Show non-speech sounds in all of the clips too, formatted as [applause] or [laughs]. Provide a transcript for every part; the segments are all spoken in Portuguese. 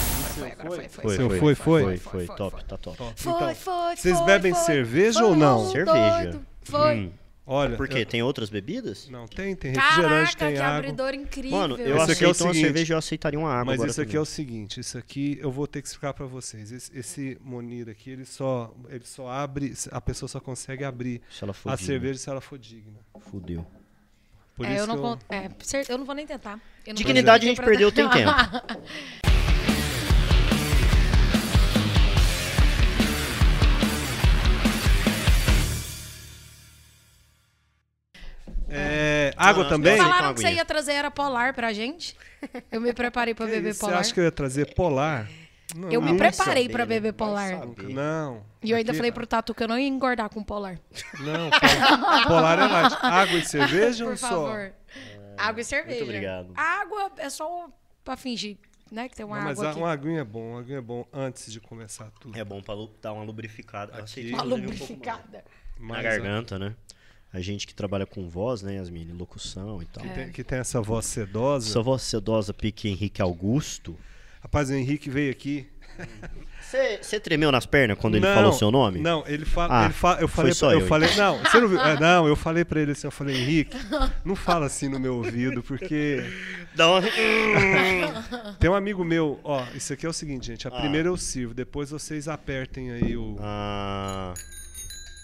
cara. Foi, foi. Foi, sim. Seu foi, foi, foi? Foi, Foi, foi, top, foi. tá top. Foi, Então, foi, vocês foi, bebem foi. cerveja Foi ou não? um Cerveja. doido. Foi. Hum. Olha. Por quê? eu- Tem outras bebidas? Não, tem, tem refrigerante, Caraca, tem que água. abridor incrível. Mano, eu Esse aqui é o aceito uma seguinte. cerveja, eu aceitaria uma água Mas agora esse aqui também. é o seguinte, isso aqui eu vou ter que explicar pra vocês. Esse, esse Monir aqui, ele só, ele só abre, a pessoa só consegue abrir Se ela for a digna. cerveja se ela for digna. Fudeu. Por É, isso eu não que con- é, cer- eu não vou nem tentar. Eu não vou Dignidade nem a gente tentar. perdeu, tem tempo. [laughs] É, água Não, também? não, não. Falaram que você aguinha. ia trazer era polar pra gente. Eu me preparei pra Que beber isso, Você polar. acha que eu ia trazer polar? Não, Eu me nunca, preparei pra né? beber Vai polar. saber. Não. E eu ainda Aqui- falei pro Tatu que eu não ia engordar com polar. Não, polar- polar é light. Água e cerveja ou [laughs] Por só? É, favor. Água e cerveja. obrigado. A água é só pra fingir, né? Que tem uma Não, mas água a- aqui. uma aguinha é bom, uma aguinha é bom antes de começar tudo. É bom pra lu- dar uma lubrificada. Eu aceito, Uma inclusive, um pouco mais. lubrificada. Mas, Na garganta, né? A gente que trabalha com voz, né, Yasmine? Locução e tal. É. ó, que, tem, que tem essa voz sedosa. Sua voz sedosa pique Henrique Augusto. Rapaz, o Henrique veio aqui. Você tremeu nas pernas quando ele Não, falou seu nome? Não, ele fala. Ah, ele fala eu foi falei, só eu, eu, então. falei. Não, você não viu? É, não, eu falei pra ele assim, eu falei, Henrique, não fala assim no meu ouvido, porque. Dá [laughs] uma- Tem um amigo meu, ó, isso aqui é o seguinte, gente. A Ah. primeira eu sirvo, depois vocês apertem aí o. Ah,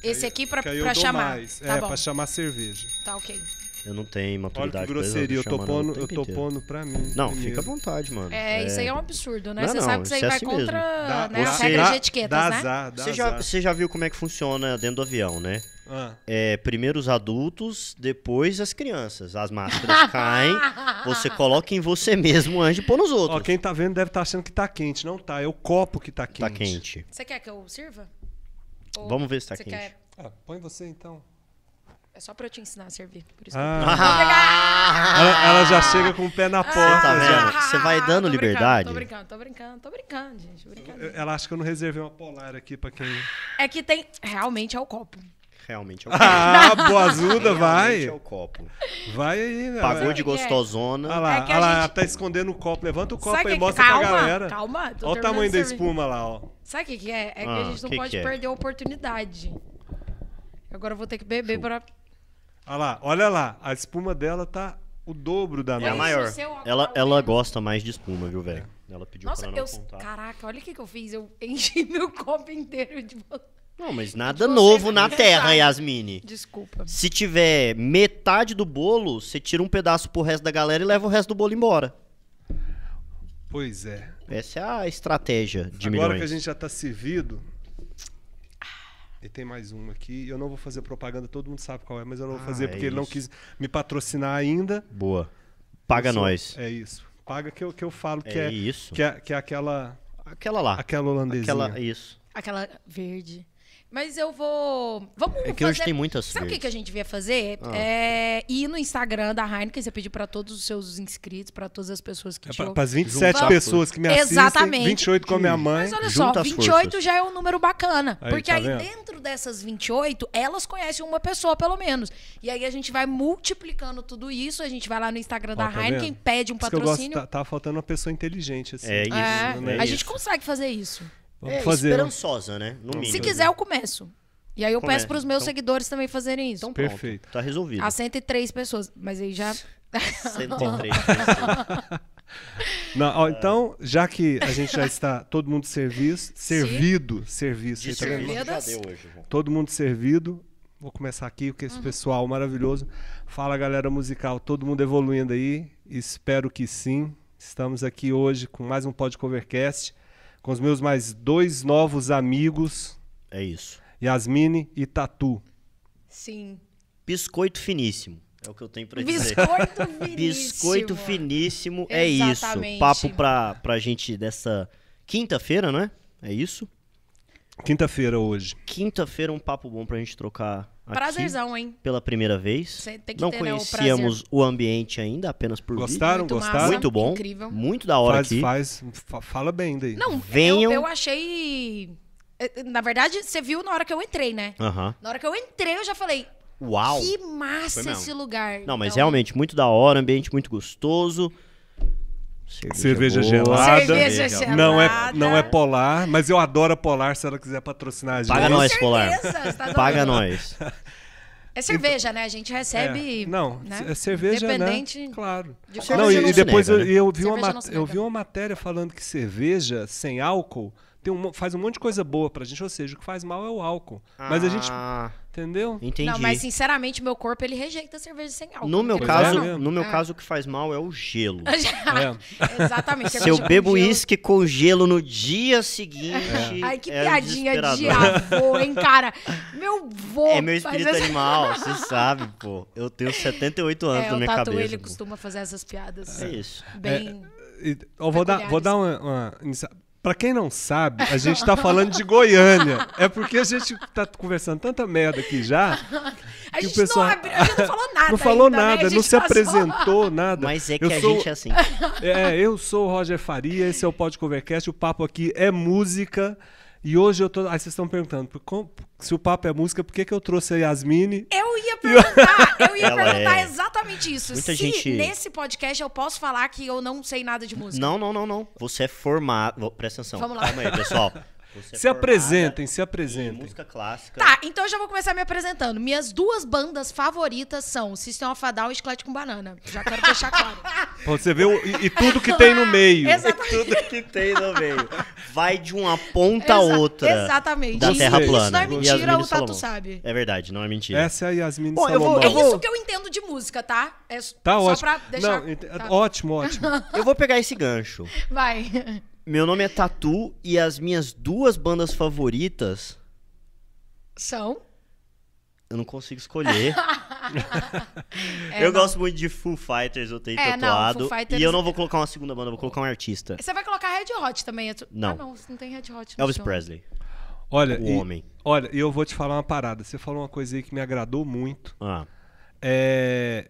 Esse aqui pra, que aí eu pra dou chamar. mais. Tá é, bom, pra chamar cerveja. tá ok. eu não tenho Olha maturidade. que pra isso, grosseria, eu tô chamando o pondo, eu tempo tô inteiro. pondo pra mim. Não, primeiro. fica à vontade, mano. É, isso aí é um absurdo, né? Não, Você não, sabe que isso aí isso é vai assim contra Dá- né, as dá- regras dá- de etiquetas, dá né? azar, dá Você já, azar. você já viu como é que funciona dentro do avião, né? Ah, É, primeiro os adultos, depois as crianças. As [laughs] máscaras caem, você coloca em você mesmo antes de pôr nos outros. Ó, quem tá vendo deve estar achando que tá quente. Não tá, é o copo que tá quente. Tá quente. Você quer que eu sirva? Ou Vamos ver se tá você quente. quer- Ah, põe você então. É só pra eu te ensinar a servir. Por isso Ah, Ah, [laughs] ela, ela já chega com o pé na porta. tá já. vendo? Você vai dando [laughs] Tô brincando, liberdade? Tô brincando, tô brincando, tô brincando, gente. tô brincando. Ela acha que eu não reservei uma polar aqui pra [laughs] quem. É que tem. Realmente é o copo. Realmente é o copo. Ah, boazuda, vai. Realmente é o copo. Vai aí, velho. Pagou Sabe de o que é? Olha gostosona. lá, É que a olha lá, gente- tá escondendo o copo. Levanta o copo Sabe aí que- e mostra calma, pra galera. calma, tô Olha o tamanho terminando da de servir. espuma lá, ó. Sabe o que, que é? É que Ah, a gente não que pode que é? perder a oportunidade. Agora eu vou ter que beber pra. Olha lá, olha lá. A espuma dela tá o dobro da É a Olha nossa. maior. isso, seu Ela, aplauso. ela gosta mais de espuma, viu, velho? Ela pediu Nossa, pra não eu. apontar. Caraca, olha o que, que eu fiz. Eu [laughs] enchi meu copo inteiro de. vo- Não, mas Você nada [laughs] novo não na sabe. terra, Yasmine. Desculpa. Se tiver metade do bolo, você tira um pedaço pro resto da galera e leva o resto do bolo embora. Pois é. Essa é a estratégia de Agora milhões. que a gente já tá servido. E tem mais um aqui. Eu não vou fazer propaganda, todo mundo sabe qual é, mas eu não vou Ah, fazer é porque ele não isso. quis me patrocinar ainda. Boa. Paga Eu sou- nós. É isso. Paga que eu, que eu falo que É é, isso. Que é, que é aquela, Aquela lá. aquela holandesinha. É Aquela, isso. Aquela verde. Mas eu vou. Vamos É que fazer... hoje tem muitas Sabe o que, verdes. que a gente devia fazer? Ah. É ir no Instagram da Heineken, você pedir pra todos os seus inscritos, pra todas as pessoas que É te pra, ouvem. pras 27 Juntar pessoas que me assistem, Exatamente. 28 com a minha mãe. Mas olha junta só, as 28 forças. já é um número bacana. Aí, porque tá aí vendo? dentro dessas 28, elas conhecem uma pessoa, pelo menos. E aí a gente vai multiplicando tudo isso, a gente vai lá no Instagram da Ó, tá Heineken, vendo? pede um Por isso que eu gosto, patrocínio. tá, tá faltando uma pessoa inteligente, assim. É isso. É, né? a Isso. gente consegue fazer isso. Vamos é fazer. né? esperançosa, né? No mínimo. Se quiser, eu começo. E aí eu Começa, peço pros meus então. seguidores também fazerem isso. Então pronto. Perfeito. Tá resolvido. Há 103 pessoas, mas aí já. 103. Não, ó, então, já que a gente já está todo mundo serviço, servido, serviço, De aí, tá vendo? serviço já Vendas. deu hoje, João. todo mundo servido. Vou começar aqui com Uhum. esse pessoal maravilhoso. Fala, galera musical, todo mundo evoluindo aí. Espero que sim. Estamos aqui hoje com mais um Pod Covercast, com os meus mais dois novos amigos, É isso. Yasmine e Tatu. Sim. Biscoito finíssimo. É o que eu tenho pra dizer. [laughs] Biscoito finíssimo. Biscoito finíssimo, é Exatamente. isso. Papo pra, pra gente dessa quinta-feira, né? É isso? Quinta-feira hoje. Quinta-feira um papo bom pra gente trocar aqui Prazerzão, hein? pela primeira vez. Cê tem que Não ter, né, o conhecíamos o, ambiente ainda, apenas por Gostaram? Muito massa. gostaram? vídeo. Muito bom. Incrível. Muito da hora faz, aqui. faz, fa- fala bem daí. Não, Venham. eu, eu achei. eh, Na verdade, você viu na hora que eu entrei, né? Aham. Na hora que eu entrei, eu já falei, Uau. que Foi massa mesmo. esse lugar. Não, mas Então, realmente muito da hora, ambiente muito gostoso. Cerveja gelada. Cerveja gelada. Não é, não é polar, mas eu adoro a polar se ela quiser patrocinar a gente. Paga Com nós, certeza, Polar. você tá doido. Paga nós. É cerveja, né? A gente recebe. É. Não, né? é cerveja, Independente né? Claro. de qual Não, Cerveja seja. e, e se depois nega, eu, né? eu vi uma Cerveja não mat- se eu nega. vi uma matéria falando que cerveja sem álcool tem um mo- faz um monte de coisa boa pra gente, ou seja, o que faz mal é o álcool. Mas a gente, Ah, entendeu? Entendi. Não, mas sinceramente, meu corpo ele rejeita cerveja sem álcool. No meu Não [laughs] Pois caso, quero é. no meu É. caso, o que faz mal é o gelo. não. Exatamente. É. Se eu cerveja com bebo gelo. uísque com gelo no dia seguinte. Ai, que é piadinha de desesperador. avô, hein, cara? Meu vô. [laughs] É meu faz espírito essa- animal, você sabe, pô. Eu tenho 78 anos É, na o minha Tatu, cabeça. ele pô. costuma fazer essas piadas É isso. bem... E- ó, vou dar, vou Peculiares. dar uma, uma inicia- Pra quem não sabe, a gente tá falando de Goiânia. É porque a gente tá conversando tanta merda aqui já. É, A que o gente pessoal- não abriu, a gente não falou nada Não falou ainda, né? A nada, não gente se passou- apresentou nada. Mas é que Eu a sou- gente [laughs] é assim. É, eu sou o Roger Faria, esse é o Pod Covercast, o papo aqui é música. E hoje eu tô. Aí vocês estão perguntando, por com- se o papo é música, por que, que eu trouxe a Yasmine? Eu ia perguntar, eu ia [laughs] Ela perguntar é- exatamente isso. Muita Se gente- nesse podcast eu posso falar que eu não sei nada de música. Não, não, não, não. Você é formado. Vou- Presta atenção. Vamos lá. Calma aí, pessoal. Você é Se formada apresentem, se Em apresentem. música clássica. Tá, então eu já vou começar me apresentando. Minhas duas bandas favoritas são System of a Down e Chiclete com Banana. Já quero deixar claro. [laughs] Pra você ver o- e, e tudo que tem [laughs] no meio. Exatamente. É Tudo que tem no meio. Vai de uma Exa- ponta a outra. Exatamente. Da Isso- Terra isso plana. não é mentira, Yasmine o Tatu Salomão. sabe. É verdade, não é mentira. Essa é a Yasmine Tá Bom, eu vou- Salomão. É eu vou- isso que eu entendo de música, tá? É s- Tá só ótimo. pra deixar. Não, ent- tá. [laughs] Ótimo, ótimo. Eu vou pegar esse gancho. Vai. [laughs] Meu nome é Tatu e as minhas duas bandas favoritas. São. Eu não consigo escolher. [laughs] É, eu não. gosto muito de Foo Fighters, eu tenho É, não, tatuado. Foo Fighters- E eu não vou colocar uma segunda banda, eu vou colocar um artista. Você vai colocar Red Hot também. é tu- Não. Ah, não, você não tem Red Hot. no Elvis show. Presley. Olha, O e, homem. olha, e eu vou te falar uma parada. Você falou uma coisa aí que me agradou muito. Ah, É,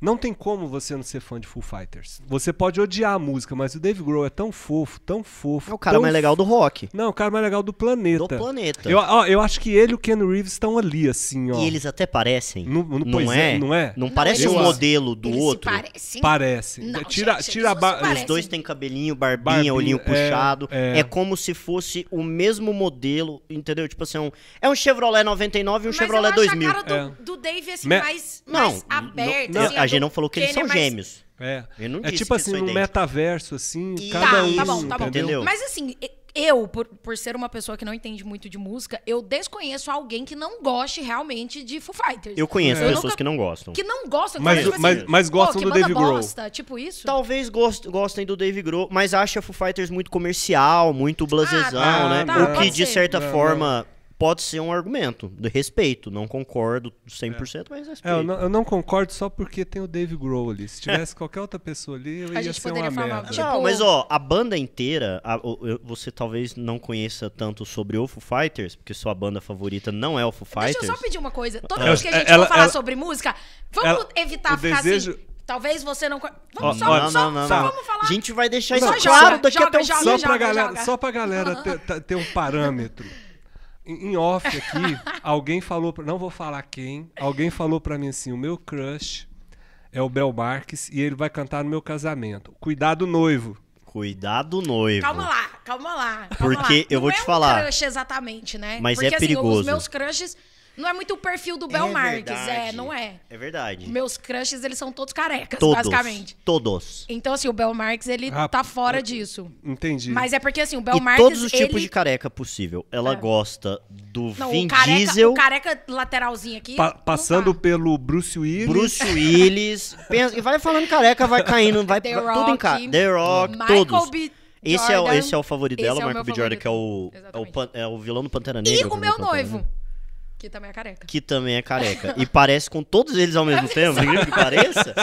Não tem como você não ser fã de Foo Fighters. Você pode odiar a música, mas o Dave Grohl é tão fofo, tão fofo. é o cara tão mais legal do rock. Não, o cara mais legal do planeta. Do planeta. Eu, ó, eu acho que ele e o Ken Reeves estão ali, assim, ó. E eles até parecem. Não- não- pois é, não é? Não parece eles- um modelo do Eles se outro. parecem. Parece. Não, É, tira gente, tira a eles ba... não se Os dois Parecem. têm cabelinho, barbinha, Barbinha, olhinho é, puxado. é. É. como se fosse o mesmo modelo, entendeu? Tipo assim, é um, é um Chevrolet 99 e um Mas Chevrolet eu acho 2000. a cara do, É. do Dave assim, Me- mais, Não, mais aberta. não, assim, a gente do não falou que eles Kenny são é mais- gêmeos. É, Eu não é disse tipo que assim, sou um idêntico. metaverso, assim, E- cada um, tá bom, tá bom. entendeu? Entendeu? Mas assim, e- eu, por, por ser uma pessoa que não entende muito de música, eu desconheço alguém que não goste realmente de Foo Fighters. Eu conheço Eu pessoas nunca- que não gostam. Que não gostam. que Mas- falam, tipo mas- assim, mas "Pô, gostam que do banda Dave Grohl." bosta, tipo isso? Talvez gost- gostem do Dave Grohl, mas acha Foo Fighters muito comercial, muito blasezão, Ah, tá, né? tá, o que, pode de ser. certa Não, forma, pode ser um argumento de respeito. Não concordo 100%, mas É, respeito. eu não, eu não concordo só porque tem o Dave Grohl ali. [laughs] Se tivesse qualquer outra pessoa ali, eu A ia gente ser uma poderia falar, merda. tipo- Não, É mas ó, a banda inteira, a- o- eu- você talvez não conheça tanto sobre o Foo Fighters, porque sua banda favorita não é o Foo Fighters. Deixa eu só pedir uma coisa. Toda Ela- vez que a É, gente ela- for falar ela- sobre música, vamos ela- evitar o ficar desejo- assim. Talvez você não. co- Ó, Vamos só, olha, só, só não. vamos falar. A gente vai deixar Só isso joga, claro daqui joga, até o joga. fim. só, pra joga, galera, joga. só pra galera [laughs] ter, ta- ter um parâmetro. Em em off aqui, alguém falou, pra, não vou falar quem, alguém falou pra mim assim, o meu crush é o Bel Marques e ele vai cantar no meu casamento. Cuidado noivo. Cuidado, noivo. Calma lá, calma lá. calma Porque lá. eu Não vou é te um falar. crush exatamente, né? Mas Porque, Assim, é os perigoso. meus crushes não é muito o perfil do Bel Marques, é, não é. É verdade. Meus crushes, eles são todos carecas, todos, basicamente. Todos. Então, assim, o Bel Marques, ele Ah, tá fora disso. Entendi. Mas é porque, assim, o Bel Hum. e Marques, todos os tipos ele- de careca possível. Ela É. gosta do Não, Vin o careca, Diesel, o careca lateralzinho aqui. Pa- não passando tá. pelo Bruce Willis. Bruce Willis. pensa- e vai falando careca, vai [laughs] caindo, vai The vai- tudo em Rock, cara. The Rock, Michael todos. B. Esse é, o, Jordan. esse é o favorito Esse dela, é o Michael meu B. Jordan, que é o, é, o Exatamente. pan- é o vilão do Pantera Negra. E que o eu meu não falo noivo, também. que também é careca. Que também é careca. E parece com todos eles ao [laughs] mesmo tempo, incrível que pareça.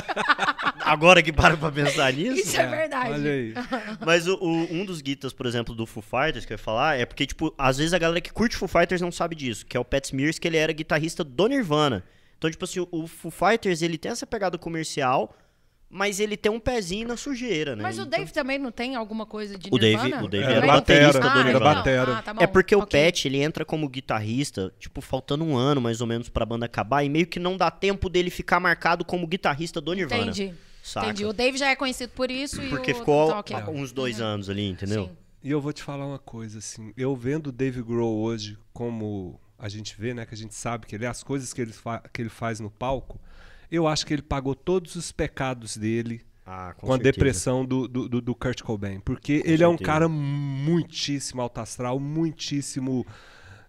Agora que paro [laughs] pra pensar nisso. Isso é, verdade. [laughs] Olha aí. Então. Mas o, o- um dos guitas, por exemplo, do Foo Fighters, que eu ia falar, é porque, tipo, às vezes a galera que curte Foo Fighters não sabe disso, que é o Pat Smears, que ele era guitarrista do Nirvana. Então, tipo assim, o, o Foo Fighters, ele tem essa pegada comercial, mas ele tem um pezinho na sujeira, né? Mas o Então- Dave também não tem alguma coisa de O Dave- Nirvana? o Dave Também? era baterista do Ah, então. Nirvana. Batera. Ah, tá bom. É porque o Ok. Pat, ele entra como guitarrista, tipo, faltando um ano mais ou menos pra banda acabar, e meio que não dá tempo dele ficar marcado como guitarrista do Nirvana. Entendi. Saca? Entendi. O Dave já é conhecido por isso e Porque o ficou tá, ok. há uns dois anos ali, entendeu? Sim. E eu vou te falar uma coisa, assim, eu vendo o Dave Grohl hoje como a gente vê, né, que a gente sabe que ele, as coisas que ele, fa- que ele faz no palco, eu acho que ele pagou todos os pecados dele Ah, com, com a certeza. depressão do, do, do- do Kurt Cobain, porque ele é um certeza. cara muitíssimo alto astral, muitíssimo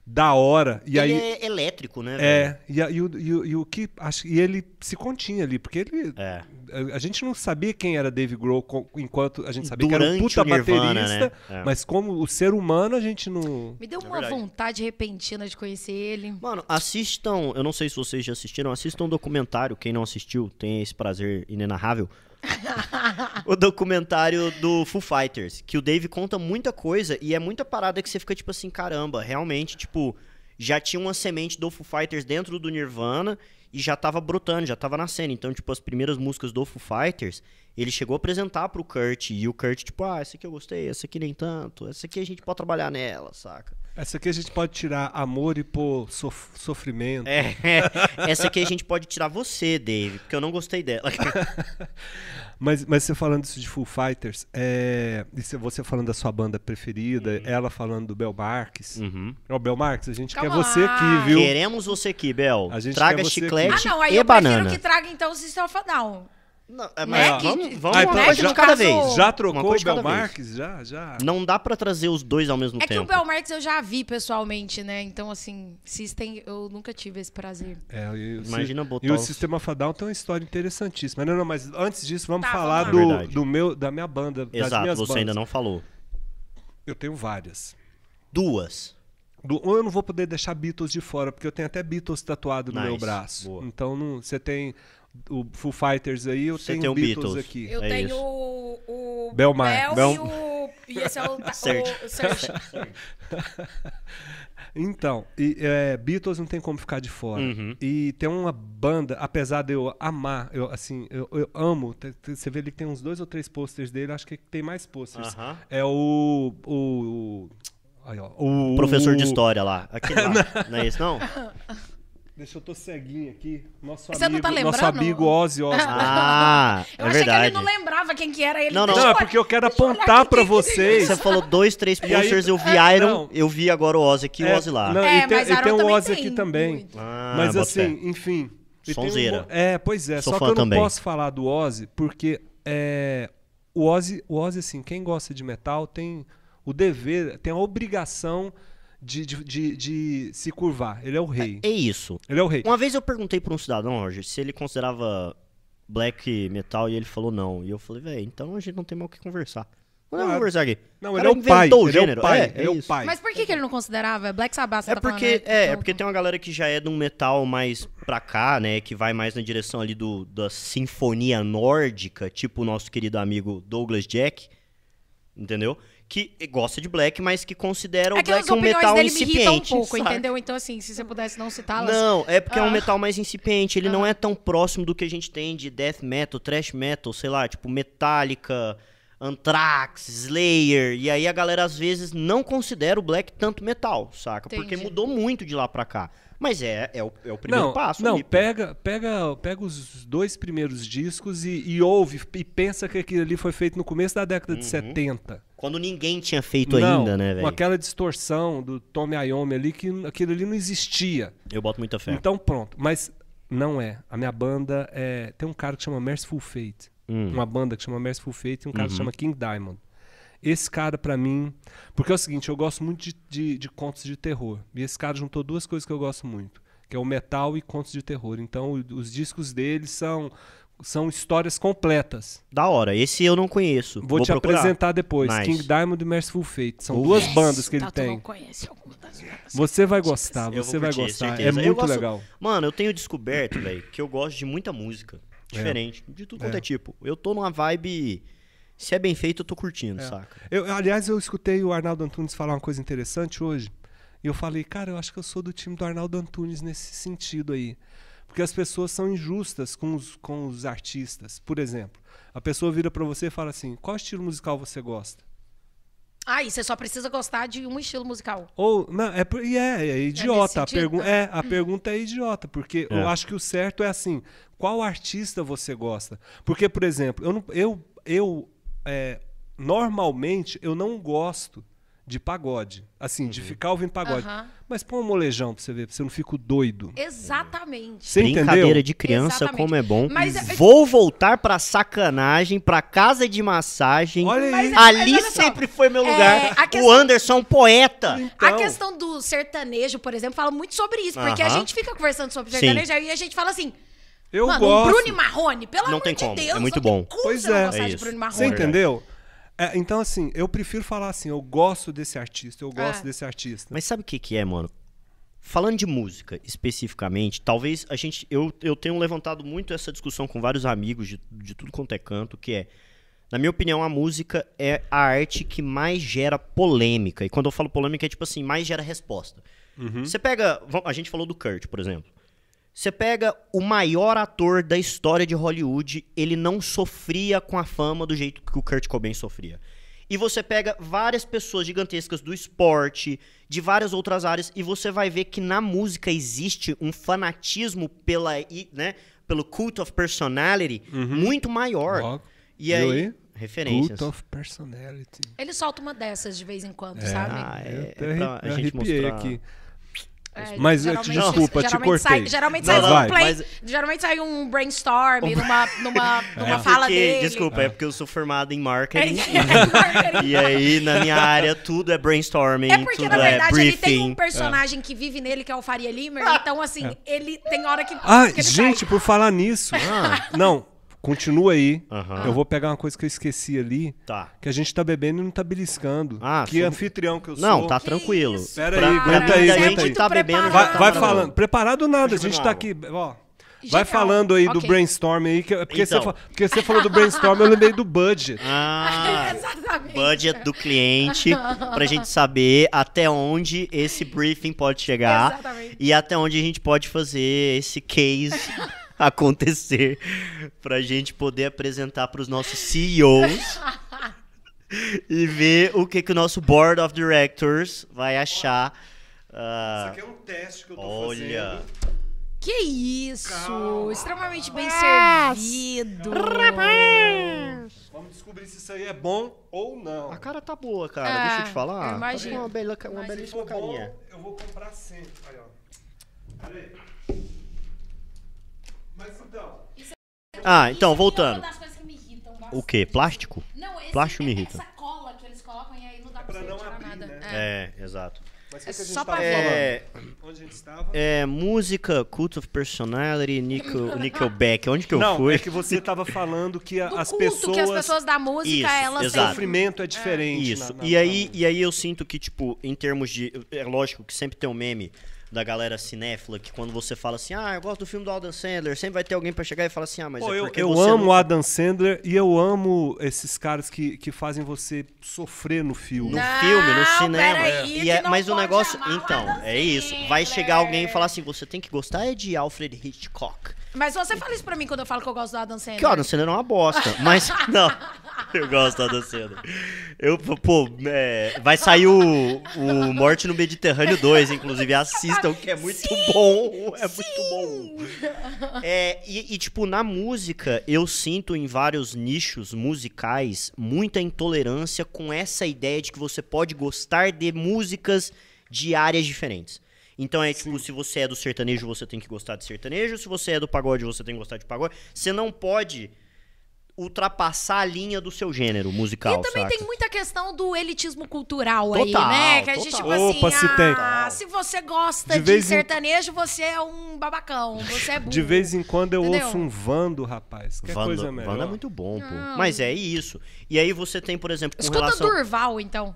da hora, ele e aí... é elétrico, né? velho? É, e, a- e o, e o- e o que. acho- e ele se continha ali, porque ele. É. A, a gente não sabia quem era Dave Grohl co- enquanto a gente sabia que era um Durante puta o Nirvana, baterista, né? É. mas como o ser humano a gente não. Me deu uma verdade. vontade repentina de conhecer ele. Mano, assistam, eu não sei se vocês já assistiram, assistam um documentário, quem não assistiu tem esse prazer inenarrável. o documentário do Foo Fighters, que o Dave conta muita coisa e é muita parada que você fica tipo assim, caramba, realmente, tipo, já tinha uma semente do Foo Fighters dentro do Nirvana e já tava brotando, já tava nascendo. Então, tipo, as primeiras músicas do Foo Fighters, ele chegou a apresentar pro Kurt e o Kurt, tipo, ah, essa aqui eu gostei, essa aqui nem tanto, essa aqui a gente pode trabalhar nela, saca? Essa aqui a gente pode tirar amor e pôr sof- sofrimento. É, [laughs] essa aqui a gente pode tirar você, Dave, porque eu não gostei dela. Mas, mas você falando isso de Full Fighters, é, e se- você falando da sua banda preferida, Uhum. ela falando do Bel Marques. Hum. Ó, Bel Marques, a gente Calma quer você lá. aqui, viu? [laughs] Queremos você aqui, Bel. A gente quer Traga você Ah, chiclete não, aí É e eu banana. prefiro que traga então o System of a Down. Não, é, Né, mas que- vamos, vamos Ah, uma então coisa já- de cada no caso- vez. Já Uma trocou o coisa de Bel cada vez. Hum. Marques? Já, já. Não dá pra trazer os dois ao mesmo É que tempo. o Belmarx eu já vi pessoalmente, né? Então, assim, System, eu nunca tive esse prazer. É, e o Imagina si- botar E o os- Sistema Fadal tem uma história interessantíssima. Não, não, mas antes disso, vamos Tá, falar vamos lá. do, do meu, da minha banda. das Exato, minhas você bandas. ainda não falou. Eu tenho várias. Duas. Do, ou eu não vou poder deixar Beatles de fora, porque eu tenho até Beatles tatuado no Nice, meu braço. boa. Então não- você tem o Foo Fighters aí, eu Você tenho tem o Beatles, Beatles. aqui. Eu É tenho isso. o, o Bel Belmar. e Bel- o... E esse [laughs] é o... ta- Serge. o Serge. Então, e, é, Beatles não tem como ficar de fora. Uhum. E tem uma banda, apesar de eu amar, eu assim, eu, eu amo. te- te- Você vê ali que tem uns dois ou três posters dele, acho que tem mais posters. Aham. É o. o, o aí, ó, o- Professor de o- história lá. [laughs] Aquele lá. não é isso, não? Deixa eu tô ceguinho aqui. Nosso Você não amigo, tá nosso lembrando? amigo Ozzy Osbourne. Ah, Eu é achei que ele verdade. não lembrava quem que era ele. Não, não. Deixa Não, é olhar- porque eu quero deixa olhar apontar aqui pra quem que- vocês. Você falou dois, três E aí- posters, eu vi É, Iron, [laughs] não. eu vi agora o Ozzy aqui e o Ozzy lá. Não, É, e tem, mas e Iron tem um também Ozzy tem aqui também. muito. Ah, mas boto assim, enfim. e tem um Sonzeira. mo- é, pois é. Sou só que fã eu não também. posso falar do Ozzy, porque é, o, Ozzy, o Ozzy, assim, quem gosta de metal tem o dever, tem a obrigação de, de, de- de se curvar. Ele é o rei. É isso. Ele é o rei. Uma vez eu perguntei pra um cidadão, Roger, se ele considerava black metal e ele falou não. E eu falei, velho, então a gente não tem mais o que conversar. Não é Claro. conversar aqui. O Não, ele cara é o pai. inventou o Ele é o gênero. pai. É, é Ele é o isso. pai. Mas por que, que ele não considerava? Black Sabbath, você É tá porque, falando, né? é, Então, é porque tem uma galera que já é de um metal mais pra cá, né? Que vai mais na direção ali do, da sinfonia nórdica, tipo o nosso querido amigo Douglas Jack, entendeu? Que gosta de black, mas que considera o É que as black um opiniões metal dele me irritam um incipiente. pouco, saca? entendeu? Então, assim, se você pudesse não citá-las... Não, é porque é Ah. um metal mais incipiente. Ele não é tão próximo do que a gente tem de death metal, thrash metal, sei lá, tipo Metallica, Anthrax, Slayer. E aí a galera às vezes não considera o black tanto metal, saca? Porque Entendi. mudou muito de lá pra cá. Mas é, é, o, é o primeiro Não, passo. não ali, pô. pega, pega, pega os dois primeiros discos e, e ouve e pensa que aquilo ali foi feito no começo da década Uhum. de 70. Quando ninguém tinha feito não, ainda, né, Com velho? aquela distorção do Tommy Iommi ali, que n- aquilo ali não existia. Eu boto muita fé. Então pronto, mas não é. A minha banda é... Tem um cara que chama Merciful Fate. Hum. Uma banda que chama Merciful Fate e um cara Uhum. que chama King Diamond. Esse cara, pra mim... Porque é o seguinte, eu gosto muito de, de- de contos de terror. E esse cara juntou duas coisas que eu gosto muito. Que é o metal e contos de terror. Então o- os discos dele são, são histórias completas. Da hora. Esse eu não conheço. Vou, te procurar. apresentar depois. Nice. King Diamond e Merciful Fate. São duas bandas que ele Tato Tá, não tem. conhece alguma das bandas. Você vai gostar, Eu você vou vai curtir, gostar. certeza. É Eu muito gosto- legal. Mano, eu tenho descoberto, velho, que eu gosto de muita música. Diferente. De tudo quanto é. tipo. Eu tô numa vibe. Se é bem feito, eu tô curtindo, É. saca? Eu- aliás, eu escutei o Arnaldo Antunes falar uma coisa interessante hoje. E eu falei, cara, eu acho que eu sou do time do Arnaldo Antunes nesse sentido aí. Porque as pessoas são injustas com os, com os artistas. Por exemplo, a pessoa vira pra você e fala assim: qual estilo musical você gosta? Ah, e você só precisa gostar de um estilo musical. Ou, não, é, por- e é, é nesse idiota. a, sentido? Hum. pergun é, a pergunta é idiota, porque É. eu acho que o certo é assim: qual artista você gosta? Porque, por exemplo, eu, não, eu, eu é, normalmente eu não gosto de pagode. Assim, de ficar ouvindo pagode. Aham. Mas põe um molejão pra você ver, pra você não fico doido. Exatamente. Você Brincadeira entendeu? de criança, Exatamente. como é bom. Mas é- Vou voltar pra sacanagem, pra casa de massagem. Olha aí. Mas é- Ali olha só. sempre foi meu É, lugar. a questão- O Anderson é um poeta. A Então- questão do sertanejo, por exemplo, fala muito sobre isso. Porque a Aham. gente fica conversando sobre Sim. sertanejo e a gente fala assim. Eu mano, gosto. Bruno e Marrone, pelo Não amor tem de como, é Deus. muito não tem bom. como Pois você não é. gostar É de isso. Bruno e Você Marrone. Verdade. entendeu? É, então, assim, eu prefiro falar assim: eu gosto desse artista, eu gosto É. desse artista. Mas sabe o que que é, mano? Falando de música especificamente, talvez a gente. Eu, eu tenho levantado muito essa discussão com vários amigos de, de tudo quanto é canto, que é. Na minha opinião, a música é a arte que mais gera polêmica. E quando eu falo polêmica, é tipo assim, mais gera resposta. Você pega. va- A gente falou do Kurt, por exemplo. Você pega o maior ator da história de Hollywood, ele não sofria com a fama do jeito que o Kurt Cobain sofria. E você pega várias pessoas gigantescas do esporte, de várias outras áreas, e você vai ver que na música existe um fanatismo pela, i- né, pelo cult of personality muito maior. Logo. E Viu aí, aí? referências. Cult of personality. Ele solta uma dessas de vez em quando, sabe? Ah, é, é Eu até pra arre- a gente arrepiei mostrar- aqui. É, Mas eu te- geralmente- desculpa, te geralmente cortei. Sai, geralmente, Não, sai não, um play- mas- geralmente sai um brainstorm numa, [laughs] numa, numa É fala porque- dele. Desculpa, é porque eu sou formado [laughs] em É, marketing. é E aí, na minha área, tudo é brainstorming, É porque, tudo na é verdade, ele briefing. Ah. tem um personagem que vive nele, que é o Faria Limer. Então, assim, ele tem hora que. Ah, que ele [laughs] gente, por falar nisso. Ah, Não, continua aí. Aham. Eu vou pegar uma coisa que eu esqueci ali. Tá. Que a gente tá bebendo e não tá beliscando. Ah, que sou- anfitrião que eu sou. Não, tá Que tranquilo. isso, Pera Pra- aí, pra aguenta mim, aí, a aguenta gente aí. tá Vai- bebendo. Vai, tá vai maravilhoso. falando. Preparado nada, a Deixa eu gente beber tá uma aqui. Ó. Genial. Vai falando aí do Ok. brainstorm aí, que, é porque, Então. você fa- porque você falou do brainstorm, eu lembrei do budget. [laughs] Ah, Exatamente. budget do cliente, pra gente saber até onde esse briefing pode chegar Exatamente. e até onde a gente pode fazer esse case [laughs] acontecer pra gente poder apresentar pros nossos CEOs e ver o que que o nosso board of directors vai achar. ah, é um teste que eu olha. Que isso! Extremamente bem servido. Uhum. Vamos descobrir se isso aí é bom ou não. A cara tá boa, cara. Ah, Deixa eu te falar. eu imagino. Tá Uma, bela, uma Imagino. belíssima carinha. eu vou comprar sempre. Aí, ó. Peraí. Mas então. Ah, então, voltando. Uma das coisas que me irritam bastante. O quê? Plástico? Não, esse, Plástico me irrita. Essa cola que eles colocam e aí não dá pra, pra você não tirar abrir, nada. né? É. É, exato. Mas o É que, que a gente só tava pra ver. falando? É, Onde a gente estava? é, música, Cult of Personality, Nickel, Nickelback. Onde que eu não, fui? é que você estava falando que a- Do as culto pessoas. que as pessoas da música, Isso, elas O exato. têm. sofrimento é diferente. Isso. na- na- e, aí, na- e aí eu sinto que, tipo, em termos de. É lógico que sempre tem um meme da galera cinéfila que quando você fala assim, ah, eu gosto do filme do Adam Sandler, sempre vai ter alguém pra chegar e falar assim, ah, mas Pô, é eu porque eu você amo não- Adam Sandler e eu amo esses caras que, que fazem você sofrer no filme. no Não, filme, no cinema. peraí, E que é- não mas o pode negócio. amar o Então, Adam é isso. Vai chegar alguém e falar assim: você tem que gostar é de Alfred Hitchcock. Mas você fala isso pra mim quando eu falo que eu gosto do Adam Sandler. Que o Adam Sandler é uma [laughs] bosta. Mas, [laughs] não. Eu gosto do Adam Sandler. Eu, pô, é, vai sair o, [laughs] o Morte no Mediterrâneo 2, inclusive. Assistam, que é muito bom. É muito bom. É, e, e, tipo, na música, eu sinto em vários nichos musicais muita intolerância com essa ideia de que você pode gostar de músicas de áreas diferentes. Então é tipo, se você é do sertanejo, você tem que gostar de sertanejo. Se você é do pagode, você tem que gostar de pagode. Você não pode ultrapassar a linha do seu gênero E musical, também saca? tem muita questão do elitismo cultural Total, aí, né? Que a gente, tipo total. assim, Opa, se tem. ah, se você gosta De de, vez em- sertanejo, você é um babacão, você é burro. De vez em quando eu Entendeu? ouço um Vando, rapaz. Que Vanda, coisa melhor. Vanda é muito bom, pô. Mas é isso. E aí você tem, por exemplo, com Escuta relação... Durval, então.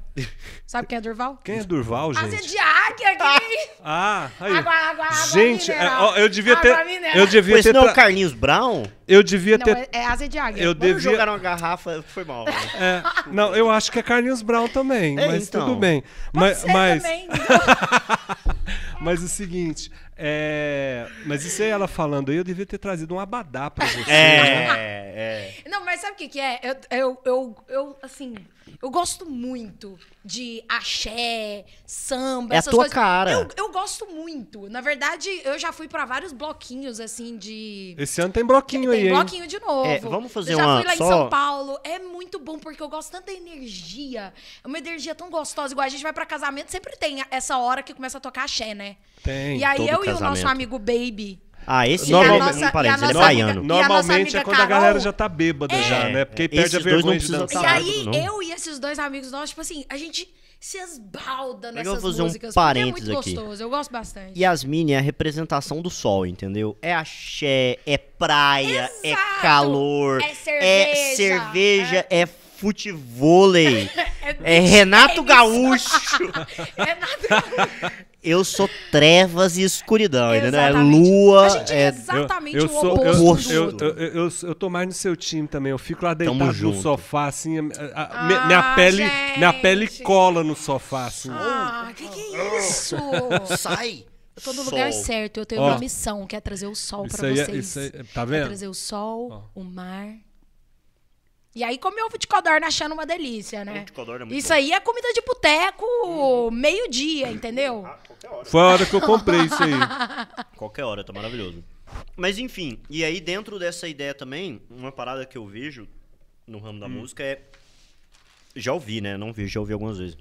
Sabe quem é Durval? Quem é Durval, Ah, você é gente? de águia, que... Ah, aí. Água, água, água gente, é, mineral. ó, eu devia ter. Água mineral. Eu devia Pô, esse ter. não é tra- o Carlinhos Brown? Eu devia Não, ter. é, é asa de águia. Eu Quando devia. jogaram a garrafa, foi mal. [laughs] né? é, não, eu acho que é Carlinhos Brown também, É, mas então. tudo bem. Ma- Você mas, também. mas o seguinte, É, mas isso aí ela falando aí, eu devia ter trazido um abadá pra você. né? É, é. Não, mas sabe o que, que é? Eu, eu, eu, eu, assim, eu gosto muito de axé, samba, É a essas tua coisas. cara. Eu, eu gosto muito. Na verdade, eu já fui pra vários bloquinhos, assim, de. Esse ano tem bloquinho aí, Tem hein? bloquinho de novo. É, vamos fazer eu já uma fui lá só- em São Paulo. É muito bom, porque eu gosto tanto da energia. É uma energia tão gostosa. Igual a gente vai pra casamento, sempre tem essa hora que começa a tocar axé, né? Tem. e aí todo eu e o casamento. nosso amigo Baby. Ah, esse Normalmente- é um parênteses, ele é e a nossa baiano. amiga- Normalmente amiga é quando a Carol- galera já tá bêbada já, né? Porque aí É, perde a esses dois não vergonha de precisam dançar. E Tá, aí, tudo não. eu e esses dois amigos nossos, tipo assim, a gente se esbalda Legal nessas fazer um músicas. porque é parênteses muito aqui. gostoso, eu gosto bastante. Yasmin é a representação do sol, entendeu? É axé, é praia, é Exato! calor, É cerveja, é, cerveja, é [laughs] futevôlei, é Renato tênis. [laughs] Gaúcho. É nada. Eu sou trevas e escuridão, entendeu? É Exatamente. lua, a gente é é exatamente eu o sou, eu, oposto do eu, outro. eu, eu, eu- eu tô mais no seu time também. Eu fico lá Tamo deitado junto. no sofá, assim. a- a- Ah, me- minha, pele, gente. minha pele cola no sofá, assim. Ah, que que é isso? [laughs] Sai! Eu tô no lugar sol. certo, eu tenho Ó. uma missão, que é trazer o sol Isso pra aí é- vocês. isso aí- tá É vendo? trazer o sol, o mar. E aí comer ovo de codorna achando uma delícia, né? Ovo de codorna é muito Isso bom. Uhum. aí é comida de boteco, meio-dia, entendeu? Foi a hora que eu comprei isso aí. Qualquer hora, tá maravilhoso. Mas enfim, e aí dentro dessa ideia também, uma parada que eu vejo no ramo Hum. da música é. Já ouvi, né? Não vi, já ouvi algumas vezes.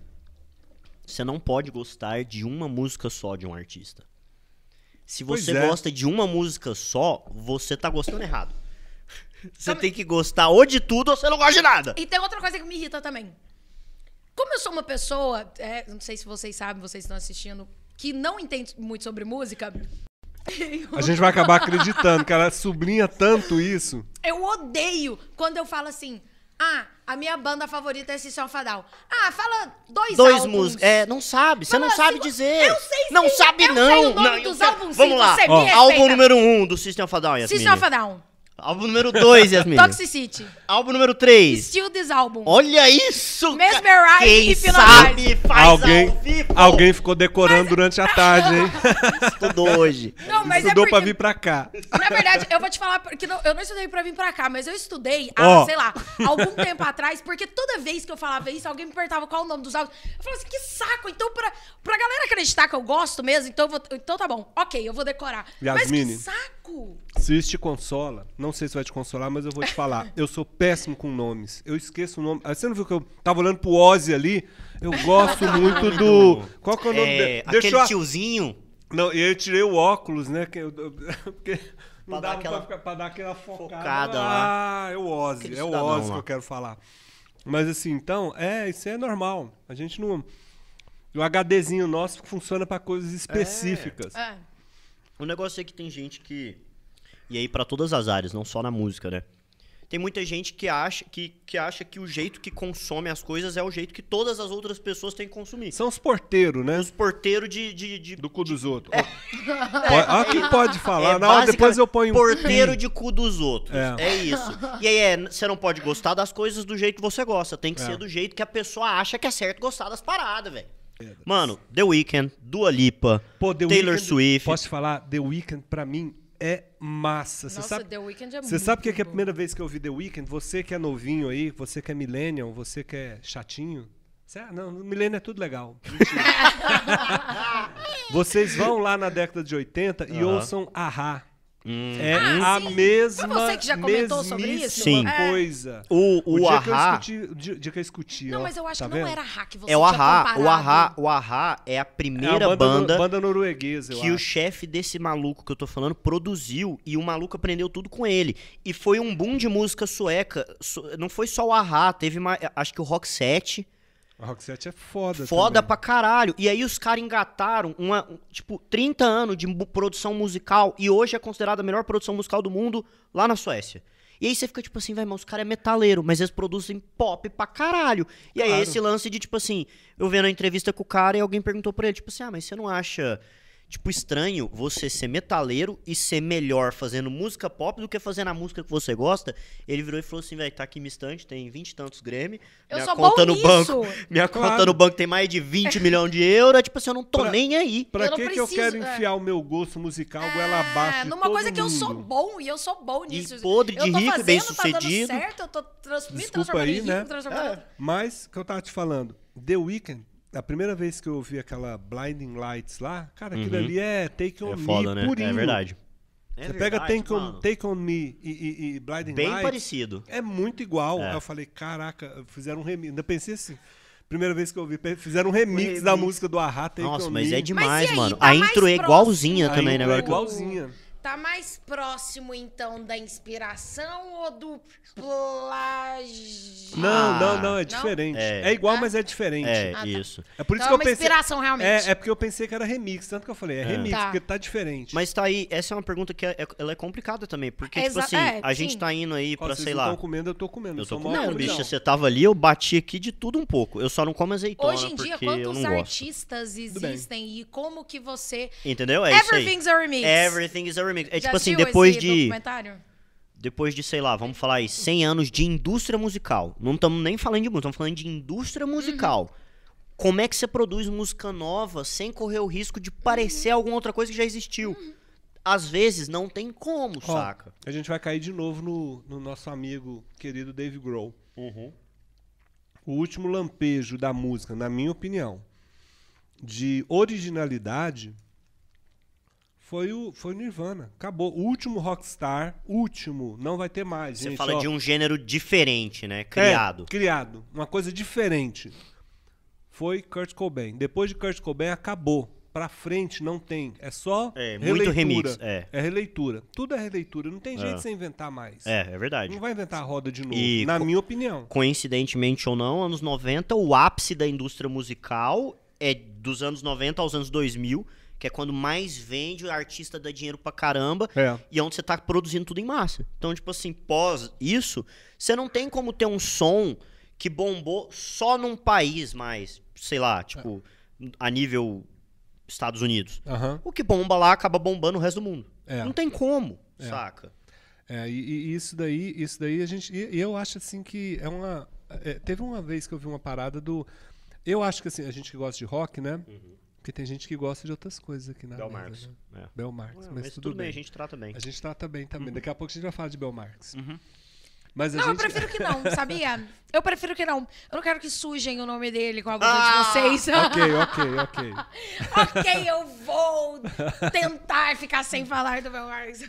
Você não pode gostar de uma música só de um artista. Se Pois você é. gosta de uma música só, você tá gostando errado. [laughs] Você tem que gostar ou de tudo ou você não gosta de nada. E tem outra coisa que me irrita também. Como eu sou uma pessoa, é, não sei se vocês sabem, vocês estão assistindo, que não entende muito sobre música, [laughs] A gente vai acabar acreditando que ela sublinha tanto isso. eu odeio quando eu falo assim, ah, a minha banda favorita é Sistema Fadal. Ah, fala dois, Dois álbuns. músicos. É, não sabe. Você não Fala, sabe se- dizer. eu sei sim, Não sabe, eu não. sei o nome não, eu dos sei. álbuns, Vamos sim, lá. você me Ó, álbum respeita. número 1 um do System of a Down, Yasmin. Sistema Fadal. Álbum número 2, Yasmin. Toxicity. Álbum número 3. Still This Album. Olha isso, cara. Mesmerize Quem e sabe Finalize. faz Alguém, ao vivo. [laughs] alguém ficou decorando durante a tá tarde, hein? Estudou hoje. [laughs] Não, mas Estudou é pra porque... vir pra cá. Na verdade, eu vou te falar porque não- eu não estudei pra vir pra cá, mas eu estudei há, Ó. sei lá, algum tempo atrás, porque toda vez que eu falava isso, alguém me perguntava qual o nome dos álbuns. Eu falava assim, que saco! Então, pra, pra galera acreditar que eu gosto mesmo, então, eu vou- então tá bom, ok, eu vou decorar. Yasmine. Mas que saco! Se isso te consola, não sei se vai te consolar, mas eu vou te falar. Eu sou péssimo com nomes. Eu esqueço o nome. Ah, Você não viu que eu tava olhando pro Ozzy ali? Eu gosto muito do. Qual que é o nome É, dele? aquele eu. tiozinho. Não, e aí eu tirei o óculos, né? que eu- eu- [laughs] Porque. Pra Não dar dava aquela- pra, ficar, pra dar aquela focada. focada lá. Ah, é o Ozzy. Aquele É o cidadão Ozzy lá. que eu quero falar. Mas assim, então, é, isso é normal. A gente não. O HDzinho nosso funciona pra coisas específicas. É. O negócio é que tem gente que. E aí, pra todas as áreas, não só na música, né? Tem muita gente que acha que, que acha que o jeito que consome as coisas é o jeito que todas as outras pessoas têm que consumir. São os porteiros, né? Os porteiros de, de, de Do cu dos [laughs] outros. Pode, ah, que pode falar. É Não, depois basicamente eu ponho um Porteiro [laughs] pi. de cu dos outros. É. É, isso. E aí, é, você não pode gostar das coisas do jeito que você gosta. Tem que É. ser do jeito que a pessoa acha que é certo gostar das paradas, velho. Mano, The Weeknd, Dua Lipa, Pô, The Taylor Weeknd- Swift. Posso te falar? The Weeknd, pra mim, é massa. Você Nossa, sabe, The Weeknd é Você sabe que, muito que é a bom. primeira vez que eu vi The Weeknd? Você que é novinho aí, você que é millennial, você que é chatinho. Você, ah, não, millennial é tudo legal. [laughs] Mentira. Vocês vão lá na década de 80 e Aham. ouçam Ahá. Hum. É Ah, a sim. mesma Foi você que já comentou sobre isso? Sim. É. coisa. O, o, dia que eu Ahá escuti- o dia, o dia que eu escuti, Não, ó, mas eu acho tá que vendo? não era hack, você é o tinha Ahá. O comparado. Ahá, o Ahá é a É a primeira banda, banda, no- banda norueguesa, eu que o acho. chefe desse maluco que eu tô falando produziu e o maluco aprendeu tudo com ele. E foi um boom de música sueca. Su- Não foi só o Ahá, teve mais, acho que o Rock 7. A Roxette é foda Foda também. pra caralho. E aí os caras engataram uma, um, tipo, 30 anos de mu- produção musical e hoje é considerada a melhor produção musical do mundo lá na Suécia. E aí você fica tipo assim, velho, mas os caras é metaleiro, mas eles produzem pop pra caralho. E aí Claro. esse lance de tipo assim, eu vendo a entrevista com o cara e alguém perguntou pra ele, tipo assim, ah, mas você não acha tipo, estranho você ser metaleiro e ser melhor fazendo música pop do que fazendo a música que você gosta. Ele virou e falou assim, velho, tá aqui minha estante, tem 20 e tantos Grammy. Eu minha sou bom conta no nisso. banco. Minha conta Claro. no banco tem mais de É. 20 milhões de euros. Tipo assim, eu não tô Pra- nem aí. Pra Eu não que, que eu preciso, quero é. enfiar o meu gosto musical goela abaixo? É, de numa todo coisa que eu sou mundo? bom e eu sou bom nisso. podre de eu tô rico e fazendo, Tá dando bem-sucedido. certo, eu tô trans, me Desculpa transformando aí, em rico, né? transformando... Mas, o que eu tava te falando, The Weeknd, a primeira vez que eu ouvi aquela Blinding Lights lá, cara, aquilo ali é Take On É Me foda, né? purinho. É verdade. É Você É pega Take, on, Take On Me e, e- e Blinding Bem Lights, parecido. é muito igual. É. Aí eu falei, caraca, fizeram um remix. Ainda pensei assim, primeira vez que eu ouvi, pe- fizeram um remix, da música do Arra, Take Nossa, On mas Me. é demais, e aí, mano. tá a mais intro é próximo? igualzinha A também, né? intro é Agora que eu- igualzinha. Tá mais próximo, então, da inspiração ou do plágio? Não, Ah. não, não, é Não? diferente. É, É. igual, mas é diferente. É, tá. isso. É por Então é isso que uma eu pensei. inspiração, realmente. É, é porque eu pensei que era remix, tanto que eu falei, é, remix, Tá. porque tá diferente. Mas tá aí, essa é uma pergunta que é, é- ela é complicada também, porque, tipo Exa- assim, é, a sim. gente tá indo aí Ó, pra, vocês sei não lá, tão comendo, eu tô comendo. eu tô sou maior comendo, comidão. bicho, você tava ali, eu bati aqui de tudo um pouco. Eu só não como azeitona, Hoje em dia, né? porque eu quantos não gosto. artistas bem. existem e como que você... Entendeu? É Everything's isso aí. a remix. Everything is a remix. É Já tipo assim, assistiu depois esse de, documentário? depois de, sei lá, vamos falar aí, 100 anos de indústria musical. Não estamos nem falando de música, estamos falando de indústria musical. Como é que você produz música nova sem correr o risco de parecer alguma outra coisa que já existiu? Às vezes não tem como, Ó, saca? A gente vai cair de novo no, no nosso amigo querido Dave Grohl. Uhum. O último lampejo da música, na minha opinião, de originalidade foi o foi o Nirvana. Acabou. O último rockstar, último, não vai ter mais. Você gente, fala ó. de um gênero diferente, né? É, Criado. criado. Uma coisa diferente. Foi Kurt Cobain. Depois de Kurt Cobain, acabou. Pra frente não tem. É só É, muito releitura. remix, é. releitura. Tudo é releitura. Não tem É. jeito de você inventar mais. É, é verdade. Não vai inventar a roda de novo. E na co- minha opinião. Coincidentemente ou não, anos 90, o ápice da indústria musical é dos anos 90 aos anos 2000, que é quando mais vende, o artista dá dinheiro pra caramba, É. e é onde você tá produzindo tudo em massa. Então, tipo assim, pós isso, você não tem como ter um som que bombou só num país mais, sei lá, tipo, a nível Estados Unidos. Aham. O que bomba lá acaba bombando o resto do mundo. É. Não tem como, saca? É, e, e isso daí, isso daí a gente. E, e eu acho assim que é uma. é, teve uma vez que eu vi uma parada do. Eu acho que assim, a gente que gosta de rock, né? Porque tem gente que gosta de outras coisas aqui na Uhum. Bel mesa, Marx. né? É. Bel Marx, Mas, mas, tudo, bem, a gente Uhum. trata bem. A gente trata bem também. Daqui a pouco a gente vai falar de Bel Marx. Uhum. Mas a Não, eu gente. prefiro que não, sabia? [laughs] Eu prefiro que não. Eu não quero que sujem o nome dele com alguma Ah! de [laughs] vocês. [laughs] Ok, ok, ok. ok, eu vou tentar ficar sem falar do meu Marx.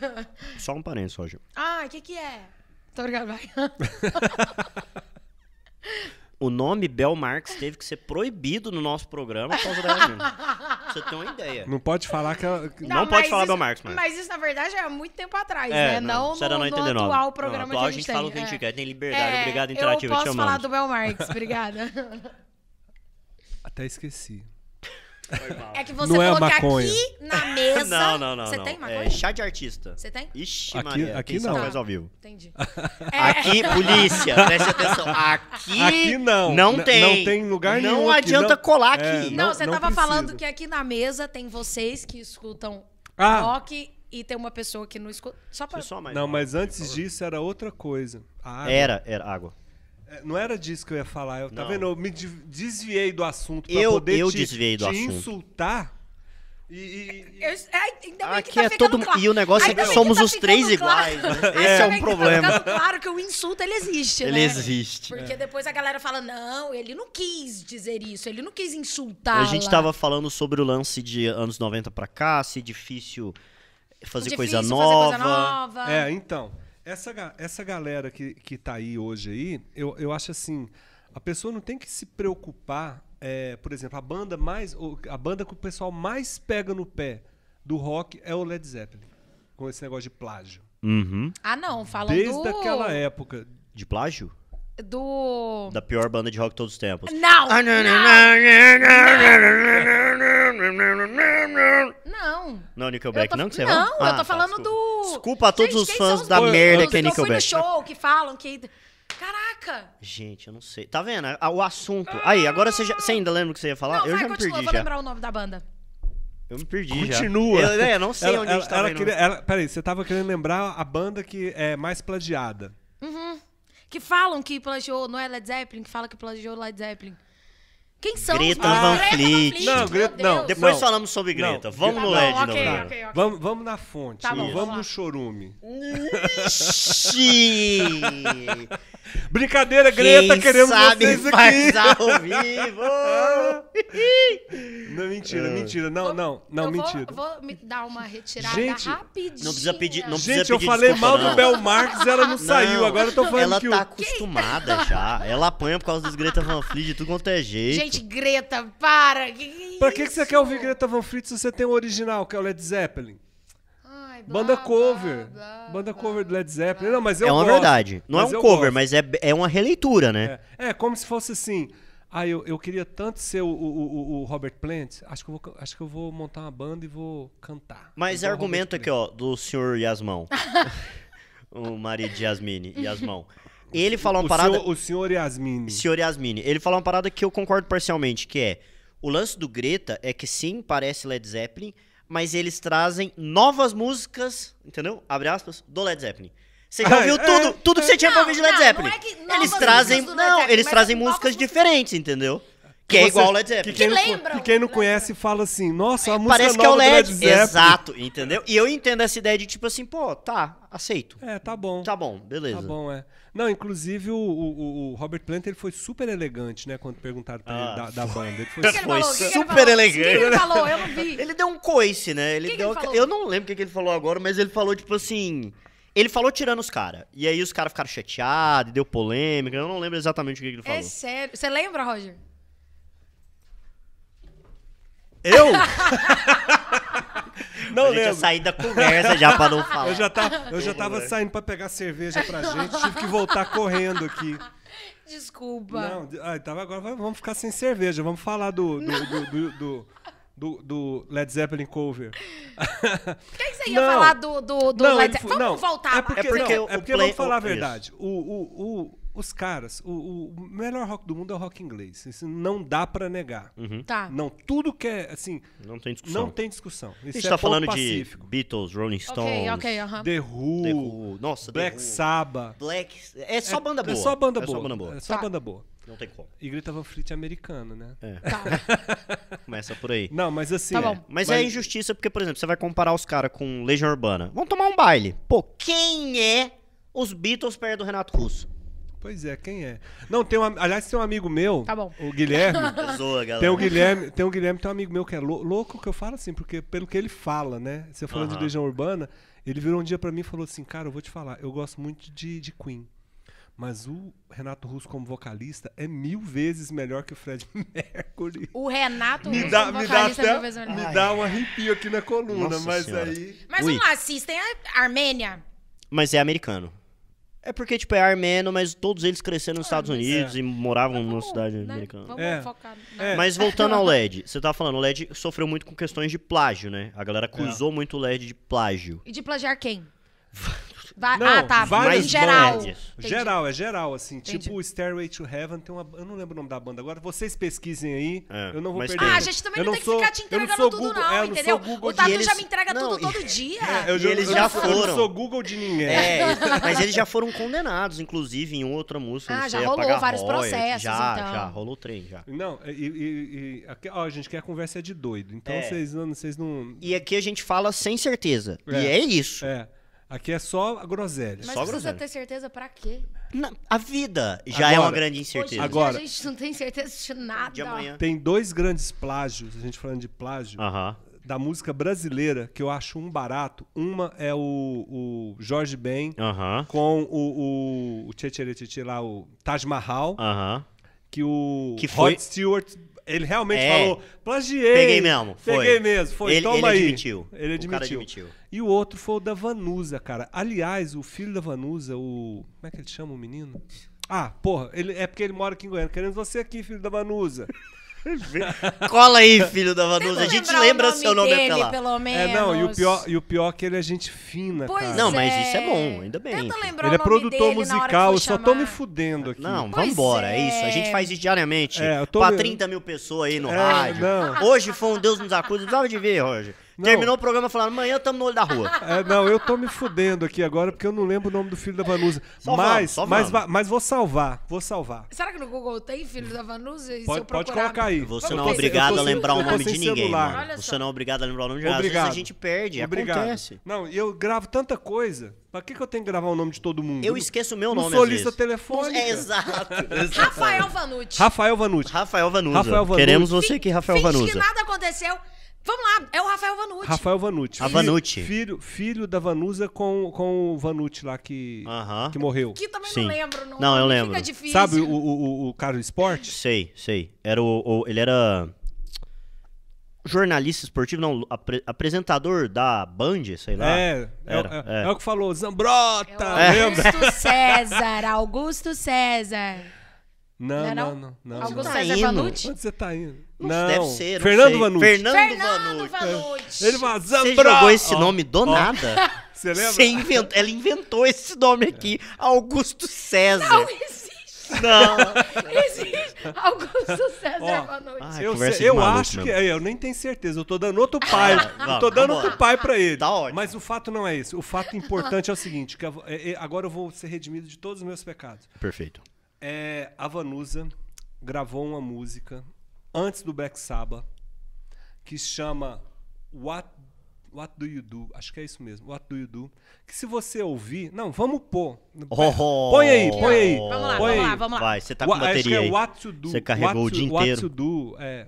Só um parênteses, Roger. [laughs] Ah, o que que é? Tô brincando, vai. [laughs] O nome Bel Marx teve que ser proibido no nosso programa por causa da Regina. Pra Você tem uma ideia. Não pode falar que ela. que- Não pode mas falar isso- Bel Marx, mas- Mas isso, na verdade, é há muito tempo atrás, né? É, Não, isso era no, 99. no atual programa Não, atual que a gente tem. fala o que a gente é. quer, tem liberdade. É, Obrigado, Interativa, Eu te posso falar amamos. do Bel Marx, obrigada. [laughs] Até esqueci. É que você Não é falou que maconha. aqui na mesa... Não, não, não. Você não. tem maconha? É chá de artista. Você tem? Ixi, Aqui- Maria. aqui quem sabe não. faz ao vivo. [laughs] Entendi. É. Aqui, [laughs] polícia, preste atenção. Aqui, Aqui não. Não N- tem. não tem lugar não nenhum Não aqui, adianta não- colar É, aqui. Não, Não- você não tava precisa. falando que aqui na mesa tem vocês que escutam Ah. rock e tem uma pessoa que não escuta. Só pra. Deixa eu só mais Não, uma. mas antes disso era outra coisa. Ah, A água. Era, era água. É, Não era disso que eu ia falar. Eu, tá Não. vendo? Eu me de- desviei do assunto pra Eu- poder eu te, desviei do te assunto. insultar. E, e- e- Eu- é, ainda bem que Aqui tá é ficando todo mu- claro. e o negócio é Ainda que bem somos tá os três ficando claro. iguais, né? Ainda Esse bem é um que tá problema. ficando claro que o insulto ele existe, né? Ele existe. Porque depois a galera fala: não, ele não quis dizer isso, ele não quis insultar. A gente tava falando sobre o lance de anos 90 pra cá, se é difícil fazer, coisa, nova. Fazer coisa nova. É, então. Essa, ga- essa galera que, que tá aí hoje aí, eu, eu acho assim, a pessoa não tem que se preocupar, é, por exemplo, a banda mais. o- A banda que o pessoal mais pega no pé do rock é o Led Zeppelin. Com esse negócio de plágio. Uhum. Ah, não, falando Desde do. aquela época. De plágio? Do. Da pior banda de rock de todos os tempos. Não! Não! não. Não, Nickelback, Eu tô- não que você Não, vai? eu Ah, tô tá, falando desculpa. do. Desculpa a todos Gente, os quem fãs são da os- merda os que é Nickelback. Eu fui no show que falam que. Caraca! Gente, eu não sei. Tá vendo? Ah, O assunto. Aí, agora você, já- você ainda lembra o que você ia falar? não, eu vai, já me continua, perdi vou já. lembrar o nome da banda. Eu me perdi Continua. já. Eu, é, não sei ela, onde ela, a gente ela tava indo. queria- ela- Peraí, você tava querendo lembrar a banda que é mais plagiada. Que falam que plagiou, não é Led Zeppelin? Que fala que plagiou Led Zeppelin. Quem são Greta os... Van Greta Fleet. Não, meu Greta- não, Deus. Depois Não. falamos sobre Não. Greta. Vamos Tá no bom, LED, ok, não, cara. ok, ok. Vamos, vamos na fonte. Tá bom, vamos vamos lá. no chorume. Ixi! Brincadeira, Greta, Quem queremos sabe vocês aqui. faz ao vivo! Não, mentira, mentira. Não, Vou- não, não, eu vou- mentira. Vou, me dar uma retirada Gente, rapidinha. não precisa pedir- não precisa- Gente, eu pedir falei desculpa, mal não. do Bel Marques, ela [laughs] não, [laughs] saiu. Não, Agora eu tô falando Ela que tá o... acostumada já. Ela apanha por causa dos Greta Van Fleet de tudo quanto é jeito. Gente, Greta, para. Que que é Pra que, que você isso? quer ouvir Greta Van Fleet se você tem o original, que é o Led Zeppelin? Ai, blá, Banda blá, cover. blá, Banda blá. cover do Led Zeppelin. Não, mas eu é uma gosto, verdade. Não mas é um eu cover, gosto. mas é, é uma releitura, né? É, é, como se fosse assim. Ah, eu, eu queria tanto ser o, o- o- o Robert Plant. Acho que, eu vou, ca- acho que eu vou montar uma banda e vou cantar. Mas é Igual o argumento Robert aqui, ó, do senhor [laughs] Yasmão. o marido de Yasmine, Yasmão. Ele fala uma O parada. senhor, o senhor Yasmini. Senhor Yasmini, ele fala uma parada que eu concordo parcialmente, que é o lance do Greta é que sim, parece Led Zeppelin, mas eles trazem novas músicas, entendeu? Abre aspas, do Led Zeppelin. Você já Ah, ouviu é, tudo, tudo que você tinha pra Não, ouvir de Led não, não Zeppelin. é que novas eles músicas trazem, do Led não, Zeppelin, eles mas trazem é novas músicas músicas. diferentes, entendeu? Que é Você- igual ao Led Zeppelin. Que quem não co- lembram, Que quem não lembram. conhece fala assim, nossa, a música Parece que é o nova do LED. Zeppelin. Exato, entendeu? E eu entendo essa ideia de tipo assim, pô, tá, aceito. É, tá bom. Tá bom, beleza. Tá bom, é. Não, inclusive o, o- o- o Robert Plant ele foi super elegante, né? Quando perguntaram pra Ah, ele da, da banda. Ele foi O que super- que ele Foi falou? O que que ele super falou? elegante. O que que ele falou? Eu não vi. É Ele deu um coice, né? Ele Que que deu ele a- falou? Eu não lembro o que, que ele falou agora, mas ele falou, tipo assim. Ele falou tirando os caras. E aí os caras ficaram chateados, deu polêmica. Eu não lembro exatamente o que, que ele falou. É sério. Você lembra, Roger? [laughs] Eu? Não a gente ia lembro. sair da conversa já pra não falar. Eu já, tá, eu já tava saindo pra pegar cerveja pra gente, tive que voltar correndo [laughs] aqui. Desculpa. Não, de- ah, então agora vai- vamos ficar sem cerveja, vamos falar do, do, do, do, do- do- do Led Zeppelin cover. O que que você ia Não. falar do, do, do Led ele Zeppelin? fu- Vamos voltar. É porque, Marcos. É porque não, o- é porque o play- vamos falar a o- verdade. O, o- o- os caras, o, o melhor rock do mundo é o rock inglês. Isso não dá pra negar. Uhum. Tá. Não, tudo que é, assim, Não tem discussão. não tem discussão. A Isso gente é tá ponto falando pacífico. de Beatles, Rolling Stones. Ok, ok, aham. The Who, The Who. Nossa, The Black Who. Sabbath. Black. É só banda boa. É só banda É boa. só banda boa. É só Tá. banda boa. Não tem como. E Greta Van Fleet é americana, né? Tá. Começa por aí. [laughs] Não, mas assim... Tá bom. É. Mas, é injustiça porque, por exemplo, você vai comparar os caras com Legião Urbana. Vamos tomar um baile. Pô, quem é os Beatles perto do [laughs] Renato Russo? Pois é, quem é? Não, tem um... am- Aliás, tem um amigo meu, Tá bom. [laughs] o Guilherme... Zoa, galera. Tem o Guilherme, tem o Guilherme, tem um amigo meu que é lou- louco, que eu falo assim, porque pelo que ele fala, né? Você falando de Aham. Legião Urbana, ele virou um dia pra mim e falou assim, cara, eu vou te falar, eu gosto muito de, de Queen. Mas o Renato Russo como vocalista é mil vezes melhor que o Fred [laughs] Mercury. O Renato, Me o dá, me dá, vocalista, até, mil vezes melhor. me dá um arrepio aqui na coluna, Nossa mas Senhora. aí... Mas Ui. vamos lá, assistem a Armênia. Mas é americano. É porque, tipo, é armeno, mas todos eles Ah, cresceram nos Estados Unidos e moravam numa cidade é. né? americana. Vamos É. focar. na- É. Mas [laughs] voltando ao LED, você tava falando, o LED sofreu muito com questões de plágio, né? A É. galera acusou muito o LED de plágio. E de plagiar [laughs] quem? Va- Não, ah, tá. várias em geral. bandas. Entendi. Geral, é geral, assim. Entendi. Tipo o Stairway to Heaven, tem uma. Eu não lembro o nome da banda agora. Vocês pesquisem aí. É, eu não vou mas perder. tem. Ah, a gente também Eu não tem que sou- ficar te eu não entregando sou tudo, Google- não, é, eu entendeu? sou Google o de- Tatu E eles- já me entrega Não, tudo e- todo dia. É, eu Ah, E já- eles eu já não sou- Eu foram. não sou Google de ninguém. É, mas eles já foram condenados, inclusive, em outra música. Ah, não já sei, rolou apagar vários royalties. processos, já, então. Já, rolou o trem, já. [laughs] Não, é, e, e- e- aqui- ó, gente, que a conversa é de doido. Então É. vocês não. Vocês não E aqui a gente fala sem certeza. É. E é isso. é. Aqui é só a groselha. Mas Só precisa groselha. ter certeza pra quê? Na- a vida já é Agora. uma grande Hoje em incerteza. dia Agora. a gente não tem certeza de nada. De amanhã. Tem dois grandes plágios, a gente falando de plágio, Aham. da música brasileira, que eu acho um barato. Uma é o, o Jorge Ben Ah. Aham. com o, o, o Tchê Tchê Tchê Tchê lá, o Taj Mahal. Aham. que o Ah. Que Rod foi- Stewart, ele realmente É. falou, plagiei. Peguei mesmo, foi. Peguei mesmo, foi, Ele- toma ele aí. admitiu, Ele o cara admitiu. admitiu. E o outro foi o da Vanusa, cara. Aliás, o filho da Vanusa, o... Como é que ele chama o menino? Ah, porra, ele... é porque ele mora aqui em Goiânia. Queremos você aqui, filho da Vanusa. Cola aí, filho da Vanusa. Tenta A gente lembrar o lembra seu nome dele, até lá. pelo É, menos. não, e o pior, e o pior é que ele é gente fina, Pois cara. Não, mas isso é bom, ainda bem. Tenta lembrar ele o nome é produtor dele na hora que musical, for eu só tô me chamar. fudendo aqui. Não, Pois vambora, é. isso. A gente é. faz isso diariamente. É, eu tô pra vendo. 30 mil pessoas aí no É, rádio. não. Hoje foi um Deus nos acuda, precisava de ver, Roger. Não. Terminou o programa falando, amanhã tamo no olho da rua. É, não, eu tô me fudendo aqui agora porque eu não lembro o nome do filho da Vanusa. Só mas, vamos, só mas, vamos. va- mas vou salvar, vou salvar. Será que no Google tem filho da Vanusa? E se Pode, eu pode procurar- colocar aí. Você Vamos não ver. é Eu obrigado a tô sem- lembrar o eu tô nome sem de ninguém, celular. mano. Olha Você só. não é obrigado a lembrar o nome de ninguém. Às vezes Obrigado. a gente perde, Obrigado. acontece. Não, eu gravo tanta coisa. Pra que, que eu tenho que gravar o nome de todo mundo? Eu esqueço o meu não nome sou às lista vezes. telefônica. É, [laughs] exato. Rafael Vanucci. Rafael Vanucci. Rafael Vanusa. Rafael Vanusa. Queremos você aqui, Rafael Finge Vanusa. que nada aconteceu. Vamos lá, é o Rafael Vanucci. Rafael Vanucci. A Filho- Vanucci. Filho, filho da Vanusa com, com o Vanucci lá que, Aham. que morreu. Que também Sim. não lembro. Não, Não, eu Fica lembro. difícil. Sabe o, o, o, o cara do esporte? Sei, sei. Era o, o- ele era jornalista esportivo, não, apre- apresentador da Band, sei lá. É, é, Era, é- é. é o que falou, Zambrota, É o [laughs] lembra? Augusto [laughs] César, Augusto César. Não, Não é não, não? não. não, Augusto não. tá César indo. Vanucci. Onde você tá indo? Não, deve ser, não Fernando sei. Vanucci. Fernando, Fernando Vanucci. Vanucci. Ele fala, Você Zambrota. jogou esse Ó, nome do ó, [laughs] nada? Você lembra? É. Você invent- Ela inventou esse nome aqui, Augusto César. Não [laughs] existe, Não. existe. Augusto César Ó. Vanucci. Ah, Eu, conversa sei- de eu maluco acho que. mesmo. Ah, é, Eu nem tenho certeza. Eu tô dando outro pai. eu vamos, tô dando vambora. outro pai pra ele. Tá ótimo. Mas o fato não é esse. O fato importante é o seguinte: que a- é- é- agora eu vou ser redimido de todos os meus pecados. [laughs] Perfeito. É, a Vanusa gravou uma música antes do Black Sabbath que chama What, What Do You Do? Acho que é isso mesmo. What Do You Do? Que se você ouvir. Não, vamos pôr. Oh. põe aí, põe aí. Vamos lá, põe vamos aí. lá, vamos lá. Vai, você tá Wha- com bateria acho que aí. é what to do. Você carregou What o dia to- what inteiro. to do, é.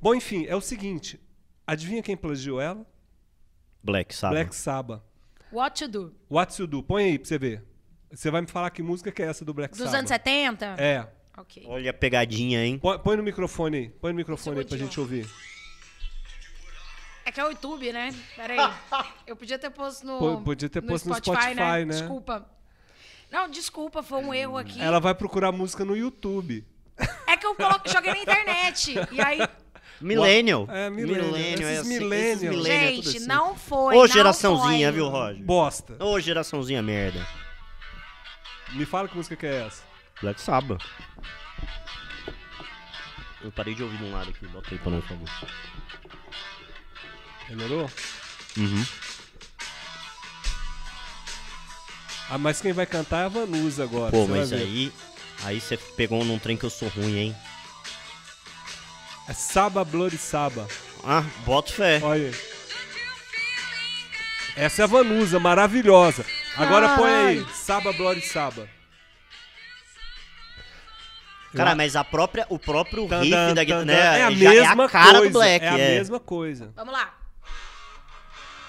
Bom, enfim, é o seguinte. Adivinha quem plagiou ela? Black, sabe? Black Sabbath. What to do? What to do. Põe aí pra você ver. Você vai me falar que música que é essa do Black Dos Sabbath. anos 70? É. Ok. Olha a pegadinha, hein? Põe, põe no microfone aí. Põe no microfone aí pra Isso eu gente ouvir. É que é o YouTube, né? [laughs] Peraí. Eu podia ter posto no. Pô, podia ter posto no Spotify, né? Desculpa. Não, desculpa, foi um erro aqui. Ela vai procurar música no YouTube. É que eu colo- joguei na internet. E aí. Millennial. É, millennial. Esses é assim, millennials. esses millennials, é tudo Gente, assim. não foi. Ô, não geraçãozinha, foi. viu, Roger? Bosta. Ô, geraçãozinha merda. Me fala que música que é essa. Black Sabbath. Eu parei de ouvir de um lado aqui, bota aí pra nós, por favor. Melhorou? Uhum. Ah, mas quem vai cantar é a Vanusa agora. Pô, você vai mas ver. aí. Aí você pegou num trem que eu sou ruim, hein? É Saba Bloody Saba. Ah, bota fé. Olha aí. Essa é a Vanusa, maravilhosa. Agora põe aí, Saba Bloody Saba. Cara, mas a própria, o próprio Tan, riff da tan, tan, guitarra, tan. né? já é a cara do Black, É a mesma coisa. Vamos lá.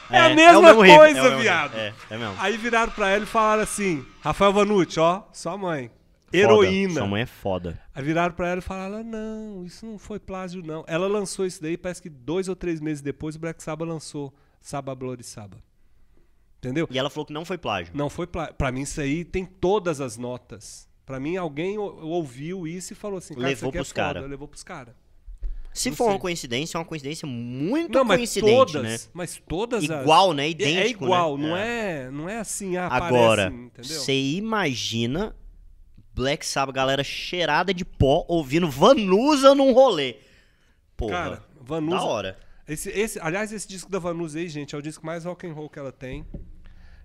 É a o mesma mesmo riff, coisa, é o mesmo viado. riff, É, é mesmo. Aí viraram pra ela e falaram assim: Rafael Vanucci, ó, sua mãe. Foda. Heroína. Sua mãe é foda. Aí viraram pra ela e falaram: "Ah, não, isso não foi plágio, não. Ela lançou isso daí, parece que dois ou três meses depois o Black Saba lançou Saba Bloody Saba. Entendeu? E ela falou que não foi plágio. Não foi plágio. Pra mim, isso aí tem todas as notas. Pra mim, alguém o- ouviu isso e falou assim: cara, isso Levou aqui é pros foda, cara. levou pros caras. Se não for uma sei. coincidência, é uma coincidência muito Não, mas coincidente, todas. né? Mas todas as- Igual, né? É- Idêntico, É igual, né? não, é. não é assim, ah, Agora, parece, entendeu? você imagina Black Sabbath, galera cheirada de pó, ouvindo Vanusa num rolê. Porra, Cara, Vanusa. da hora. Esse, esse, aliás, esse disco da Vanusa aí, gente, é o disco mais rock and roll que ela tem.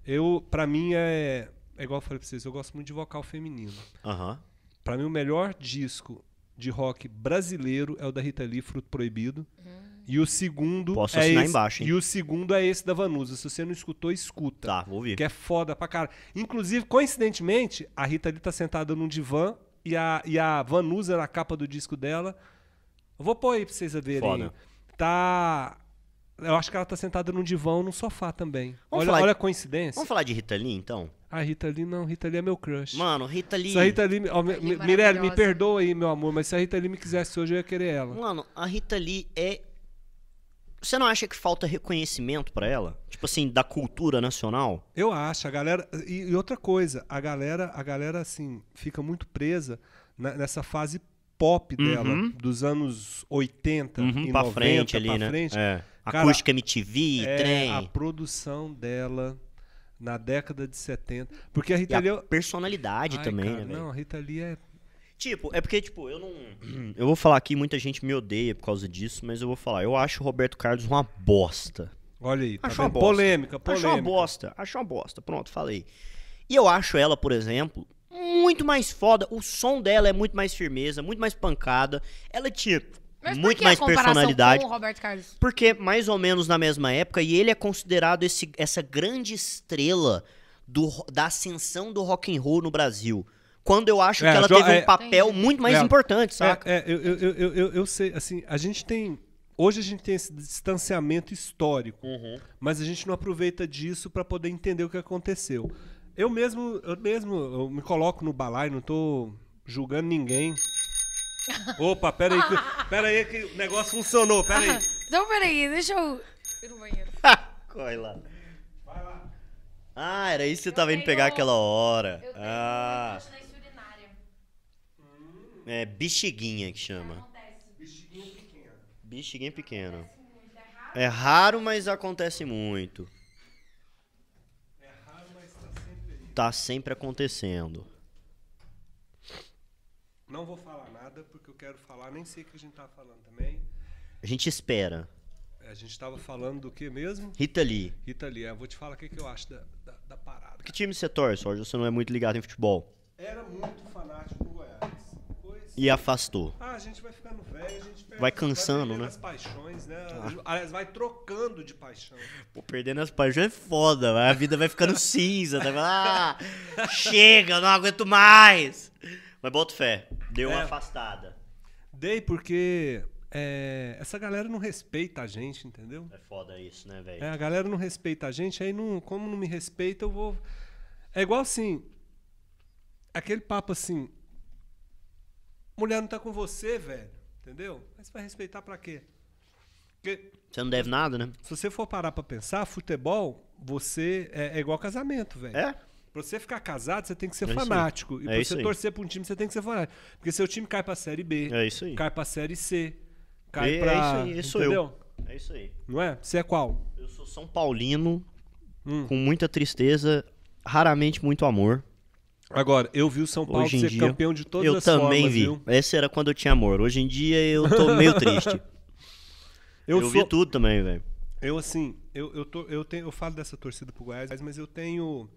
Eu, pra mim, é. É igual eu falei pra vocês, eu gosto muito de vocal feminino. Aham. Pra mim, o melhor disco de rock brasileiro é o da Rita Lee, Fruto Proibido. E o segundo. Posso é assinar esse, embaixo, hein? E o segundo é esse da Vanusa. Se você não escutou, escuta. Tá, vou ouvir. Que é foda pra cara. Inclusive, coincidentemente, a Rita ali tá sentada num divã e a, e a Vanusa na capa do disco dela. Eu vou pôr aí pra vocês verem. Foda. Tá. Eu acho que ela tá sentada num divã ou num sofá também. Vamos Olha, falar de- olha a coincidência. Vamos falar de Rita Lee, então? A Rita ali, não, Rita ali é meu crush. Mano, Rita Lee... Se a Rita ali. Ó, é Mi- Lee Mirelle, me maravilhosa. perdoa aí, meu amor, mas se a Rita ali me quisesse hoje, eu ia querer ela. Mano, a Rita Lee é... Você não acha que falta reconhecimento pra ela? Tipo assim, da cultura nacional? Eu acho, a galera. E, e outra coisa, a galera, a galera assim, fica muito presa na- nessa fase pop dela, Uhum. dos anos 80 Uhum, e pra 90 frente ali, pra né? frente, É. Cara, Acústica MTV, é trem. a produção dela na década de 70. Porque a E Rita a Lee... eu- personalidade Ai, também, cara, né, velho? Não, a Rita Lee é... Tipo, é porque, tipo, eu não. [clears throat] Eu vou falar aqui, muita gente me odeia por causa disso, mas eu vou falar. Eu acho o Roberto Carlos uma bosta. Olha aí, tá Achou uma vendo? bosta. polêmica, polêmica. Acho uma bosta, acho uma bosta. Pronto, falei. E eu acho ela, por exemplo, muito mais foda. O som dela é muito mais firmeza, muito mais pancada. Ela tinha Mas por muito que mais a comparação personalidade. Com o Roberto Carlos. Porque mais ou menos na mesma época, e ele é considerado esse, essa grande estrela do, ro- da ascensão do rock and roll no Brasil. Quando eu acho É, que ela jo- teve um é- papel Entendi. muito mais É. importante, saca? É, é, eu, eu, eu, eu, eu sei, assim, a gente tem. Hoje a gente tem esse distanciamento histórico, [laughs] mas a gente não aproveita disso para poder entender o que aconteceu. Eu mesmo, eu mesmo eu me coloco no balai, não tô julgando ninguém. Opa, pera aí, que, pera aí que o negócio funcionou, pera [laughs] aí. Então, peraí, deixa eu ir no banheiro. Corre lá. Ah, era isso que você tava indo pegar tenho- um- aquela hora. Eu tenho um ah, negócio na urinária. é bexiguinha que chama. Bexiguinha pequena. É raro, mas acontece muito. É Tá sempre acontecendo. Não vou falar nada porque eu quero falar, nem sei o que a gente tá falando também. É, A gente espera. A gente tava falando do que mesmo? Rita Lee. Rita Lee, eu vou te falar o que, que eu acho da, da, da parada. Que time você torce, Jorge? Você não é muito ligado em futebol. Era muito fanático do Goiás. Depois, E afastou. ah, a gente vai ficando velho, a gente perde, Vai cansando, perdendo né? Ah. As paixões, né? Aliás, vai trocando de paixão. Pô, perdendo as páginas é foda, vai- a vida vai [laughs] ficando cinza. Tá? Ah, chega, eu não aguento mais. Mas bota fé, deu uma É. afastada. Dei porque é, essa galera não respeita a gente, entendeu? É foda isso, né, velho? É, a galera não respeita a gente, aí não, como não me respeita, eu vou. É igual assim. Aquele papo assim. Mulher não tá com você, velho. Entendeu? Mas vai respeitar pra quê? Porque Você não deve nada, né? se você for parar pra pensar, futebol, você é, é igual casamento, velho. É? Pra você ficar casado, você tem que ser É isso aí. fanático. É E pra isso você aí. torcer pra um time, você tem que ser fanático. Porque seu time cai pra série B, É isso aí. cai pra série C, cai É pra. isso aí, isso sou eu. entendeu? É isso aí. Não é? Você é qual? Eu sou São Paulino, Hum. com muita tristeza, raramente muito amor. Agora, eu vi o São Paulo Hoje em ser dia, campeão de todas eu as também formas, vi. viu? Esse era quando eu tinha amor. Hoje em dia eu tô meio [laughs] triste. Eu, Eu, sou, vi tudo também, velho. eu assim, eu, eu, tô, eu, tenho, eu falo dessa torcida pro Goiás, mas eu tenho.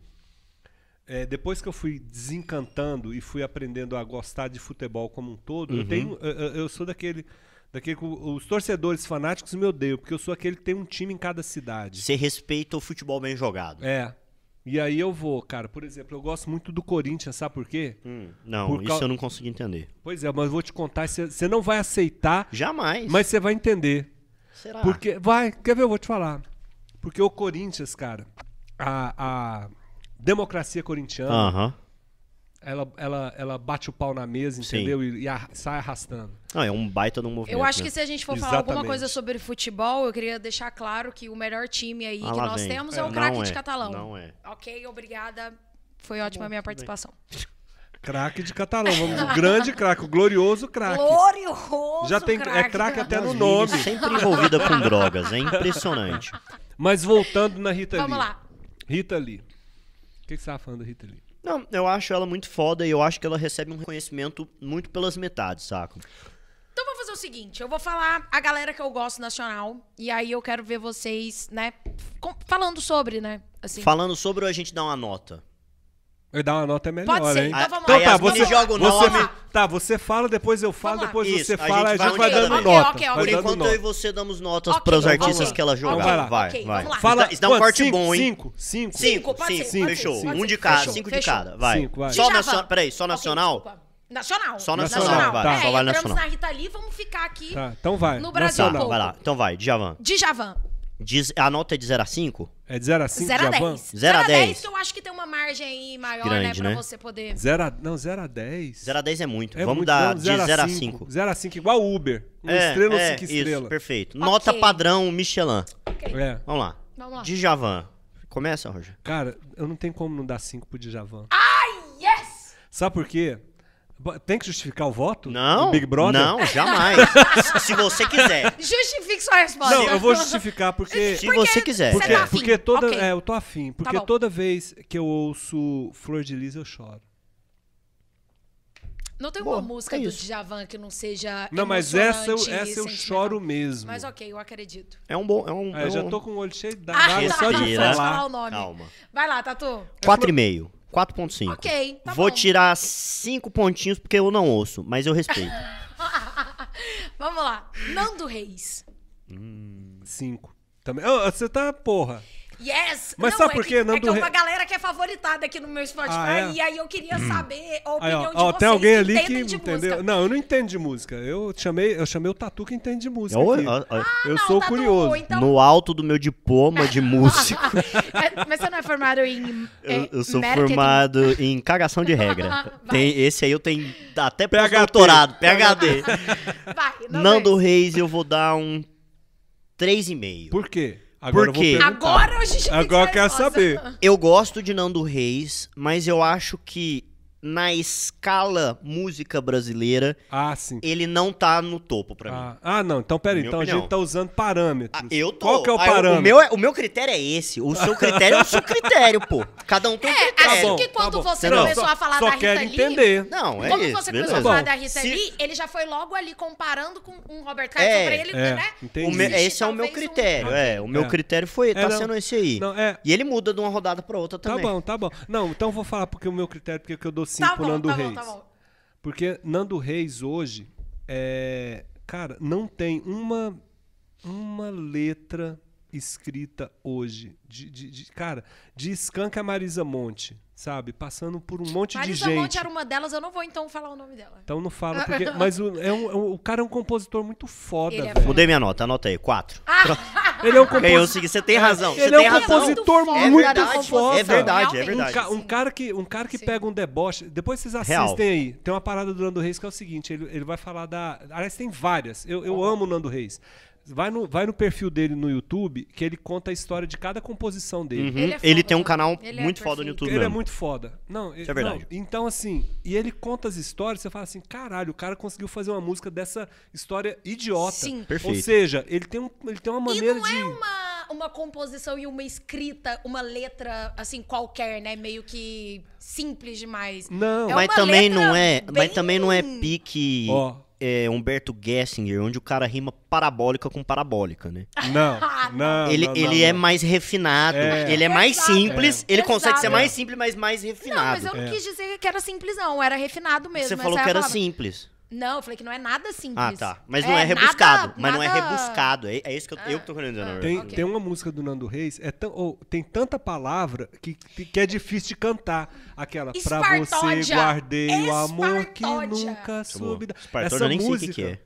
é, depois que eu fui desencantando e fui aprendendo a gostar de futebol como um todo, eu tenho. Eu, eu- eu sou daquele. daquele que o- os torcedores fanáticos me odeiam, porque eu sou aquele que tem um time em cada cidade. Você respeita o futebol bem jogado. É. E aí eu vou, cara, por exemplo, eu gosto muito do Corinthians, sabe por quê? Hum, não, Por isso cau- eu não consigo entender. Pois é, mas eu vou te contar, você- você não vai aceitar, Jamais. mas você vai entender. Será? Porque, vai, quer ver? Eu vou te falar. Porque o Corinthians, cara, a, a democracia corintiana, Aham. ela, ela, ela bate o pau na mesa, Sim. entendeu? E, e arra- sai arrastando. Não, é um baita de um movimento. Eu acho que né? se a gente for falar alguma Exatamente. coisa sobre futebol, eu queria deixar claro que o melhor time aí Ah, que lá nós vem. temos é, o Não craque é, de catalão. não é. Tá Ok, obrigada. Foi ótima a minha participação. Craque de catalão, vamos, [laughs] o grande craque, o glorioso craque. Glorioso! Já tem, craque. é craque até no As nome. Vives sempre envolvida com drogas, é impressionante. Mas voltando na Rita Lee. Vamos lá. Rita Lee. O que, que você tava falando da Rita Lee? Não, eu acho ela muito foda e eu acho que ela recebe um reconhecimento muito pelas metades, saco? Então vou fazer o seguinte, eu vou falar a galera que eu gosto nacional e aí eu quero ver vocês, né, com- falando sobre, né, assim. Falando sobre a gente dar uma nota. Eu dar uma nota é melhor, ser, hein? então vamos lá. Então Aí tá, as você, meninas jogam você nota. me- Tá, você fala, depois eu falo, Vamos lá. depois Isso, você a fala, a gente gente vai vai olhando. dando Ok, nota. ok, vai Por ok. dando enquanto nota. eu e você damos notas Ok, para os vamos artistas lá. que ela jogar. Vamos Então lá. Vai, Ok, vai. vamos lá. Fala, isso dá um quanto? corte cinco, bom, hein? Cinco, cinco. Cinco, pode ser, pode fechou. ser, pode um ser. de cada, Fechou, cinco de fechou. cada, vai. Cinco, vai. Só Djavan. nacional, peraí, só Ok, nacional? desculpa. nacional. Só nacional, tá. Tá. Só vale entramos nacional. na Rita Lee, vamos ficar aqui Tá, então vai. No Brasil, tá, um pouco. vai lá. Então vai, Djavan. Djavan. Diz, a nota é de 0 a 5? É de 0 a 5 0 a 10. Zero a dez. que eu acho que tem uma margem aí maior, Grande, né? Pra né? você poder. 0 a... Não, 0 a 10. 0 a 10 é muito. É Vamos muito dar bom, de zero 0 a 5. 0 a 5, igual Uber. Uma É, estrela ou é, 5 estrelas. Isso, perfeito. Nota padrão Michelin. É. Vamos lá. Vamos lá. Djavan. Começa, Roger. Ah! Cara, eu não tenho como não dar 5 pro Djavan. Yes! Sabe por quê? Bo- Tem que justificar o voto? Não. Do Big Brother? Não, [laughs] jamais. Se- Se você quiser. Justifique sua resposta. Não, eu vou justificar porque. Se você quiser. Você Porque, tá afim. porque toda. Ok. Tá É, eu tô afim. Porque bom. toda vez que eu ouço Flor de Lis, eu choro. Não tem Boa, uma música é do isso. Djavan que não seja. Não, mas essa É eu, emocionante e essa eu sentimental. choro mesmo. Mas ok, eu acredito. É um bom. É um, Ah, eu é já um... tô com o olho cheio da Ah, água só de falar Respira. o falar. nome. né? Calma. Vai lá, Tatu. [laughs] 4,5. 4,5. Ok, tá Vou bom. tirar 5 pontinhos porque eu não ouço, mas [laughs] eu respeito. Vamos lá. Nando Reis. Cinco. Também. Ah, você tá, porra. Yes! Mas não, sabe é por que- quê, É Nando que é Re- uma galera que é favoritada aqui no meu Spotify. Ah, é? E aí eu queria saber a Aí, opinião ó, de ó, vocês. tem alguém ali que entendem de entendeu. música. Não, eu não entendo de música. Eu chamei, eu chamei o Tatu que entende de música. Ó, aqui. ó, ó. eu Não, sou Tatu, curioso. Ah, então- No alto do meu diploma [laughs] de músico, É, Mas você não é formado em. [laughs] eu, é, eu sou marketing? formado em cagação de regra. [laughs] Vai. Tem, esse aí eu tenho até PhD. pós-doutorado, PHD. Vai, não Nando Reis. Reis, eu vou dar um 3,5. Por quê? Por eu vou quê? perguntar. Agora eu justifico Agora sua eu quero resposta. saber. Eu gosto de Nando Reis, mas eu acho que na escala música brasileira, Ah, sim. ele não tá no topo pra mim. Ah, ah, não. Então, peraí. Minha Então a opinião. gente tá usando parâmetros. Ah, eu tô. Qual que é o Ah, eu- parâmetro? o, meu, é- o meu critério é esse. O seu critério é o [laughs] seu critério, pô. Cada um tem um É, critério. assim bom, que tá quando bom. você Não, começou só- a falar só da Rita quero Lee. entender. Não, é Como isso. você beleza. começou a falar Bom, da Rita se- Lee, ele já foi logo ali comparando com um Roberto Carlos. É, pra ele, é, né? entendi. O me- existe esse é o meu talvez um- critério. É, o meu É. critério foi, tá não. sendo esse aí. Não, é. E ele muda de uma rodada pra outra Tá também. bom, tá bom. Não, então eu vou falar porque o meu critério, porque que eu dou 5 Tá pro bom, Nando tá Reis. bom, tá bom. Porque Nando Reis hoje, é, cara, não tem uma, uma letra escrita hoje. De, de- de- cara, de escanca a Marisa Monte, sabe? Passando por um monte Marisa de gente. Monte era uma delas, eu não vou então falar o nome dela. Então não fala, porque. Mas o, é um- é um- o cara é um compositor muito foda, Ele é velho. Mudei minha nota, anota aí. Quatro. Ah! Ele é Ganhei um o compositor. seguinte, você tem razão. Você Ele [laughs] é tem um razão. compositor É muito verdade, foda. é verdade, é Realmente. verdade. Um, ca- um cara que, um cara que Sim. pega um deboche. Depois vocês assistem Real. aí. Tem uma parada do Nando Reis que é o seguinte: ele, ele vai falar da. Aliás, tem várias. Eu, eu amo o Nando Reis. Vai no, vai no perfil dele no YouTube, que ele conta a história de cada composição dele. Uhum. Ele Ele, é foda, tem um né? canal Ele é muito foda no perfeito. YouTube Ele é mesmo. muito foda. Não, Isso é verdade. então, assim, e ele conta as histórias, você fala assim, caralho, o cara conseguiu fazer uma música dessa história idiota. Sim. Perfeito. Ou seja, ele tem, um, ele tem uma E maneira não de... é uma, uma composição e uma escrita, uma letra, assim, qualquer, né? Meio que simples demais. Não. É mas uma também letra não é, bem- mas também não é pique Ó. é, Humberto Gessinger, onde o cara rima parabólica com parabólica, né? [laughs] Não, Ah, não, ele não, ele não, é não. mais refinado, É. ele é mais Exato. simples, É. ele consegue ser Exato. mais simples, mas mais Não, mas refinado. eu não É. quis dizer que era simples, não. Era refinado mesmo. Você essa falou é a que era palavra. simples. Não, eu falei que não é nada Ah, simples. tá. Mas não nada- é, rebuscado. mas não é nada- rebuscado. É, é isso que eu, eu que tô querendo dizer, na Tem, verdade. Ok. tem uma música do Nando Reis, é tão, ou, tem tanta palavra que, que que é difícil de cantar. Aquela, pra você Espartódia! guardei o amor que Espartódia! nunca soube. dar." Espartano, Tá eu nem sei o que que é.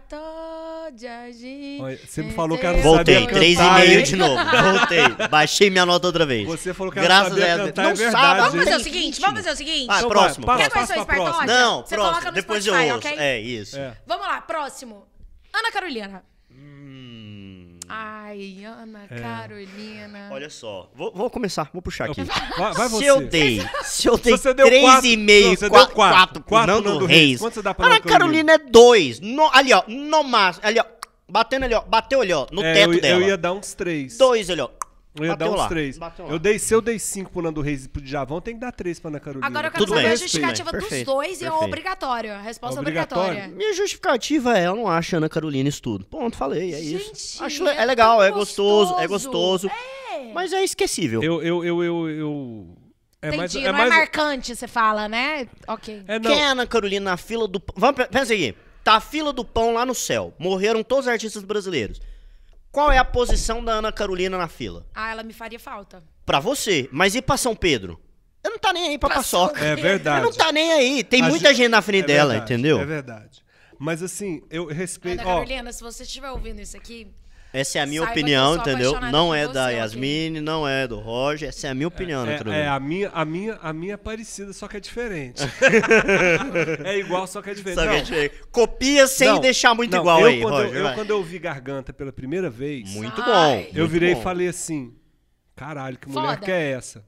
Espartódia, gente. Olha, você me falou que era- Sabia Voltei, cantar, é três e meio hein? de [laughs] novo. Voltei. Baixei minha nota outra vez. Você falou que ela Graças sabia a Deus. cantar, não é verdade, sabe, Vamos fazer tem o seguinte, ritmo. vamos fazer o seguinte. Ah, Então vai, próximo. passa, Quer conhecer o passa pra Espartódia? próxima. Não, Você coloca próximo. no Depois Spotify, eu ouço. ok? É, isso. É. Vamos lá, próximo. Ana Carolina. Hum, Ai, Ana É. Carolina. olha só. Vou, vou começar, vou puxar aqui. Vai, vai você. Se eu dei, é se eu dei Se você deu quatro- 3,5, não, você deu 4, quatro. 4 pro Quatro pro Nando Nando Reis. Reis. Quanto você dá pra Ana Ana Carolina? Carolina é 2. Ali, ó, no máximo. Ali, ó, batendo ali, ó. Bateu ali, ó, no É, teto eu, dela. eu ia dar uns três. 2 ali, ó. Eu ia Bateu dar uns lá. três. Bateu lá. Eu dei, se eu dei cinco pro Nando Reis e pro Djavão, tem que dar três pra Ana Carolina. Agora eu quero Tudo saber bem, a justificativa tudo bem. dos Perfeito, dois e é perfeito. obrigatório. A resposta é Obrigatório? obrigatória. Minha justificativa é, eu não acho Ana Carolina estudo. Ponto, falei, é isso. Gente, Acho, le- é é legal, tão é gostoso, é gostoso. gostoso. Mas é esquecível. Eu, eu, eu, eu, eu- É Entendi, mais... não é, mais... marcante, você fala, né? Ok. É, não. Quem é Ana Carolina na fila do pão? Vamos, pe- pensa aqui. Tá a fila do pão lá no céu. Morreram todos os artistas brasileiros. Qual é a posição da Ana Carolina na fila? Ah, ela me faria falta. Pra você. Mas e pra São Pedro? Ela não tá nem aí pra paçoca. É verdade. Ela não tá nem aí. Tem A muita gen- gente na frente É dela, verdade, entendeu? É verdade. Mas assim, eu respeito. Ana Ó, Carolina, se você estiver ouvindo isso aqui, Essa é a minha Saiba que eu opinião, sou entendeu? apaixonada Não por é você, da ok? Yasmine, não é do Roger. Essa é a minha opinião, Ana é, é, Carolina. a minha, a minha, a minha é parecida, só que [laughs] é diferente. é igual, só que é diferente. Só que Não, a gente- Copia sem não, deixar muito não, igual eu aí, quando, Roger. Eu, vai. quando eu vi Garganta pela primeira vez, Muito Ai. bom. eu muito virei bom. e falei assim: caralho, que mulher Foda. que é essa?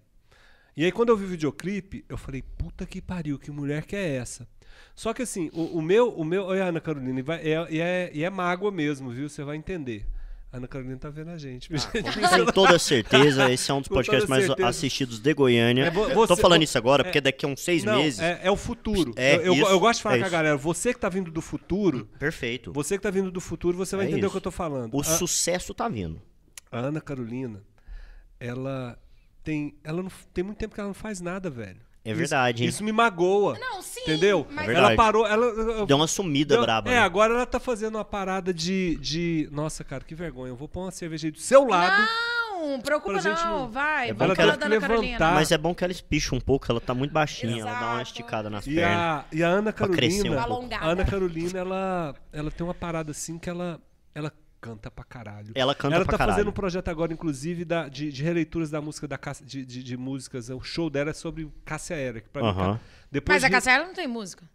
E aí, quando eu vi o videoclipe, eu falei, puta que pariu, que mulher que é essa? Só que assim, o, o meu, o meu. Olha, Ana Carolina, e vai- é, e é, e é mágoa mesmo, viu? Você vai entender. A Ana Carolina tá vendo a gente. [laughs] gente. Ah, Com toda certeza, esse é um dos [laughs] Com podcasts toda mais certeza. assistidos de Goiânia. É, vo- Tô você- falando vo- isso agora, é- porque daqui a uns seis Não, meses. é, é o futuro. É eu, eu- isso, eu gosto de falar é com a isso. galera, você que tá vindo do futuro, Perfeito. você Ah. que tá vindo do futuro, você vai É entender o isso. que eu tô falando. O A- sucesso tá vindo. A Ana Carolina, ela tem, ela não tem muito tempo que ela não faz nada, velho. É Isso- verdade, hein? Isso, me magoa. Não, sim. entendeu? Mas... É verdade. ela parou, ela Deu uma sumida deu- braba. É, né? agora ela tá fazendo uma parada de, de nossa, cara, que vergonha. Eu vou pôr uma cerveja aí do seu lado. Não, preocupa Pra gente não. não- Vai, É bom vamos que pela ela Dana tem que levantar. Carolina. Mas é bom que ela espicha um pouco, ela tá muito baixinha, ela dá uma Exato. esticada nas E pernas. a, e a Ana crescer um Carolina, pouco. a Ana Carolina, ela, ela tem uma parada assim que ela, ela canta pra caralho. Ela canta ela pra tá caralho. fazendo um projeto agora, inclusive, da- de, de releituras da música da Cássia- de, de- de músicas. O show dela é sobre Cássia Eller. que pra mim, Aham. ca- depois Mas a de- Cassiela não tem música.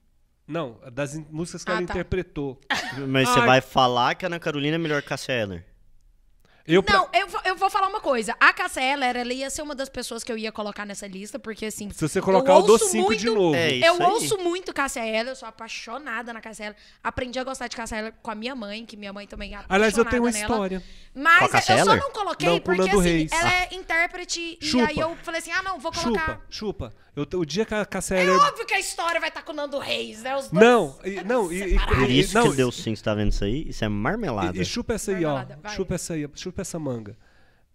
Não, das in- músicas que Ah, ela tá. interpretou. Mas você Ai. vai falar que a Ana Carolina é melhor que a Cássia Eller. Eu pra- Não, eu, vou- eu vou falar uma coisa. A Cassiela, ela ia ser uma das pessoas que eu ia colocar nessa lista, porque assim. Se você colocar o do ouço 5 de muito- novo. É isso eu aí. ouço muito Cássia Eller, eu sou apaixonada na Cássia Eller. Aprendi a gostar de Cássia Eller com a minha mãe, que minha mãe também é Aliás, eu tenho uma apaixonada nela. história. Com a Mas Cássia eu só Eller? não coloquei Não, com o porque Nando assim, Reis. Ah. ela é intérprete Chupa. e aí eu falei assim: "Ah, não, vou colocar". Chupa, chupa. Eu te- o dia que a Cássia É Eller... óbvio que a história vai estar com o Nando Reis, né? Os dois Não, e- não, e- e- Por separados. isso não, que deu sim, você tá vendo isso aí? Isso é marmelada. E, e chupa essa aí, ó. Marmelada, vai. Chupa essa aí, chupa essa manga.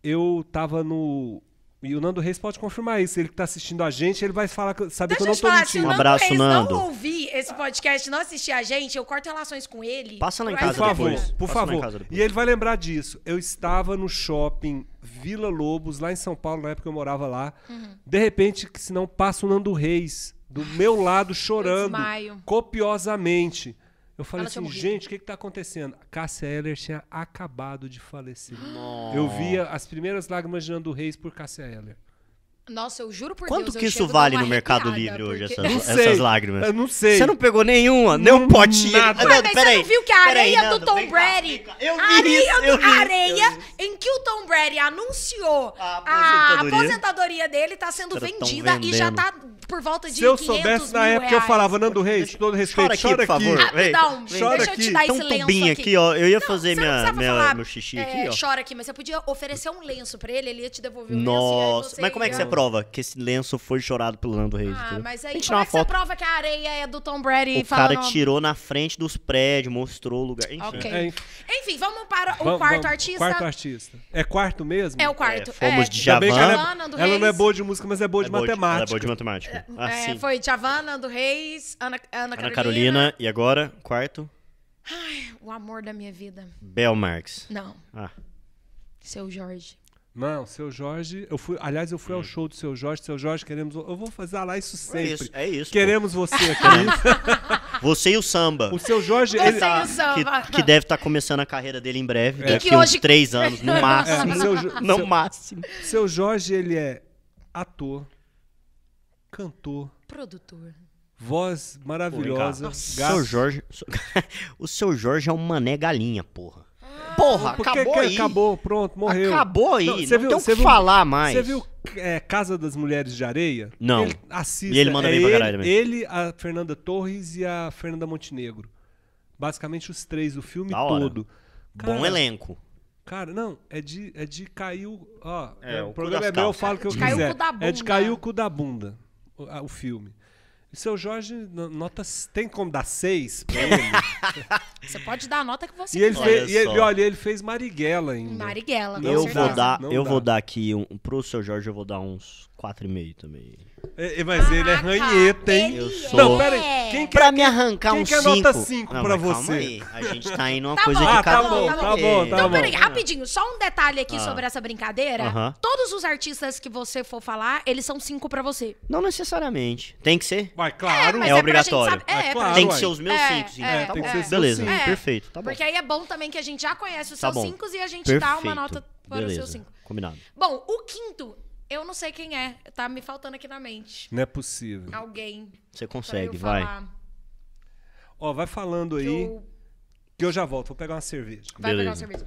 Eu tava no. E o Nando Reis pode confirmar isso. Ele que tá assistindo a gente, ele vai falar que, Deixa saber que eu eu não te tô falar, se o mentindo. Um Nando abraço, Reis Nando. não ouvir esse podcast, não assistir a gente, eu corto relações com ele. Passa lá em pro casa resto Por da favor, depois. vida. por Passa lá em favor. casa depois. E ele vai lembrar disso. Eu estava no shopping Vila Lobos, lá em São Paulo, na época eu morava lá. Uhum. De repente, que se não passa o Nando Reis do meu lado chorando desmaio. copiosamente. Eu falei Ela tinha assim, morrido. gente, o que, que tá acontecendo? Cássia Eller tinha acabado de falecer. Eu via as primeiras lágrimas de Nando Reis por Cássia Eller. Nossa, eu juro por Quanto Deus. eu que isso chego a dar vale uma no Mercado arrepiada, Livre hoje, porque- essas, Não essas sei. lágrimas? Eu não sei. Você não pegou nenhuma, nem um potinho. nada. Ah, Ué, Nando, mas você não viu que a peraí, areia do Nando, Tom vem cá, Brady. vem cá. Eu vi a areia, isso, do- eu vi a isso, areia eu vi isso. em que o Tom Brady anunciou A a aposentadoria. aposentadoria, dele tá sendo Cara, tão vendida e já vendendo. tá por volta de Se eu 500 soubesse na mil época, eu reais. falava, Nando Reis, todo respeito, Chora aqui, por favor. Vem, Rapidão, vem. deixa Chora eu te aqui. dar Tem esse um lenço tubinho aqui. aqui. ó. Eu ia Não, fazer você não minha, precisava minha- falar, meu xixi é, aqui, ó. Chora aqui, mas você podia oferecer um lenço pra ele, ele ia te devolver o lenço. e assim, aí Nossa, você mas como é que você ia- prova que esse lenço foi chorado pelo Nando Reis? Ah, entendeu? mas Vem aí tirar como uma é que você foto. prova que a areia é do Tom Brady O cara falando- tirou na frente dos prédios, mostrou o lugar. Enfim. Ok. É, Enfim, vamos para o Vamos- quarto vamos. artista. Quarto artista. É quarto mesmo? É o quarto. É, fomos de Ainda bem que ela, Djavan, é- Nando ela não é Reis. boa de música, mas é boa de Ela é boa matemática. ela é boa de matemática. Ah, É, sim. foi Javan, do Reis, Ana, Ana, Ana Carolina. Carolina. E agora, quarto, O amor da minha vida. Bel Marx. Não, Ah, seu Jorge. Não, seu Jorge, eu fui, aliás, eu fui ao show do seu Jorge, seu Jorge, queremos, eu vou fazer lá isso sempre. isso, Hum. é isso, pô. [laughs] Queremos você aqui. você e o samba. o seu Jorge, Você ele, e o samba. Que, que deve estar começando a carreira dele em breve, E daqui que uns hoje- três anos, [laughs] no máximo. é, seu, Jo- No É. seu- máximo. seu Jorge, ele é ator, cantor, Produtor. voz maravilhosa, gasto. Seu [laughs] Jorge, o seu Jorge é um mané galinha, porra. Ah. Porra, Porque acabou que- aí. acabou, pronto, morreu. Acabou aí, não, você tem o você que falar mais. Você viu é, Casa das Mulheres de Areia? Não. Ele, assista. E ele manda é bem pra caralho ele, também. ele, a Fernanda Torres e a Fernanda Montenegro. Basicamente os três, o filme Da hora. todo. Cara, Bom elenco. Cara, não, é de, é de cair o... Ó, É, é, o o cu programa das é meu, eu calças. falo o que eu De cair o quiser. cu da É de bunda. cair o cu da bunda, o, a- o filme. E seu Jorge, no- notas, tem como dar seis [laughs] pra ele? Você pode dar a nota que você e ele, quiser. Olha fez, e ele, só. olha, ele fez Marighella ainda. Marighella, com Não eu certeza. vou dar, não eu dá. vou dar aqui um, pro seu Jorge eu vou dar uns 4,5 também. É, é, mas ele é Caraca, ranheta, hein? Ah, ele é. Eu sou- Não, pera aí. Quem que Pra me arrancar quem uns que é nota 5. cinco Não, pra mas calma você? Ah, aí, A gente [laughs] tá indo uma Tá coisa bom, de tá cada bom, um. tá bom, tá Então, bom. peraí, rapidinho, só um detalhe aqui Ah. sobre essa brincadeira. Aham. Todos os artistas que você for falar, eles são cinco pra você. Não necessariamente. Tem que ser? Vai, claro. mas É pra obrigatório. gente saber- Ah, É, é pra claro, tem que uai. ser os meus É, 5, sim. é, tá tem que bom. ser os seus Beleza, cinco. É, perfeito, tá bom. Porque aí é bom também que a gente já conhece os Tá seus bom. cinco e a gente dá Perfeito. uma nota para Beleza. os seus cinco. Combinado. Bom, o quinto, eu não sei quem é, tá me faltando aqui na mente. Não é possível. Alguém. pra Você eu consegue, vai. falar Ó, vai falando que aí eu- que eu já volto. Vou pegar uma cerveja. Vai pegar Beleza. o serviço.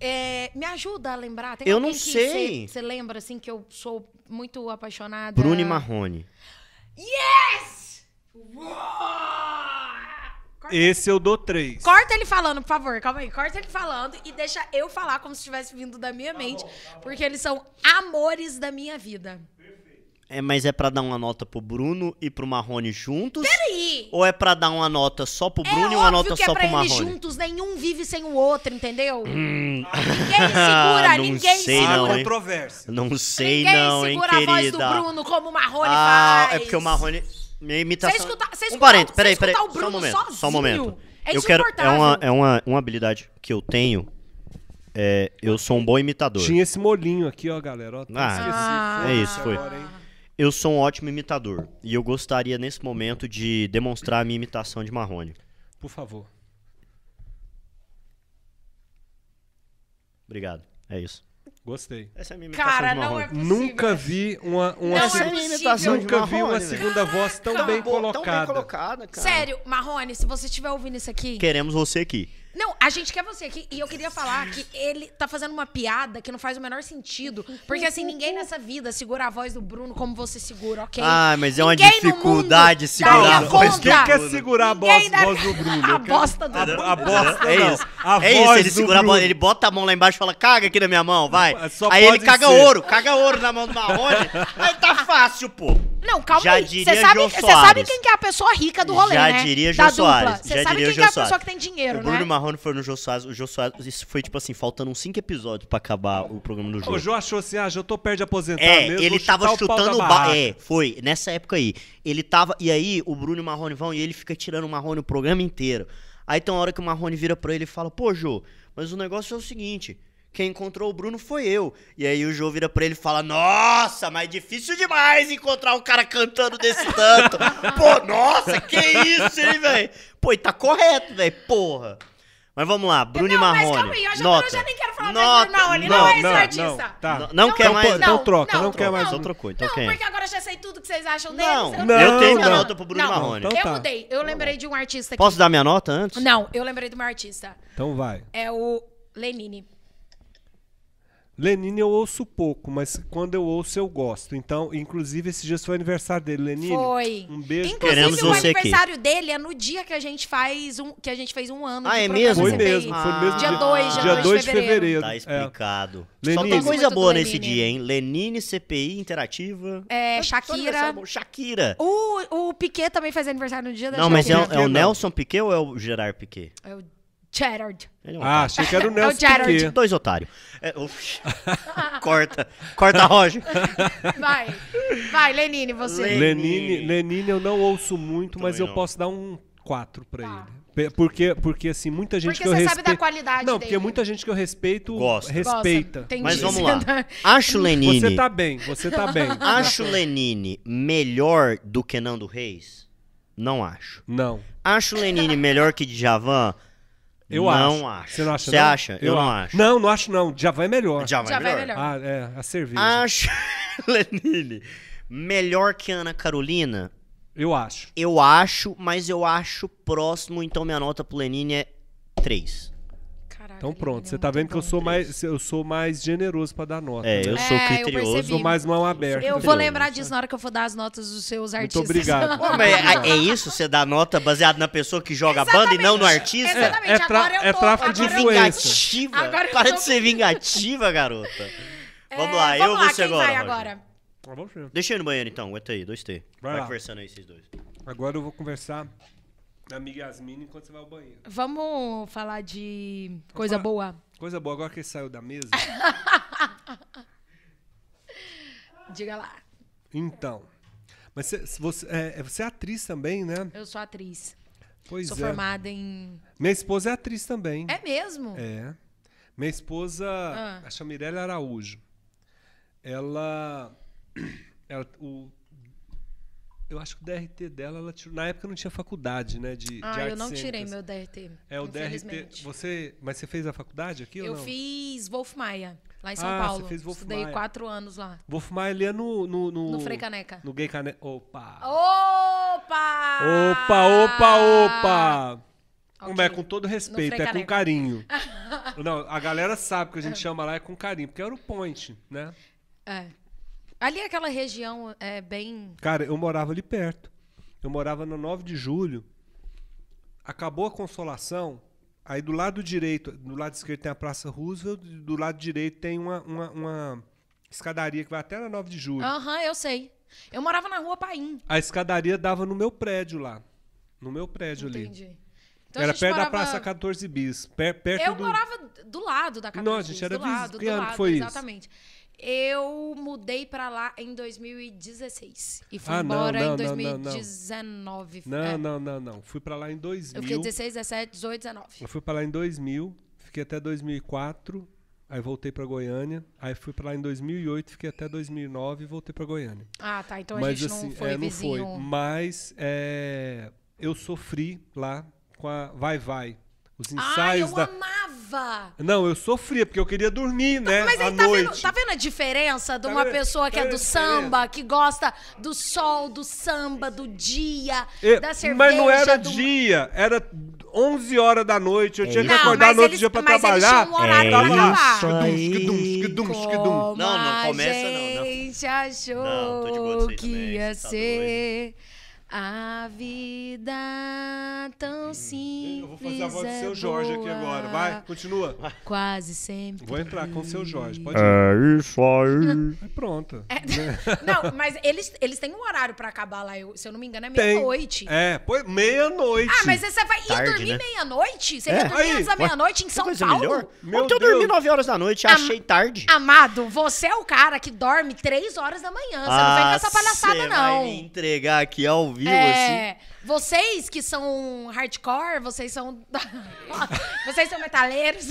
É, me ajuda a lembrar. Tem Eu não alguém que sei. Você você lembra, assim, que eu sou muito apaixonada? Bruni Marrone. Yes! Uau! Corta- Esse eu dou três. Corta ele falando, por favor. Calma aí. Corta ele falando e deixa eu falar como se estivesse vindo da minha mente. Porque eles são amores da minha vida. É, mas é pra dar uma nota pro Bruno e pro Marrone juntos? Peraí! Ou é pra dar uma nota só pro Bruno e é uma óbvio nota que é só pra pro eles Marrone? Hum. juntos, nenhum vive sem o outro, entendeu? Ninguém segura, [laughs] Não ninguém sei, segura. não, hein? controvérsia. Não sei ninguém não, hein, segura a querida. voz do Bruno como o Marrone ah, faz. é porque o Marrone... Minha Você imitação... escuta, você escuta, um parente, você peraí, escutar peraí. o Só Bruno um momento, sozinho. só um momento. É eu quero... É, insuportável. uma, é uma, uma habilidade que eu tenho. É, eu sou um bom imitador. Tinha esse molinho aqui, ó, galera. Ó, até Ah, esqueci. Ah. é isso, foi. Agora, hein? Eu sou um ótimo imitador. E eu gostaria, nesse momento, de demonstrar a minha imitação de Marrone. Por favor. Obrigado. É isso. Gostei. Essa é a minha imitação Cara, de não é Marrone. possível. Nunca vi uma, uma Não Essa é a minha possível. imitação de nunca vi uma Marrone, né? velho. segunda voz tão bem, Tão bem colocada. colocada, cara. Sério, Marrone, se você estiver ouvindo isso aqui... Queremos você aqui. Não, a gente quer você aqui. E eu queria falar que ele tá fazendo uma piada que não faz o menor sentido. Porque, assim, ninguém nessa vida segura a voz do Bruno como você segura, ok? Ah, mas é uma dificuldade segurar segurar a a voz Mas do conta. quem quer Bruno. segurar a voz, Ninguém dá- voz do Bruno? [laughs] A Eu quero- bosta do Bruno. A, a bosta É não. isso. A é isso, voz ele do segura a Bruno. bola, ele bota a mão lá embaixo e fala, caga aqui na minha mão, vai. Só aí ele pode caga ser. ouro, caga ouro na mão do [laughs] Marrone. aí tá fácil, pô. Não, calma Já aí. diria Você sabe, Jô você Soares. sabe quem que é a pessoa rica do rolê, Já né? diria da Jô dupla. Soares. Você Já sabe diria quem que Jô é a Soares. pessoa que tem dinheiro, o Bruno né? Marrone foi no Jô Soares, o Jô Soares, isso foi tipo assim, faltando uns 5 episódios pra acabar o programa do jogo. O Jô achou assim, ah, Jô, tô perto de aposentar É, mesmo. ele vou chutar tava o pau da chutando o ba... barraca. É, foi, nessa época aí. Ele tava. E aí o Bruno e o Marrone vão e ele fica tirando o Marrone o programa inteiro. Aí tem uma hora que o Marrone vira pra ele e fala: Pô, Jô, mas o negócio é o seguinte. Quem encontrou o Bruno foi eu. E aí o Jô vira pra ele e fala: Nossa, mas difícil demais encontrar um cara cantando desse [laughs] tanto. Pô, nossa, que isso, hein, velho? Pô, e tá correto, velho, porra. Mas vamos lá, Bruno e não, Marrone. mas calma aí, eu já, Nota. eu já nem quero falar mais Nota. do Bruno Marrone. Não, Não, é esse não, artista. não, tá. Não, não quer é mais. esse- então troca, não quer troca. mais Então um. trocou, então Não, quem? porque agora eu já sei tudo que vocês acham dele. Não, você não, eu tenho não. minha nota pro Bruno Não, Marrone. Então tá. Eu mudei. Eu lembrei de um artista aqui. Posso dar minha nota antes? Não, eu lembrei de um artista. Então vai. É o Lenine. Lenine eu ouço pouco, mas quando eu ouço eu gosto. Então, inclusive, esse dia foi aniversário dele. Lenine, Foi. Então, um beijo. Inclusive, Queremos o você aqui. aniversário dele é no dia que a gente faz um, que a gente fez um ano. Ah, de é programa mesmo? Foi CPI. mesmo, foi Ah. mesmo. Dia dois, dia dois de dois É. fevereiro. Tá explicado. Só Lenine. tem coisa Muito boa do nesse Lenine. dia, hein? Lenine, CPI, Interativa. Ah. É, Só Shakira. aniversário bom. Shakira. O, o Piquet também faz aniversário no dia da Não, mas é, o- Shakira. é o Não. um- Nelson Piquet ou é o Gerard Piquet? É o Gerard. Ele é um Ah, otário. achei que era o Nelson Gerard. Piquet. Dois otários. É, uf. [laughs] corta. Corta a roja. Vai. Vai, Lenine, você. Lenine. Lenine, Lenine eu não ouço muito, mas Também eu não. posso dar um 4 pra ele. Pe- Porque, porque assim, muita gente Tá. Porque que eu você respeito... sabe da qualidade Não, porque é dele. muita gente que eu respeito Gosta. Gosta, respeita. entendi. Mas vamos Você lá. tá- Acho Lenine. Você tá bem, você tá bem. [laughs] Acho Lenine melhor do que Nando Reis? Não acho. Não. Acho Lenine melhor que Djavan? Eu não acho. acho. Você não acha, Você não? acha? Eu, não acho. Não, não acho não. Já vai melhor. Djavan Já é vai melhor. melhor. Ah, é, a cerveja. Acho Lenine melhor que Ana Carolina? Eu acho. Eu acho, mas eu acho próximo, então minha nota pro Lenine é 3. Caraca, Então pronto, Lenine, é você tá né? muito vendo que eu bom. sou mais eu sou mais generoso pra dar nota. É, né? eu É, sou eu criterioso. percebi. sou mais mão aberta. Eu vou Curioso. lembrar disso na hora que eu for dar as notas dos seus artistas. obrigado. [laughs] Pô, mas é, é isso? Você dá nota baseado na pessoa que joga banda e não no artista? Exatamente. É, é tra- agora eu tô, é tráfico agora de eu Tipo tô. influência. Vingativa. Agora eu Para tô- de ser vingativa, garota. É, vamos lá, eu lá, você quem agora. vai Roger. agora? Ah, vamos ver. Deixa eu ir no banheiro então, aguenta aí, 2T. Vai Vai, lá. conversando aí, vocês dois. Agora eu vou conversar na amiga Yasmin enquanto você vai ao banheiro. Vamos falar de coisa falar. boa. Coisa boa, agora que ele saiu [laughs] da mesa. Diga lá. Então. Mas cê- se você, é, é- você é atriz também, né? Eu sou atriz. Pois sou é. formada em. Minha esposa é atriz também. É mesmo? É. Minha esposa, Ah. a Chamirela Araújo, ela, [clears throat] ela- o, eu acho que o DRT dela, ela tirou, na época não tinha faculdade, né, de, de ah, eu artes não tirei cênicas. meu DRT. É o DRT. infelizmente. Você, mas você fez a faculdade aqui ou Eu não? fiz Wolf Maia, lá em São Ah, você Paulo. fez Wolf Estudei Maia. quatro anos lá. Vou fumar ele é no no no, No Frei Caneca. No Gay Caneca. Opa. Opa! Opa, opa, opa. Ok. Não é com todo Frei respeito, é com Caneca. [laughs] carinho. Não, a galera sabe que a gente chama lá é com carinho, porque era o Point, né? É. Ali é aquela região é bem. Cara, eu morava ali perto. Eu morava no 9 de julho. Acabou a consolação. Aí do lado direito, do lado esquerdo tem a Praça Roosevelt, e do lado direito tem uma, uma, uma escadaria que vai até na 9 de julho. Aham, eu sei. Eu morava na rua Paim. A escadaria dava no meu prédio lá. No meu prédio ali. Entendi. Então era a gente perto da morava- Praça 14 Bis. per- perto Eu do... morava do lado da Capital. Não, a gente era do lado, vizinho. do Que ano que lado, foi isso? exatamente. Eu mudei pra lá em 2016 e fui Ah, não, embora em não, não, não, não. 2019. Não, É. não, não, não. Fui pra lá em 2000. Eu fiquei 16, 17, 18, 19. Eu fui pra lá em 2000, fiquei até 2004, aí voltei pra Goiânia, aí fui pra lá em 2008, fiquei até 2009 e voltei pra Goiânia. Ah, tá. Então a Mas gente assim, não foi é, não foi. vizinho. Mas é, eu sofri lá com a Vai Vai, os Ah, eu ensaios da amava! Não, eu sofria porque eu queria dormir, né, Mas à aí tá noite. vendo, tá vendo a diferença de Tá uma vendo? pessoa que Tá é vendo a do samba, que gosta do sol, do samba, do dia, É, da cerveja? mas não era do... dia, era 11 horas da noite, eu tinha que Não, acordar mas no outro eles- dia pra mas eles trabalhar. É tinham um horário pra Tava acabar. lá, skidum, skidum, skidum. Como Não, não começa, a não, não. gente achou Não, tô de boa disso aí que também, ia você tá ser a vida tão simples Hum, Eu vou fazer a voz do é seu Jorge aqui boa. agora, vai, continua. Quase sempre. Vou entrar com o seu Jorge, pode ir. É isso [laughs] aí. Aí pronto. É [laughs] Não, mas eles, eles têm um horário pra acabar lá, eu- se eu não me engano é Tem. meia-noite. É, pô, meia-noite. Ah, mas você vai ir Tarde, dormir né? meia-noite? Você É. ia dormir Aí, antes da ué, meia-noite em São coisa Paulo? melhor? Meu Ontem eu Deus. dormi 9 horas da noite, achei tarde. Amado, você é o cara que dorme três horas da manhã. Você não vem com essa palhaçada, Ah, cê vai me não. entregar aqui ao vivo, assim. É, vocês que são hardcore, vocês são. [laughs] vocês são metaleiros.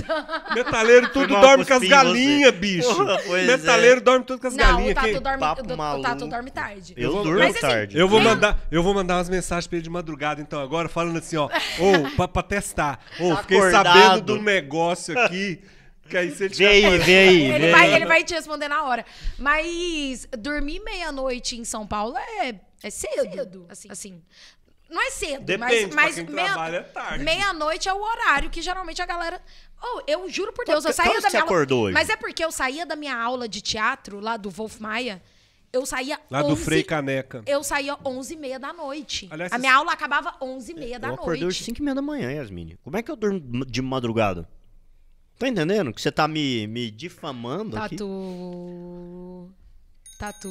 Metaleiro tudo mal, dorme com as cuspi em galinhas, você. bicho. Porra, [laughs] pois Metaleiro é. dorme tudo com as não, o galinhas. Tatu, quem- dorme, papo o Tatu maluco. dorme tarde. Eu vou- durmo mas assim, tarde. Eu vou, Lembra- mandar, eu vou mandar umas mensagens pra ele de madrugada, então, agora, falando assim, ó. Ô, pra, pra testar. Ô, Tá fiquei acordado. sabendo do negócio aqui. Que aí você Vem aí, vem aí, vem Ele aí. vai, ele vai te responder na hora. Mas dormir meia-noite em São Paulo é, é cedo. Assim, assim. Não é cedo, Depende, pra mas, mas quem trabalha é tarde. meia-noite é o horário que geralmente a galera. Oh, eu juro por Deus, eu que- saía quando da você minha aula- acordou hoje? Mas é porque eu saía da minha aula de teatro, lá do Wolf Maia, eu saía Lá do 11 Frei Caneca. Eu saía 11h30 da noite. Aliás, a vocês- minha aula acabava 11h30 da eu acordei hoje noite. 5 e meia da manhã, Yasmine. Como é que eu durmo de madrugada? Tá entendendo? Que você tá me, me difamando Tá aqui. Tatu. Tatu.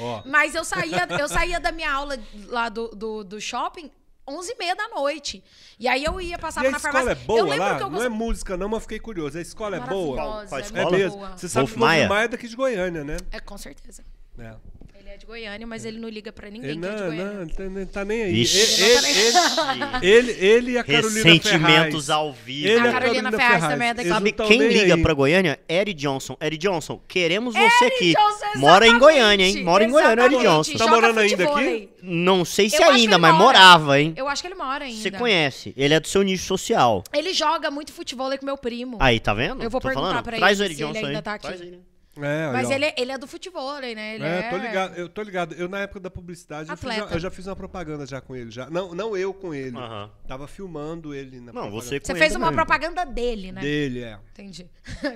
Ó, Mas eu saía, eu saía da minha aula lá do, do, do shopping 11 e meia da noite. E aí eu ia, e passava a na escola farmácia. é boa eu lembro lá? que eu Não é música, não, mas fiquei curioso. A escola é boa? Maravilhosa, Qual- é qual É muito mesmo. boa. Você sabe Wolf que o Wolf Maia? Maia é daqui de Goiânia, né? É, com certeza. É. Ele é de Goiânia, mas ele não liga pra ninguém Ele que é de não, Goiânia. não, ele tá- nem- tá nem aí. Vixe. Ele, [laughs] ele- ele- ele e a Carolina Ressentimentos Ferraz. ao vivo. Ele e A Carolina Ferraz também é daqui. Eles Sabe não tão quem nem liga aí. pra Goiânia? Eri Johnson. Eri Johnson, queremos você aqui. Johnson, Mora em exatamente, Goiânia, hein? Mora em Goiânia, Eri exatamente. Johnson. Tá Joga morando ainda futebol aqui? aí. Não sei se Eu acho que é. ainda, ele mas mora. morava, hein? Eu acho que ele mora ainda. Você conhece. Ele é do seu nicho social. Ele joga muito futebol aí com meu primo. Aí, tá vendo? Eu vou Tô perguntar falando. pra Traz ele o Eric se ele Johnson ainda aí. tá aqui. Traz ele. É, olha, Mas ó. ele é, ele é do futebol, né? Ele é, É, tô ligado, eu tô ligado. Eu, na época da publicidade, eu fiz, Atleta. uma- eu já fiz uma propaganda já com ele. Já. Não, não eu com ele. Aham. Tava filmando ele Não, na propaganda você Você com fez ele uma mesmo. propaganda dele, né? dele, é. Entendi.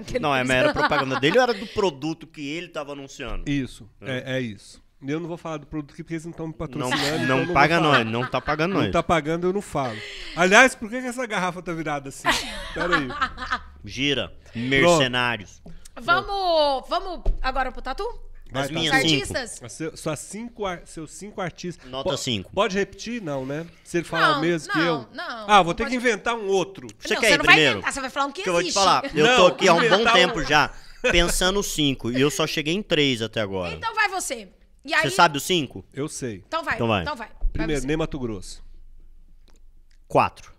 Que [laughs] ele [laughs] Não, é fez. [laughs] mera propaganda dele ou era do produto que ele tava anunciando? Isso, é, é isso. E Eu não vou falar do produto aqui porque eles não estão me Não, patrocinando. então eu não vou paga falar. nós, não tá pagando Não nós. tá pagando, eu não falo. Aliás, por que, que essa garrafa tá virada assim? Pera aí. Gira, mercenários. Vamos, vamos agora pro Tatu? Vai, As tá. minhas Os cinco. artistas? Mas seu- Suas cinco, ar- seus cinco artistas. Nota Po- cinco. Pode repetir? Não, né? Se ele falar Não, o mesmo que não, eu. não, Ah, vou não ter pode- que inventar um outro. Você não, quer você ir não vai primeiro? inventar, você vai falar um que Porque eu vou te existe. falar, eu tô Não, aqui há um bom inventar um- tempo já, pensando cinco, e eu só cheguei em três até agora. Então vai você. E aí, Você sabe os cinco? Eu sei. Então vai, Então vai. Então vai. Primeiro, vai você. Ney Mato Grosso. Quatro.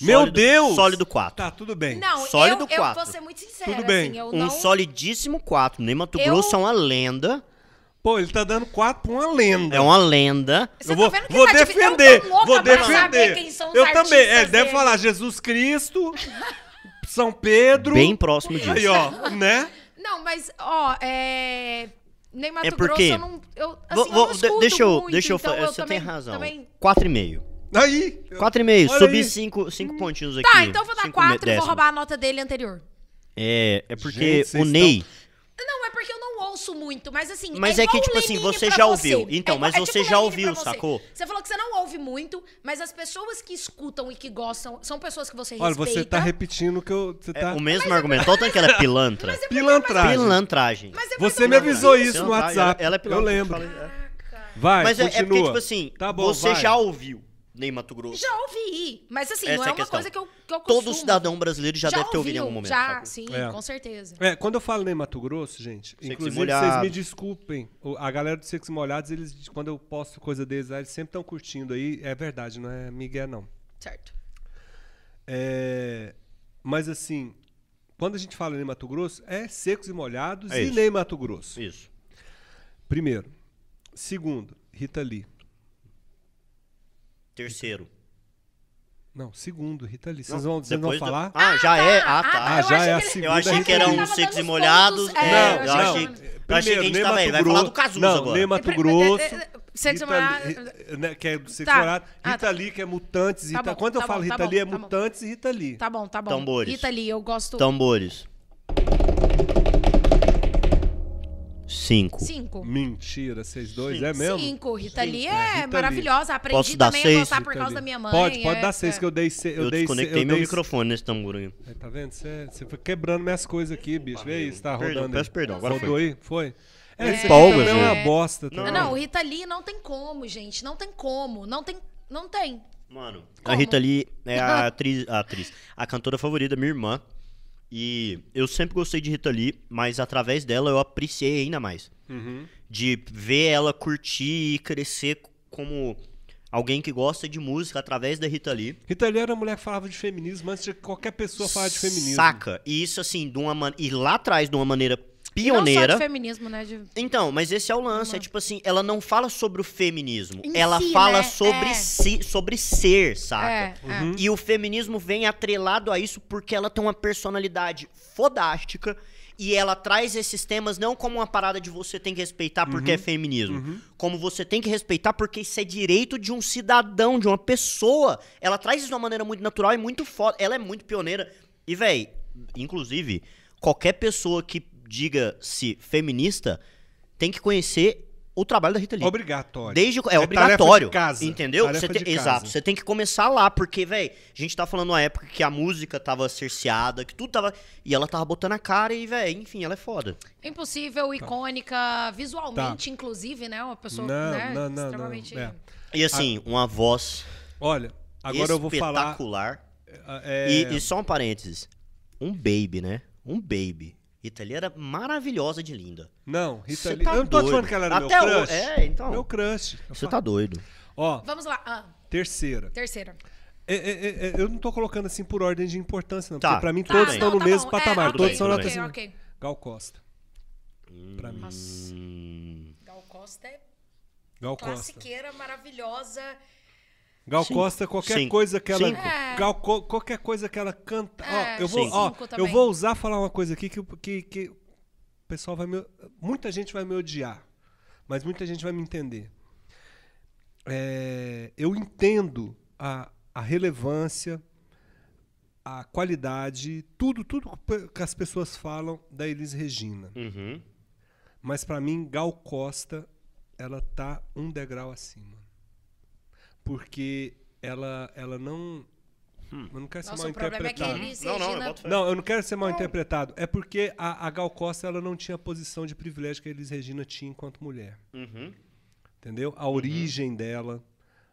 Meu Sólido- Deus! Sólido quatro. Tá, tudo bem. Não, Sólido eu, eu vou quatro. ser muito sincera, Tudo bem. assim, eu Um não... solidíssimo quatro. Nem Mato Eu- Grosso é uma lenda. Pô, ele tá dando quatro pra uma lenda. É uma lenda. Você eu tá vou, vendo que vou essa divisão é tão defender, louca vou pra defender. saber quem são os eu também, é, artistas deve dele. falar Jesus Cristo, São Pedro. Bem próximo disso. Aí, ó, né? Não, mas, ó, é... Nem Mato É porque- Grosso, eu não... Eu, assim, Vou- eu vou- não de- escuto deixa eu, muito, deixa eu então fa- eu Você também, tem razão. Também... Quatro e meio. Aí! 4,5, Olha subi aí. 5 pontinhos aqui. Tá, então eu vou dar cinco 4 e décimos. vou roubar a nota dele anterior. É, é porque Gente, vocês o Ney. Não, é porque eu não ouço muito, mas assim. Mas é igual que, o tipo assim, Lenine você pra já você. ouviu. Então, igual- mas você tipo já o Lenine ouviu, pra você. sacou? Você falou que você não ouve muito, mas as pessoas que escutam e que gostam são pessoas que você Olha, respeita. você tá repetindo que eu. Você É tá. o mesmo argumento. Olha o tanto [laughs] que ela é pilantra. Mas é porque- Pilantragem. Pilantragem. mas é porque Você eu me não- avisou Você isso não no tá- WhatsApp. Ela, ela é eu pilantra. lembro. fala- é. Vai, Mas é, é continua. porque, tipo assim, tá bom, você vai. já ouviu Ney Mato Grosso. Já ouvi, mas assim, Essa não é é a uma questão. coisa que eu, que eu Todo consumo. cidadão brasileiro já, deve ter ouvido em ouviu, algum momento. Já, sacou? sim, É. com certeza. É, quando eu falo em Mato Grosso, gente, Sexo inclusive Molhado. vocês me desculpem, o- a galera do Sexo Molhados, eles, quando eu posto coisa deles, lá, eles sempre estão curtindo aí, é verdade, não é Miguel não. Certo. É, mas assim, quando a gente fala em Mato Grosso, é Secos e Molhados É e isso. Ney Mato Grosso. Isso. Primeiro. Segundo, Rita Lee. Terceiro. Não, segundo, Rita Lee. Vocês vão, vocês vão depois do- falar? Ah, já é. Ah, tá. Ah, eu achei já é que a ele- segunda Eu achei Rita que era ele um tava secos e dando os molhados. pontos. É, É, eu, já- achei, eu achei que a gente Ney tava. Mato Ele vai falar do Grosso- Cazuza não, agora. Ney Mato Pri- Grosso. eh, eh, Sexo Rita- Molhado- eh, né, que é do sexo Tá. molhado. Ah, Rita tá. Lee, que é mutantes. Tá Rita- bom, Quando eu tá falo bom, tá Rita bom, Lee, é tá bom. Mutantes e Rita Lee. Tá bom, tá bom. Tambores. Rita Lee, eu gosto. Tambores. Cinco. Cinco. Mentira, vocês dois, Sim. é mesmo? Cinco. Rita Lee Gente, é Rita Lee. maravilhosa. Aprendi Posso dar também seis, a gostar por Rita causa Lee. da minha mãe. Pode, pode é, dar seis, é. que eu dei seis. Eu, Eu, dei seis- desconectei eu meu dei- microfone nesse tamborinho. Aí, Tá vendo? Você você foi quebrando minhas coisas aqui, bicho. Vê isso, tá Perdão, rodando. peço aí. perdão, agora Rodou aí? Foi. É, É. esse aqui Empolga, também é gente. uma bosta. Não, Não, também. não, Rita Lee não tem como, gente. Não tem como. Não tem. Não tem. Mano, a Como? Rita Lee é a atriz, a atriz, a cantora favorita da minha irmã. E eu sempre gostei de Rita Lee, mas através dela eu apreciei ainda mais. Uhum. De ver ela curtir e crescer como alguém que gosta de música através da Rita Lee. Rita Lee era a mulher que falava de feminismo antes de qualquer pessoa falar de feminismo. Saca? E isso assim, de uma man... e lá atrás de uma maneira E Não só pioneira. de feminismo, né? De... Então, mas esse é o lance, é tipo assim, ela não fala sobre o feminismo, Em ela si, fala né? sobre É. si, sobre ser, saca? É, é. Uhum. E o feminismo vem atrelado a isso porque ela tem uma personalidade fodástica e ela traz esses temas não como uma parada de você tem que respeitar porque é feminismo, como você tem que respeitar porque isso é direito de um cidadão, de uma pessoa. Ela traz isso de uma maneira muito natural e muito foda. Ela é muito pioneira. E, véi, inclusive, qualquer pessoa que diga-se feminista tem que conhecer o trabalho da Rita Lee. Obrigatório. Desde, é, É tarefa obrigatório. de casa. Entendeu? Tarefa Você te- de casa. exato. Você tem que começar lá, porque, velho, a gente tá falando uma época que a música tava cerceada, que tudo tava. E ela tava botando a cara e, velho, enfim, ela é foda. Tá. Impossível, icônica, visualmente, inclusive, né? Uma pessoa Não, né, não, não, não. extremamente. É. E assim, uma voz Olha, agora eu vou falar. espetacular. é, E, e só um parênteses. Um baby, né? Um baby. Rita Lee era maravilhosa de linda. Não, Rita Cê Lee. tá eu não tô te doido. falando que ela era Até meu o- crush. é, então. Meu crush. Eu Você falo- tá doido. Ó, Vamos lá. Ah, terceira. terceira. É, é, é, é, eu não tô colocando assim por ordem de importância, não. Tá. Porque pra mim Tá, todos bem. estão no tá mesmo bom. É, patamar. ok, todos são tudo notas. Ok, ok. Gal Costa. Pra mim. Nossa. Hum, Gal Costa é Gal Costa. classiqueira, maravilhosa. Gal Cinco. Costa, qualquer Cinco. coisa que ela. Cinco. É. Gal Co- qualquer coisa que ela canta. É, Ó, eu vou, Cinco. ó, Cinco eu também. vou usar falar uma coisa aqui que, o- que, que o pessoal vai me. Muita gente vai me odiar. Mas muita gente vai me entender. É, eu entendo a, a relevância, a qualidade, tudo, tudo que as pessoas falam da Elis Regina. uhum. Mas pra mim, Gal Costa, ela tá um degrau acima. Porque ela, ela não. Eu não quero ser Nossa, mal o problema é que interpretado. eles. Não, não, eu Regina... boto fé. Não, eu não quero ser mal interpretado. É porque a, a Gal Costa ela não tinha a posição de privilégio que a Elis Regina tinha enquanto mulher. Uhum. Entendeu? A origem dela,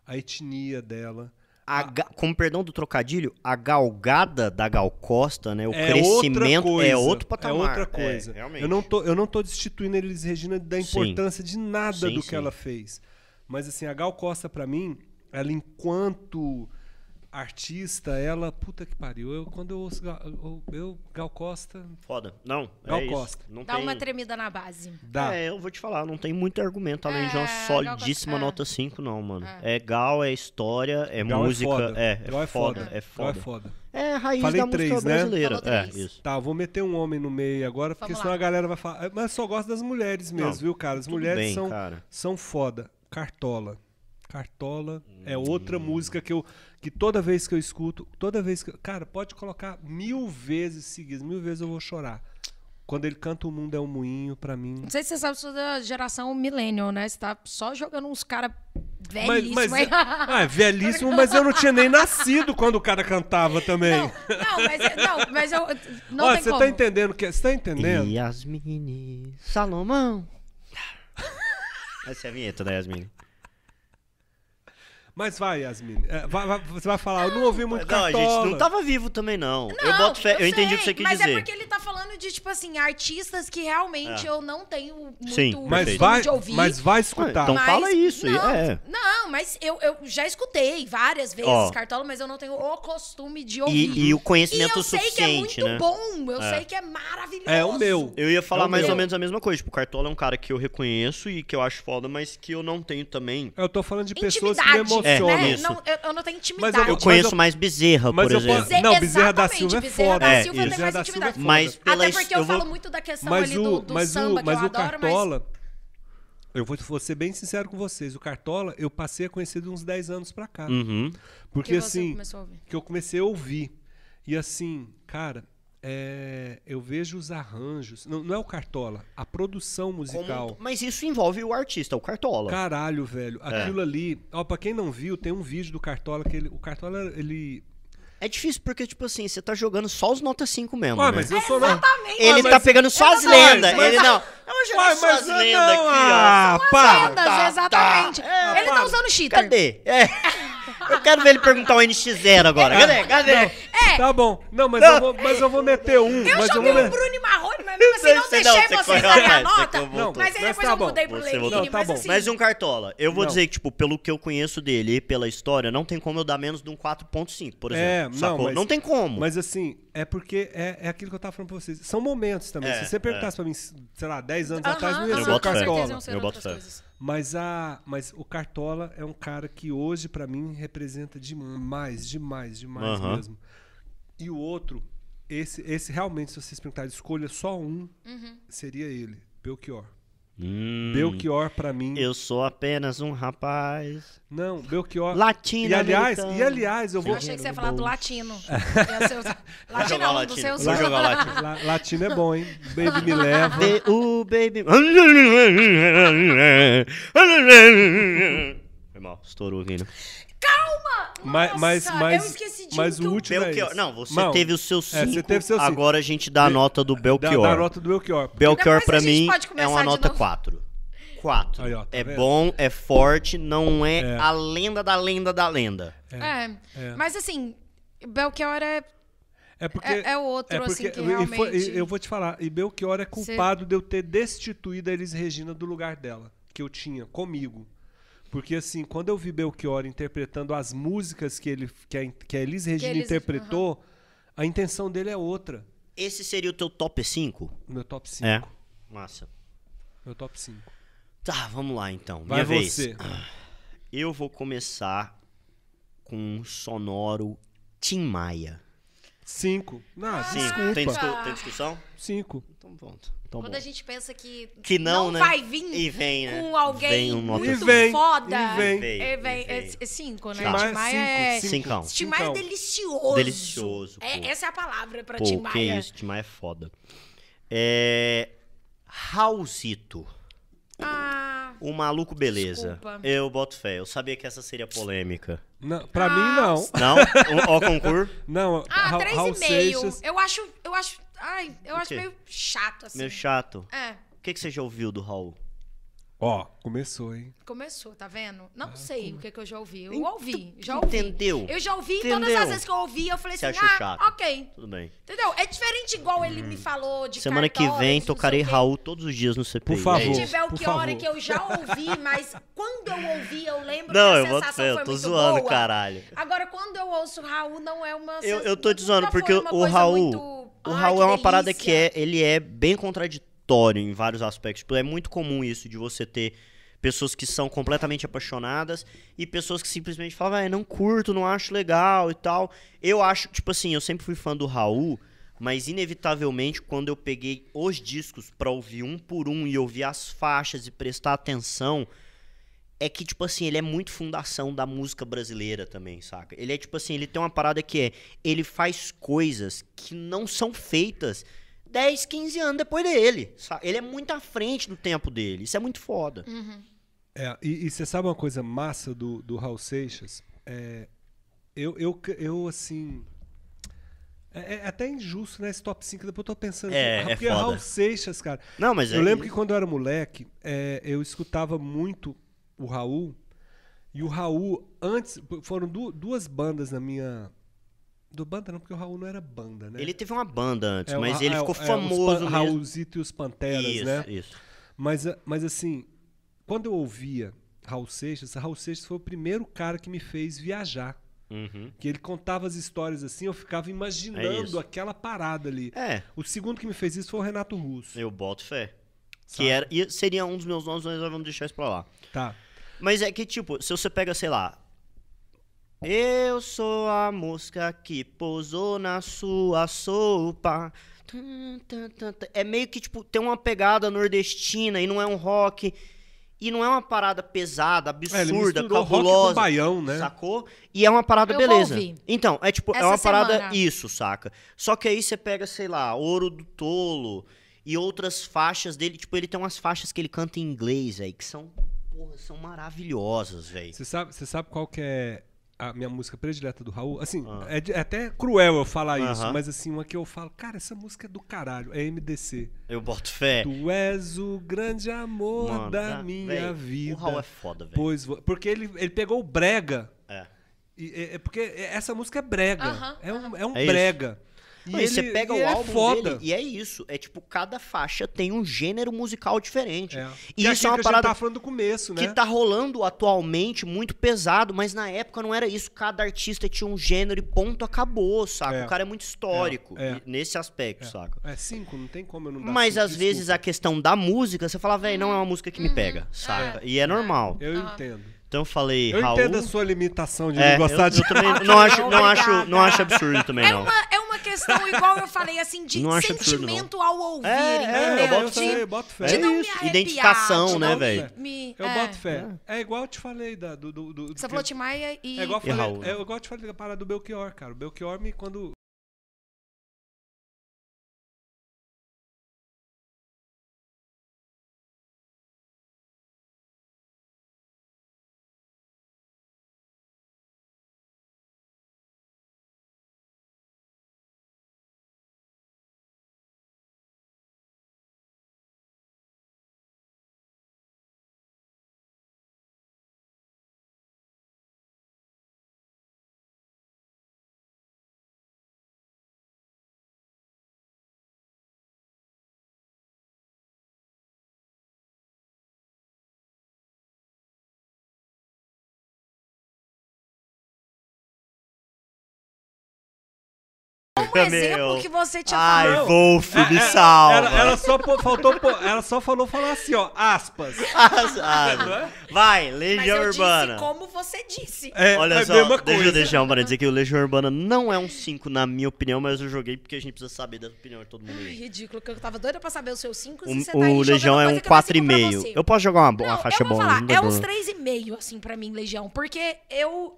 a etnia dela. A ga- Com perdão do trocadilho, a galgada da Gal Costa, né? O é outra crescimento coisa, é outro patamar. É outra coisa. realmente. eu, não tô, eu não tô destituindo a Elis Regina da Sim. importância de nada Sim, do que sim. ela fez. Mas assim, a Gal Costa, pra mim, ela enquanto artista, ela. Puta que pariu. Eu, quando eu ouço Gal, eu, eu- Gal Costa. Foda. Não, Gal é isso. Costa. Não Dá tem... uma tremida na base. Dá. É, eu vou te falar, não tem muito argumento além de uma É, Gal solidíssima Costa- é. nota 5, não, mano. É. gal, é história, é Gal música. É, foda. É, Gal é foda. é Gal é foda. foda. É a raiz Falei da música três, né? brasileira. Falou É, três. isso. Tá, eu vou meter um homem no meio agora, porque Vamos senão lá. a galera vai falar. Mas eu só gosto das mulheres mesmo, Não, viu, cara? As tudo mulheres bem, são, cara. são foda. Cartola. Cartola é Hum. outra música que eu que toda vez que eu escuto, toda vez que eu- cara pode colocar mil vezes seguidas, mil vezes eu vou chorar. Quando ele canta o mundo é um moinho pra mim. Não sei se você sabe, sou da geração millennial, né? Você tá só jogando uns caras Mas, velhíssimos. mas aí. ah, é velhíssimo, mas eu não tinha nem nascido quando o cara cantava também. [laughs] Não, não, mas, é- não, mas eu. Não Olha, tem é- você como. tá entendendo que você tá entendendo? Yasmine Salomão. Essa é a vinheta da Yasmine. Mas vai, Yasmin. É, vai- vai- você vai falar, eu não ouvi muito Não, Cartola. gente, não tá tava vivo também, não. eu Não, boto fé. Eu, sei, entendi o que você quis mas dizer. É. é porque ele tá falando de, tipo assim, artistas que realmente eu não tenho muito Sim, Mas Perfeito. vai, de ouvir. mas vai escutar. Então- fala isso, Não, é. não mas eu, eu já escutei várias vezes Ó. Cartola, mas eu não tenho o costume de ouvir. E, e o E conhecimento eu sei que é suficiente, muito né? bom, eu sei que é maravilhoso. É o meu. Eu ia falar É o mais meu. ou menos a mesma coisa. Tipo, o Cartola é um cara que eu reconheço e que eu acho foda, mas que eu não tenho também. Eu tô falando de pessoas que me Intimidade, emocionam. né? É, isso. Não, eu, eu não tenho intimidade. Mas Eu eu- conheço mais Bezerra, mas por eu exemplo. posso- Não, Bezerra da Exatamente, Silva é Bezerra foda. da Silva tem É, isso. mais Bezerra da Silva é intimidade. foda. Mas pela Até his- porque eu, vou- falo muito da questão mas ali o, do, do mas samba, o, que eu mas o adoro, Cartola. Eu vou, vou ser bem sincero com vocês. O Cartola, eu passei a conhecer de uns 10 anos pra cá. Uhum. mas Porque que você assim, começou a ouvir. que eu comecei a ouvir. E assim, cara, é, eu vejo os arranjos. Não, não é o Cartola, a produção musical. Como- Mas isso envolve o artista, o um Cartola. Caralho, velho. É. Aquilo ali. Ó, pra quem não viu, tem um vídeo do Cartola que ele. O Cartola, ele. É difícil porque, tipo assim, você tá jogando só os nota 5 mesmo. Ué, né? mas eu É, sou. na- Exatamente. Ele Ah, mas- tá pegando só as não gosto, lendas. mas- Ele não. Eu vou jogar Ué, só mas as eu lendas não, aqui, ah, ó. Só as para. lendas, Lendas, exatamente. É, ele tá para. usando cheater. Cadê? É. Eu quero ver ele perguntar o NX0 agora. Cadê? Cadê? Tá bom. Não, mas, Não. Eu, vou, mas eu vou meter um. Eu mas eu joguei vou o meter. Bruno e Marrone, mas mesmo assim Você- não você não, deixei você vocês foi- darem a você nota. foi- voltou. Mas aí Mas depois tá eu bom. mudei pro Você Lenine, voltou. Não, tá mas bom. assim... Mas um Cartola, eu vou Não. dizer que, tipo, pelo que eu conheço dele e pela história, não tem como eu dar menos de um 4.5, por É, exemplo. não, sacou? mas- não tem como. Mas assim, é porque é, é aquilo que eu tava falando pra vocês. São momentos também. É, Se você perguntasse pra mim, sei lá, 10 anos Aham, atrás, não ia aham, Eu ser o boto fé. com certeza Cartola. iam ser Eu boto outras fé. coisas. Mas, a, mas o Cartola é um cara que hoje, pra mim, representa demais, demais, demais Aham. mesmo. E o outro, esse, esse realmente, se vocês perguntarem, escolha só um, seria ele, Belchior. Uhum. Hum, Belchior, pra mim. eu sou apenas um rapaz Não, Belchior. latino Ah, E aliás, e aliás, eu Eu vou. achei que você ia Dinheiro falar do no bolso. latino. Ia ser os- Latino jogar o não, dos latino. seus... Vou jogar o latino. La- Latino é bom, hein? [laughs] Baby me leva. o baby... Foi mal, estourou aqui, né? Calma! Mas, Nossa, mas, mas, eu esqueci de mas um que o eu- último é Belchior. esse. Não, você Não, teve o seu é, 5. você teve seu cinco. Agora a gente dá a nota do Da, Belchior. da nota do Belchior. Belchior, Depois a pra gente mim, pode começar é uma de nota novo. 4. 4. Aí, ó, tá é vendo? bom, é forte, não é, É. a lenda da lenda da lenda. É, é. mas assim, Belchior é... É porque É- é o outro, assim, que e foi- e realmente- eu vou te falar, e Belchior é culpado de eu ter destituído a Elis Regina do lugar dela, que eu tinha comigo. Porque assim, quando eu vi Belchior interpretando as músicas que ele que a, que a Elis Regina Elis- interpretou, a intenção dele é outra. Esse seria o teu top 5? Meu top 5. É. Massa. Meu top 5. Tá, vamos lá então. Vai Minha você. vez. Ah, Eu vou começar com um sonoro Tim Maia. 5. Ah, Não, Sim, tem, desculpa. discu- tem discussão? 5. Então pronto. Então Quando bom. a gente pensa que, Que não, né? vai vir E vem, né? com alguém Vem um nota muito E vem, foda. e vem. É, E vem, vem, e é vem. é cinco, né? Tim Maia Tim Maia é... cinco. Cincão. Tim Maia é Cincão. delicioso. Delicioso, É, pô. essa é a palavra pra Tim Pô, que Maia. isso, Tim Maia é foda. É... Raulzito. Ah, O maluco beleza. Desculpa. Eu boto fé. Eu sabia que essa [laughs] seria polêmica. Não, pra mim não. Não? O- Ó, concurso. Não, ah Ra- três Raul e meio. Seixas. Eu acho, eu acho, ai, eu acho quê? meio chato assim. Meu chato. É, O que, que você já ouviu do Raul? Ó, começou, hein? começou, tá vendo? Não Ah, sei o que, que eu já ouvi. Eu ouvi, já ouvi. Entendeu? Eu já ouvi tipo, Entendeu? todas as vezes que eu ouvi, eu falei Você assim, achou ah, chato? ok. Tudo bem. Entendeu? É diferente igual ele me falou de Semana que Cartola, vem de não sei tocarei o quê. Raul todos os dias no CPI. Por favor. É E isso. de Belchior é favor. que eu já ouvi, mas quando eu ouvi, eu lembro Não, que Tipo, a eu boto sensação fé. Eu foi tô muito zoando, boa. caralho. Agora, quando eu ouço Raul, não é uma... Eu, sens- eu tô te nunca zoando, foi porque uma o coisa Raul. muito, O "Ai, Raul é uma parada que delícia". é, ele é bem contraditório em vários aspectos. Tipo, é muito comum isso de você ter pessoas que são completamente apaixonadas e pessoas que simplesmente falam, "Ah, não curto, não acho legal e tal. Eu acho, tipo assim, eu sempre fui fã do Raul, mas inevitavelmente quando eu peguei os discos pra ouvir um por um e ouvir as faixas e prestar atenção, é que, tipo assim, ele é muito fundação da música brasileira também, saca? Ele é, tipo assim, ele tem uma parada que é. Ele faz coisas que não são feitas 10, 15 anos depois dele. Saca? Ele é muito à frente do tempo dele. Isso é muito foda. É, e, e você sabe uma coisa massa do, do Raul Seixas? É, eu, eu, eu, assim. É, é até injusto, né? Esse top 5, depois eu tô pensando. É, assim, é porque foda. Raul Seixas, cara. Não, mas Eu é- lembro que quando eu era moleque, é, eu escutava muito o Raul. E o Raul, antes. Foram du- duas bandas na minha. Do banda não, porque o Raul não era banda, né? Ele teve uma banda antes, É, o mas Ra- ele é, ficou é, os famoso Pan- mesmo. Raulzito e os Panteras, isso, né? isso. Mas, a- mas assim, quando eu ouvia Raul Seixas, Raul Seixas foi o primeiro cara que me fez viajar. Uhum. Que ele contava as histórias assim, eu ficava imaginando É isso. aquela parada ali. É, O segundo que me fez isso foi o Renato Russo. eu boto fé. Saca? Que era, e seria um dos meus nomes, mas nós vamos deixar isso pra lá. Tá. Mas é que, tipo, se você pega, sei lá. Eu sou a mosca que pousou na sua sopa. Tan, tan, tan, tan. É meio que, tipo, tem uma pegada nordestina e não é um rock. E não é uma parada pesada, É, ele absurda, misturou rock com cabulosa. baião, né? Sacou? E é uma parada Eu vou beleza. ouvir. Então, é tipo, é Essa uma parada semana. isso, saca? Só que aí você pega, sei lá, Ouro do Tolo e outras faixas dele. Tipo, ele tem umas faixas que ele canta em inglês, aí, que são, porra, são maravilhosas, velho. Você sabe, você sabe qual que é a minha música predileta do Raul? Assim, é, de- é até cruel eu falar isso, Ah. Aham. mas assim, uma que eu falo, cara, essa música é do caralho, é MDC. Eu boto fé. Tu és o grande amor É. Mano, da tá? Véi, minha vida. O Raul é foda, velho. Pois vo- porque ele, ele pegou o brega. É. E- é, é porque essa música é brega. Aham, é um, é um É isso. brega. Não, E você pega e o é álbum foda. dele e é isso. É tipo, cada faixa tem um gênero musical diferente. É. E Que isso é aquilo uma que parada a gente tá falando do começo, né? que tá rolando atualmente muito pesado, mas na época não era isso. Cada artista tinha um gênero e ponto, acabou, saca? É. O cara é muito histórico É. É. e- nesse aspecto, É. saca? É cinco, não tem como eu não dar Mas cinco, às vezes a desculpa. questão da música, você fala, velho, não é uma música que me Uhum. pega, saca? E é normal. Eu Ah. entendo. Então eu falei, Eu Raul. entendo a sua limitação de É, não gostar eu, de. eu também [laughs] não acho, não Obrigada. acho, não acho absurdo também É não. uma, é uma questão, igual eu falei, assim, de Não acho absurdo, não. sentimento ao ouvir, É, é, entendeu? eu boto de, fé, eu boto fé. de É não me isso, arrepiar, identificação, de né, não velho? me- Eu é. boto fé. É igual eu te falei da, do, do, do- Você que- falou Tim Maia e... é igual, eu E falei, Raul. é igual eu te falei da parada do Belchior, cara. O Belchior me quando. Como Meu. exemplo que você tinha Ai, falado. Wolf, me É, é, salva. [laughs] Ela, ela só pô- faltou, pô- ela só falou falar assim, ó, aspas. Sabe? Vai, Mas Legião eu disse Urbana. como você disse. É, Olha é a só, mesma deixa coisa. eu deixar um parênteses aqui. O Legião Urbana não é um 5, na minha opinião, mas eu joguei porque a gente precisa saber da opinião de todo mundo. Ai, aí. ridículo, que eu tava doida pra saber os seus 5 O, o Legião é um 4,5. Eu posso jogar uma, bo- uma Não, faixa eu vou boa. falar, não tem é uns problema. 3,5, assim, pra mim, Legião. Porque eu...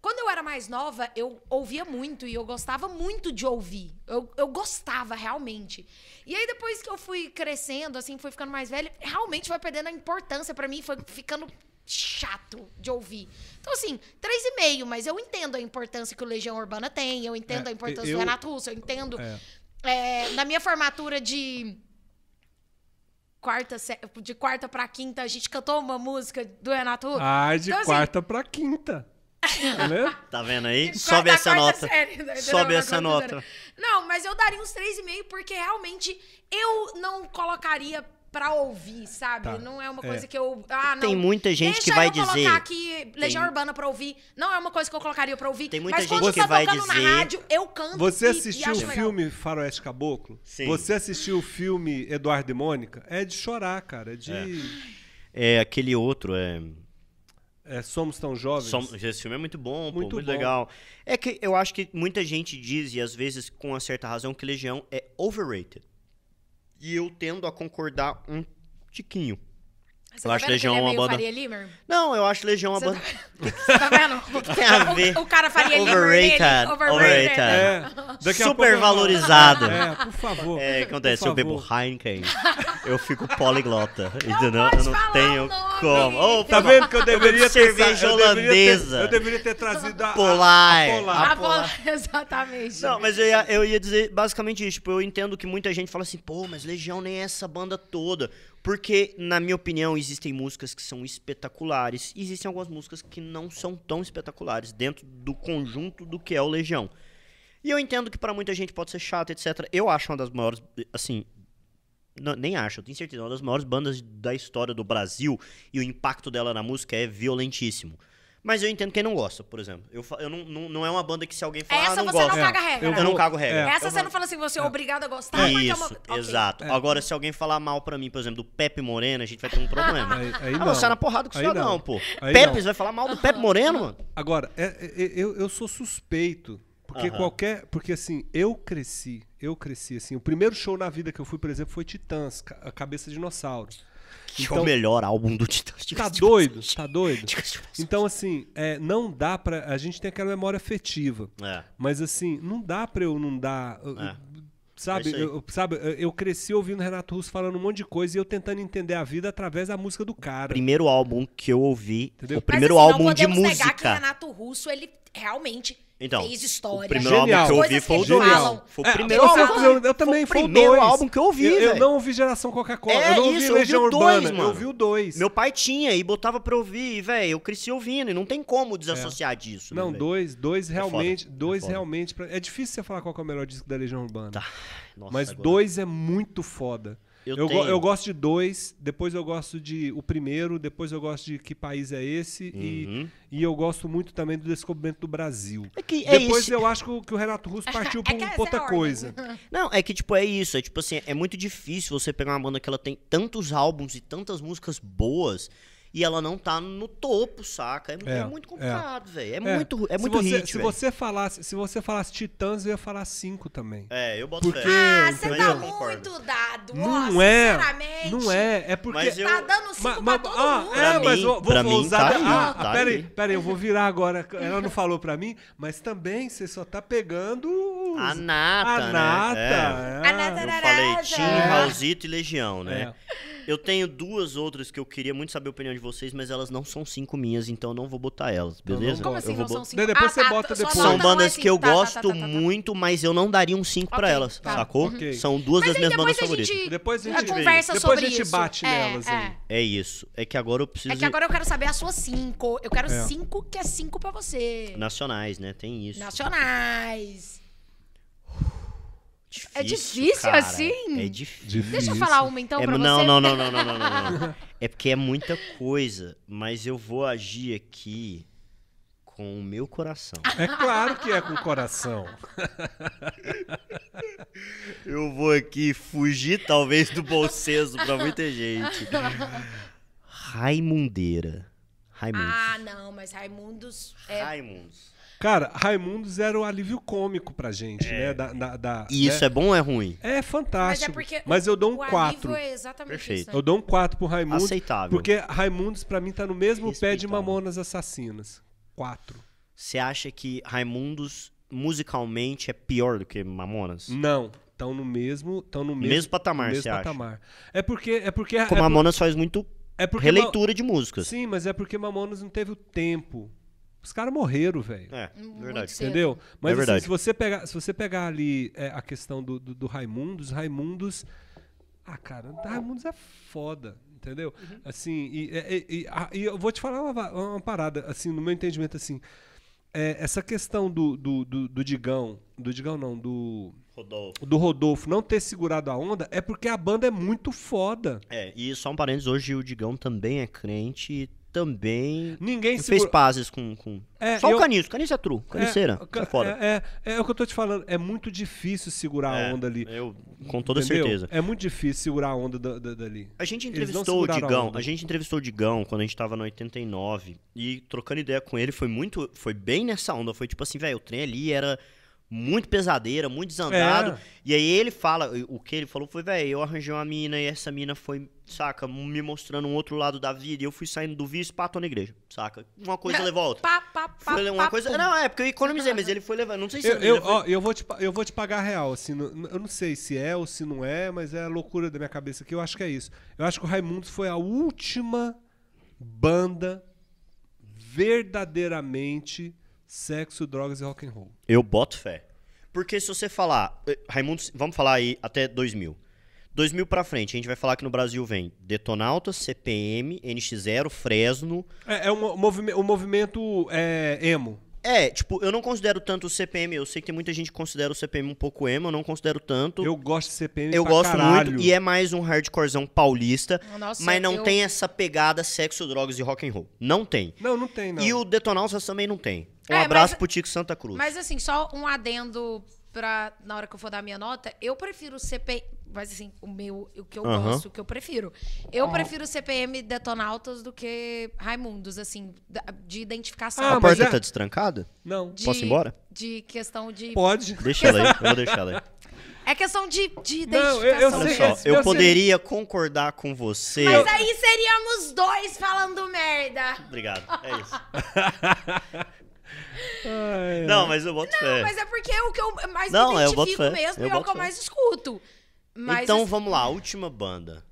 Quando eu era mais nova, eu ouvia muito e eu gostava muito de ouvir. Eu, eu gostava, realmente. E aí, depois que eu fui crescendo, assim, fui ficando mais velha, realmente foi perdendo a importância pra mim, foi ficando chato de ouvir. Então, assim, 3,5, mas eu entendo a importância que o Legião Urbana tem, eu entendo É, a importância eu- do Renato Russo, eu entendo... É. É, na minha formatura de quarta sé- de quarta para quinta, a gente cantou uma música do Renato Russo. Ai, Ah, de Então, assim, Então, quarta pra quinta. [laughs] Né? Tá vendo aí? de Sobe quarta- essa quarta nota. série, né? entendeu? Sobe Na essa quarta nota. série. Não, mas eu daria uns 3,5 porque realmente eu não colocaria pra ouvir, sabe? Tá, Não é uma é. coisa que eu. Ah, não. Tem muita gente Deixa que vai eu colocar dizer- aqui Legião Tem- Urbana pra ouvir. Não é uma coisa que eu colocaria pra ouvir. Tem muita mas quando gente que tá vai tocando dizer- na rádio, eu canto. Você e- e assistiu o acho legal. filme Faroeste Caboclo? Sim. Você assistiu o filme Eduardo e Mônica? É de chorar, cara. É de. É, aquele outro, é... é, somos tão jovens. Som- Esse filme é muito bom, pô, Muito muito, bom. legal. É que eu acho que muita gente diz, e às vezes com uma certa razão, que Legião é overrated. E eu tendo a concordar um tiquinho. Você Eu tá acho vendo que Legião ele é uma meio banda- Faria Limer? Não, eu acho Legião uma Você tá... banda. [laughs] Você tá [laughs] vendo? tem a ver? O, o cara Faria Limer dele, Overrated, Overrated. overrated. É, daqui a pouco eu- Supervalorizado. É, por favor. É, o que acontece? Por Eu bebo favor. Heineken, eu fico poliglota. entendeu? pode Eu não falar o tenho nome. como. Ô, Tá vendo que eu deveria ter cerveja eu deveria ter- holandesa. Eu deveria ter trazido a a- Polar. a Polar. A bola, [laughs] exatamente. Não, mas eu ia, eu ia dizer basicamente isso. Tipo, eu entendo que muita gente fala assim, pô, mas Legião nem é essa banda toda. Porque, na minha opinião, existem músicas que são espetaculares. E existem algumas músicas que não são tão espetaculares dentro do conjunto do que é o Legião. E eu entendo que pra muita gente pode ser chato, etc. Eu acho uma das maiores, assim, não, nem acho, eu tenho certeza. Uma das maiores bandas da história do Brasil e o impacto dela na música é violentíssimo. Mas eu entendo quem não gosta, por exemplo. Eu, fa- eu não, não, não é uma banda que se alguém falar, Essa ah, não você gosto. É, não tá caga regra. Eu, Eu não vou- cago regra. Essa Eu você vou- não fala assim, você é obrigado a Tá, gostar, mas é uma... Isso, Ok. exato. Agora, se alguém falar mal pra mim, por exemplo, do Pepe Moreno, a gente vai ter um problema. Aí- aí ah, não. vou sair na porrada com o Aí senhor, não. não. pô. Aí Pepe, não. Ah. você vai falar mal do Pepe Moreno, mano? Agora, é- é- é- eu, eu sou suspeito. Porque Aham. qualquer. Porque assim, eu cresci. Eu cresci, assim. O primeiro show na vida que eu fui, por exemplo, foi Titãs, Ca- a Cabeça de Dinossauro. Que é o melhor álbum do Titãs. Então Tá doido? Tá doido? Então, assim, é, não dá pra. A gente tem aquela memória afetiva. É. Mas assim, não dá pra eu não dar. eu- É. Sabe, É isso aí. eu, sabe, eu- eu cresci ouvindo Renato Russo falando um monte de coisa e eu tentando entender a vida através da música do cara. Primeiro álbum que eu ouvi, Entendeu? o primeiro mas, assim, álbum de Não podemos negar que o música. Renato Russo, ele realmente Então, fez história. o primeiro álbum Genial. que eu ouvi Coisas foi o que eles dois. falam. Foi É, o primeiro eu álbum. sei- eu, eu também, foi foi o o primeiro dois. álbum que eu ouvi, Eu, eu velho. não ouvi Geração Coca-Cola, É eu não ouvi isso, eu ouvi Legião o dois, Urbana, eu mano. ouvi o dois. Meu pai tinha e botava pra ouvir, e, velho. Eu cresci ouvindo e não tem como desassociar disso. né, É. Não, velho? dois, dois realmente, foda, é dois foda. realmente, pra- é difícil você falar qual que é o melhor disco da Legião Urbana. Tá. Nossa, mas agora- dois é muito foda. Eu go- tenho. eu gosto de dois, depois eu gosto de o primeiro, depois eu gosto de que país é esse Uhum. e, e eu gosto muito também do descobrimento do Brasil. É que é depois isso. eu acho que o- que o Renato Russo partiu que pra essa é um a outra ordem. coisa. Não, é que, tipo, é isso. É tipo assim, é muito difícil você pegar uma banda que ela tem tantos álbuns e tantas músicas boas e ela não tá no topo, saca? É, é É, muito é. complicado, velho. É, muito, é se muito você, hit, se velho. você falasse, se você falasse Titãs, eu ia falar cinco também. É, eu boto Porque- fé. Ah, Entendeu? você Mas tá eu concordo. muito dado. Não ó, é, Sinceramente. não é, é porque Mas eu- Tá dando cinco Ma- pra ma- todo ah, mundo. É, Pra mas mim- vou, vou pra mim usar. tá aí, ah, tá peraí, aí. peraí, eu vou [laughs] virar agora. Ela não falou pra mim, mas também você só tá pegando. os- A nata, A né? nata. É. é. A nata Eu falei Tim, É. Raulzito e Legião, né? Eu tenho duas outras que eu queria muito saber a opinião de vocês, mas elas não são cinco minhas, então eu não vou botar elas, Então não beleza? Como Eu assim vou não bo- são cinco? Depois Ah, você tá, bota sua depois. nota São não é bandas assim, que eu tá, tá, tá, gosto tá, tá, tá. muito, mas eu não daria um 5 pra Ok, elas, tá. sacou? Ok. São duas Mas das aí minhas depois bandas a favoritas. gente Depois a é, gente conversa depois sobre a gente isso. bate É, nelas é. aí. É isso. É que agora eu preciso É que agora eu quero saber a sua cinco. Eu quero É. cinco que é cinco pra você. de nacionais, né? Tem isso. Nacionais. Difícil, É difícil cara. assim? É difícil. Deixa eu falar uma então É, pra não, você. não, não, não, não, não, não, não. É porque é muita coisa, mas eu vou agir aqui com o meu coração. É claro que é com o coração. Eu vou aqui fugir, talvez, do bom senso pra [laughs] muita gente. Raimundeira. Raimundos. Ah, não, mas Raimundos é Raimundos. Cara, Raimundos era o alívio cômico pra gente, né? Da, da, da- É. E isso né? é bom ou é ruim? é. Mas é fantástico. Mas, porque eu dou um o alívio quatro. é exatamente Perfeito. isso, né? Eu dou um 4 pro Raimundos. Aceitável. Porque Raimundos, pra mim, tá no mesmo pé de Respeitável. Mamonas Assassinas. 4. Você acha que Raimundos musicalmente é pior do que Mamonas? Não, estão no mesmo, estão no mesmo, Mesmo patamar, no mesmo você acha? patamar. É porque é porque é, Porque por- Mamonas faz muito é porque releitura de Ma- músicas. Sim, mas é porque Mamonas não teve o tempo. Os caras morreram, velho. É, Muito verdade. cedo. Entendeu? Mas assim, verdade. se você pegar, se você pegar ali é, a questão do, do, do Raimundos, Raimundos Ah, cara, Raimundos é foda, entendeu? Assim, e, e- e- a- e eu vou te falar uma, va- uma parada, assim, no meu entendimento, assim, é, essa questão do, do, do, do Digão, do Digão não, do, Rodolfo. do Rodolfo não ter segurado a onda é porque a banda é muito foda. É, e só um parênteses, hoje o Digão também é crente e também Ninguém segura... fez pazes com... com... É, só eu- o Caniço, Caniço é true, Caniceira, é, é, foda. É, é, é o que eu tô te falando, é muito difícil segurar É, Tá a onda ali. Eu, com toda entendeu? certeza. É muito difícil segurar a onda da, da- dali. A gente Eles não entrevistou o seguraram a Digão, onda. a gente entrevistou o Digão quando a gente tava no 89 e trocando ideia com ele foi muito, foi bem nessa onda, foi tipo assim, velho, o trem ali era muito pesadeira, muito desandado. É. E aí ele fala, o que ele falou foi, velho, eu arranjei uma mina e essa mina foi, saca, me mostrando um outro lado da vida. E eu fui saindo do vício, pá, tô na igreja, saca? Uma coisa levou a outra. Pá, pá, pá, Foi uma pá, coisa... pum. Não, é porque eu economizei, mas ele foi levando. Não sei se Eu, a eu, mina foi- ó, eu, vou te, pa- eu vou te pagar real, assim, no- eu não sei se é ou se não é, mas é a loucura da minha cabeça que eu acho que é isso. Eu acho que o Raimundos foi a última banda verdadeiramente sexo, drogas e rock and roll. Eu boto fé. Porque se você falar, eh, Raimundo, vamos falar aí até 2000. 2000 pra frente, a gente vai falar que no Brasil vem Detonauta, CPM, NX0, Fresno. É, é um, mo- movime- um movimento é, emo. É, tipo, eu não considero tanto o CPM, eu sei que tem muita gente que considera o CPM um pouco emo, eu não considero tanto. Eu gosto de CPM Eu pra gosto caralho. muito e é mais um hardcorezão paulista, Nossa, mas não eu- tem essa pegada sexo, drogas e rock and roll. Não tem. Não, não tem, não. E o Detonautas também não tem. Um É, mas- abraço pro Tico Santa Cruz. Mas assim, só um adendo pra, na hora que eu for dar minha nota, eu prefiro o CP, mas assim, o meu, o que eu Aham. gosto, o que eu prefiro. Ah. Eu prefiro o CPM Detonautas do que Raimundos, assim, da- de identificação. Ah, A mas porta é- tá destrancada? Não. de, posso ir embora? De questão de. Pode. Deixa ela aí, eu vou deixar [laughs] ela aí. É É questão de, de Não, identificação. eu- eu sei- é Olha só, esse eu meu poderia concordar com você. Mas aí seríamos dois falando merda. Obrigado, é [laughs] isso. Ai, Não, mas eu boto fé. É. Mas é porque é o que eu mais Não, me eu boto identifico fé, mesmo eu e é o boto que eu fé. mais escuto. Mas, então assim, vamos lá, última banda.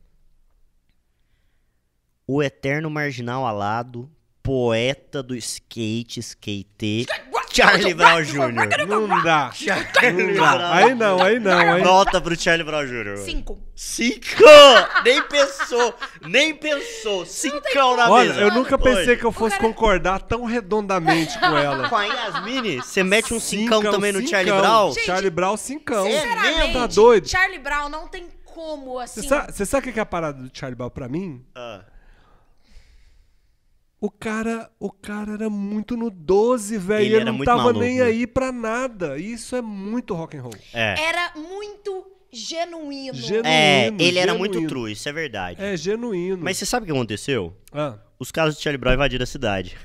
O Eterno Marginal Alado, poeta do skate, skate. Charlie Brown Hum. Jr. Não dá. Não dá. Aí não, aí não, aí Nota pro Charlie Brown Jr. Cinco. Cinco! Nem pensou, nem pensou. Cincão na Olha, mesa. eu nunca pensei Oi. que eu fosse concordar tão redondamente com [laughs] ela. Com a Yasmine, você mete um cincão, Cincão, também no Charlie cincão. Brown? Gente, Charlie Brown, cincão. Sinceramente, Tá doido? Charlie Brown não tem como, Você assim. sabe, você sabe o que é a parada do Charlie Brown pra mim? Ah. O cara, o cara era muito no 12, velho. Ele Ele, era não muito tava maluco, nem né? aí pra nada. Isso é muito rock and roll. É. Era muito genuíno. Genu- É, Genuíno, ele era genuíno. muito true, isso é verdade. É genuíno. Mas você sabe o que aconteceu? Ah, Os caras do Charlie Brown invadiram a [laughs] cidade.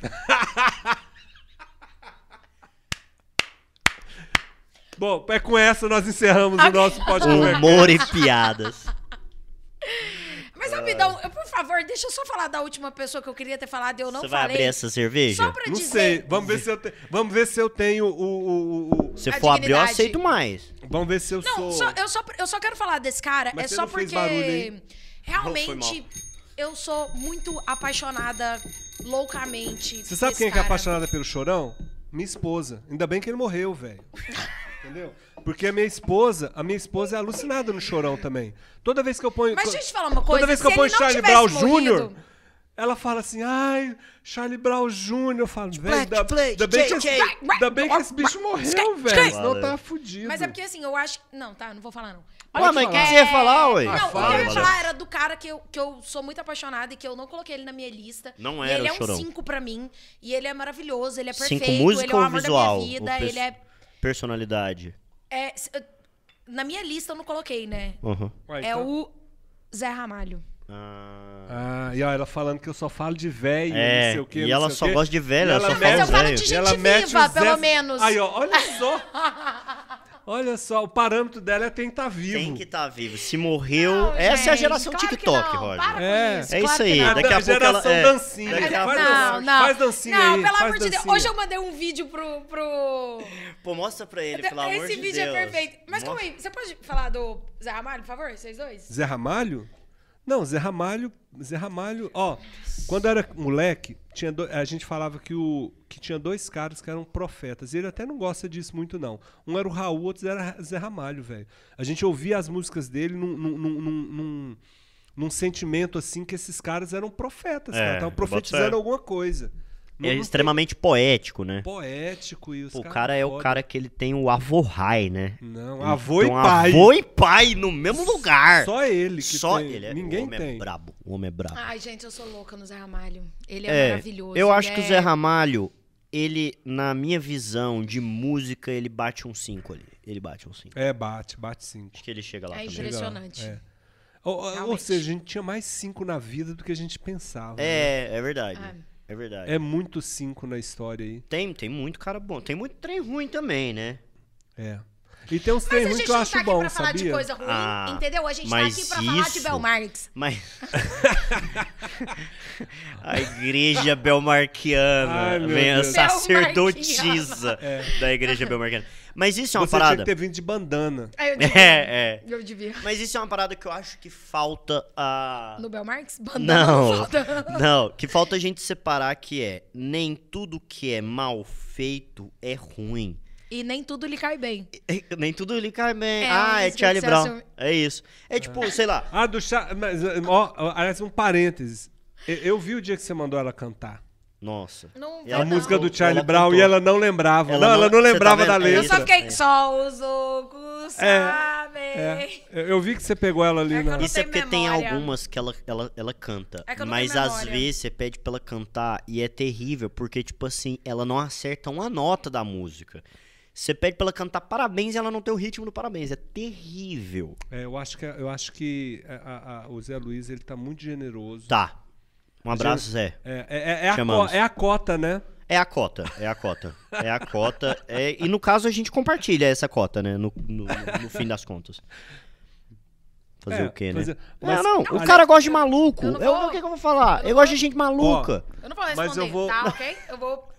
Bom, é com essa nós encerramos o nosso podcast. Um Humor e piadas. É. Mas, rapidão, eu, por favor, deixa eu só falar da última pessoa que eu queria ter falado e eu não você vai falei. abrir essa cerveja? Só pra Não sei. dizer. Vamos ver se eu, te- vamos ver se eu tenho o, o- o- o- Se A for abrir, eu dignidade. aceito mais. Vamos ver se eu Não, sou. só- eu, só, eu só quero falar desse cara. Mas é você só não fez porque barulho, hein? Não, foi realmente mal. eu sou muito apaixonada loucamente. Você sabe desse quem é que é cara. apaixonada pelo chorão? Minha esposa. Ainda bem que ele [laughs] morreu, velho. Entendeu? Porque a minha esposa, a minha esposa é alucinada no chorão também. Toda vez que eu ponho. Mas deixa eu te falar uma coisa, Toda vez que eu se ponho ele não Charlie Brown tivesse Jr., morrido- ela fala assim, ai, Charlie Brown Jr. Eu falo, velho, Splat, ainda splat, ainda bem, que JJ. esse- ainda bem que esse bicho morreu, velho. Senão Valeu. tá fudido. Mas é porque assim, eu acho. Não, tá, não vou falar não. Ué, mas o que você ia falar, ué? Não, Ah, o que fala, eu ia valeu. falar era do cara que eu, que eu sou muito apaixonada e que eu não coloquei ele na minha lista. Não e era ele o é um Chorão. 5 pra mim. E ele é maravilhoso, ele é perfeito, Cinco música ele é o ou amor visual? da minha vida, Ou pers- ele é, Personalidade. é- s- eu- Na minha lista eu não coloquei, né? Uhum. Ué, É então- o Zé Ramalho. Ah, Ah, e ó, ela falando que eu só falo de velho, É, não sei o que. é e ela só gosta de velho, ela só fala Mas eu falo velho. de E gente ela mete o viva, Zé- pelo menos. Aí, [laughs] ó, olha só. Olha só, o parâmetro dela é tem que tá vivo. tem que estar vivo. Se morreu. Não, Essa é a gente, geração claro que TikTok, não, Roger. para com É. isso, É claro isso que aí, não. Ah, daqui a da- pouco ela. geração é, dancinha. daqui a Não, pouco- dancinha, faz dancinha Não, aí, pelo faz amor de Deus. dancinha. Hoje eu mandei um vídeo pro. pro... Pô, mostra pra ele, pelo amor [laughs] Esse de vídeo Deus. é perfeito. Mas calma Mostra- aí, você pode falar do Zé Ramalho, por favor, vocês dois? Zé Ramalho? Não, Zé Ramalho, Zé Ramalho, ó, quando eu era moleque, tinha do- a gente falava que, o, que tinha dois caras que eram profetas, e ele até não gosta disso muito, não. Um era o Raul, outro era Zé Ramalho, velho. A gente ouvia as músicas dele num, num, num, num- num- num sentimento, assim, que esses caras eram profetas, É, cara, eu estavam boto profetizando fé. alguma coisa. Não- É não- extremamente poético, né? poético e os Pô, o caras cara é o foda. cara que ele tem o avô rai, né? Não, Ele avô tem e um pai. Avô e pai no mesmo lugar. Só ele que Só tem. ele. é- Ninguém o homem tem. é brabo. O homem é brabo. Ai, gente, eu sou louca no Zé Ramalho. Ele é, maravilhoso. Eu acho Ah, ele que o é- Zé Ramalho, ele, na minha visão de música, ele bate um 5 ali. Ele bate um 5. É, bate, bate sim. Acho que ele chega lá É também. né? impressionante. Legal, Ou, ou- ou Realmente. seja, a gente tinha mais cinco na vida do que a gente pensava. né? É, é verdade. Ah. É verdade. É muito cinco na história aí. Tem, tem muito cara bom. Tem muito trem ruim também, né? É. E tem uns Mas trem a ruim gente que eu não acho tá aqui bom, pra falar sabia? de coisa ruim, Ah, entendeu? A gente tá mas aqui pra falar de isso- Bel Marx. [laughs] Mas. a igreja belmarquiana. Ai, meu vem a Deus. sacerdotisa da igreja belmarquiana. Mas isso é uma Você tinha parada. que ter vindo de bandana. Aí eu devia. É, é. Eu devia. [laughs] Mas isso é uma parada que eu acho que falta a. No Bel Marx? Bandana [laughs] Não, falta. não, que falta a gente separar que é nem tudo que é mal feito é ruim. [laughs] E nem tudo lhe cai bem. Nem tudo lhe cai bem. É, ah, é mas Charlie você Brown. assume- É isso. É tipo, sei lá. Ah, do chá. Mas, ó, ó, aliás, um parênteses. Eu, eu vi o dia que você mandou ela cantar. Nossa. Não E vai ela A não. música do Charlie Ela Brown cantou. e ela não lembrava. Ela não, ela não- não você tá lembrava vendo? da É Eu letra. só fiquei. Só os loucos É, sabem. É, eu eu vi que você pegou ela ali É que eu na. não Isso é tem porque tem memória. algumas que ela, ela, ela canta. É que eu não mas tenho às memória. vezes você pede pra ela cantar e é terrível, porque, tipo assim, ela não acerta uma nota da música. Você pede pra ela cantar parabéns e ela não tem o ritmo do parabéns. É terrível. É, eu acho que, eu acho que é, a- a- a- o Zé Luiz ele tá muito generoso. Tá. Um abraço, Zé. É, é- é a Chamamos. co- é a cota, né? É a cota, é a cota. É a cota. é- e no caso a gente compartilha essa cota, né? No, no- no- no fim das contas. Fazer É, o quê, fazer- né? não, mas- não. O olha- cara gosta de maluco. Eu não Eu- vou- o que, que eu vou falar? Eu gosto de gente maluca. Eu não vou responder, Mas eu vou- tá? Ok? Eu vou.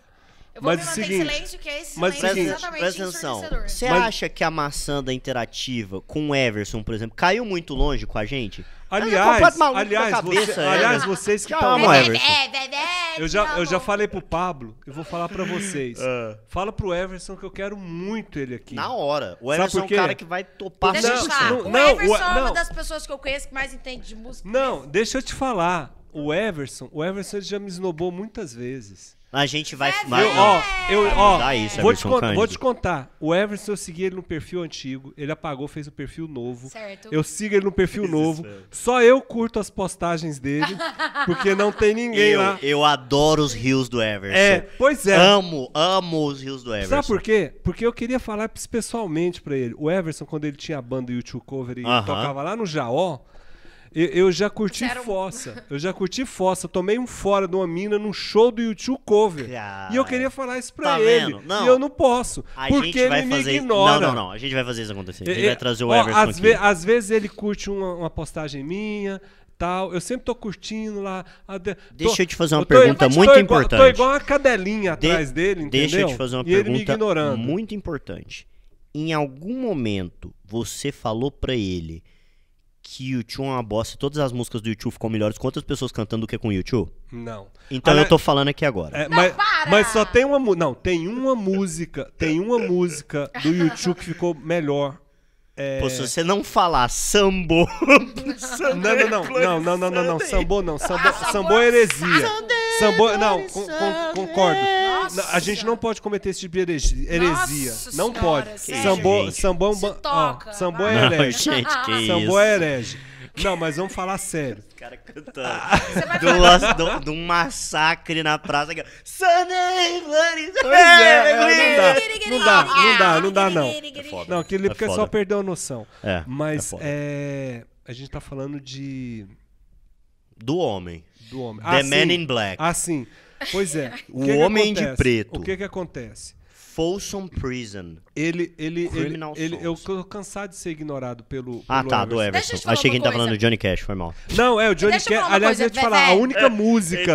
Eu vou Mas me o manter seguinte- em silêncio, que é esse mas o silêncio Presta, seguinte- exatamente presta atenção. ensurdecedor. Você Mas- acha que a maçã da interativa com o Everson, por exemplo, caiu muito longe com a gente? Mas é Aliás, completo maluco na aliás, cabeça, você- é. aliás, vocês que Tchau, estão amor. Everson. É, bebê, Eu te já, eu amo. já falei pro Pablo, eu vou falar pra vocês. Ah. Fala pro Everson que eu quero muito ele aqui. Na hora. O Sabe Everson é por um quê? cara que vai topar Deixa eu te Não, falar. não, o não, Everson o- é uma não. das pessoas que eu conheço que mais entende de música. Não, deixa eu te falar. O Everson, o Everson ele já me esnobou muitas vezes. A gente vai... Vai, vai- Eu, ó, eu, ó, Dá isso, vou, te Everson con- Cândido. vou te contar. O Everson, eu segui ele no perfil antigo, ele apagou, fez um perfil novo. Certo. Eu sigo ele no perfil é novo. Só eu curto as postagens dele, porque não [laughs] tem ninguém Eu, lá. eu adoro os rios do Everson. É, pois é. Amo, amo os rios do Everson. Sabe por quê? Porque eu queria falar isso pessoalmente pra ele. O Everson, quando ele tinha a banda YouTube Cover e Aham. tocava lá no Jaó, eu, eu já curti Você era um- fossa. Eu já curti fossa. Eu tomei um fora de uma mina num show do YouTube Cover. Cara, e eu queria falar isso pra tá ele. vendo? Não. E eu não posso. A porque gente vai ele fazer... me ignora. Não, não, não. A gente vai fazer isso acontecer. A gente É, vai trazer o ó, Everson às, aqui. ve- às vezes ele curte uma, uma postagem minha, tal. Eu sempre tô curtindo lá. a de- tô- Deixa eu te fazer uma tô igual- pergunta tô muito igual- importante. Tô igual uma cadelinha De- atrás dele, entendeu? Deixa eu te fazer uma e ele me pergunta ignorando. muito importante. Em algum momento você falou pra ele que o YouTube é uma bosta, e todas as músicas do YouTube ficam melhores com outras pessoas cantando do que com o YouTube? Não. Então Ale- eu tô falando aqui agora. É, mas, para! mas só tem uma mu- não tem uma música tem uma música do YouTube que ficou melhor É. Pô, se você não falar [laughs] sambo, não não não não não não não não sambô não sambô, Ah, sambô sambô é heresia Sunday, sambô não con- Sunday. con- concordo Nossa. Não, a gente não pode cometer esse tipo de heresi- heresia Nossa não senhora, pode sério. sambô Gente. sambô é um Se ban- ó, toca, sambô vai. é não, herege [laughs] gente, que sambô é isso. herege não mas vamos falar sério O cara cantando. De uma- de- De um massacre na praça. que- Sunday, bloody Pois é, Sunday. é, não dá não dá não dá não dá não foda. Não, aquilo ali É porque foda. só perdeu a noção. É, é Mas foda. é, a gente tá falando de. Do homem. Do homem. Ah, The Man in Black. Assim. [laughs] Pois é. O que que Homem de acontece? Preto. O que que acontece? Folsom Prison. Ele. ele, ele, Criminal ele- eu Souls. tô cansado de ser ignorado pelo. Ah, pelo tá, do Everson. Deixa eu te Everson. falar Achei que uma ele tava coisa. falando do Johnny Cash, foi mal. Não, é o Johnny Deixa eu Cash. falar uma Aliás, coisa, eu ia te falar, a Vevé. única música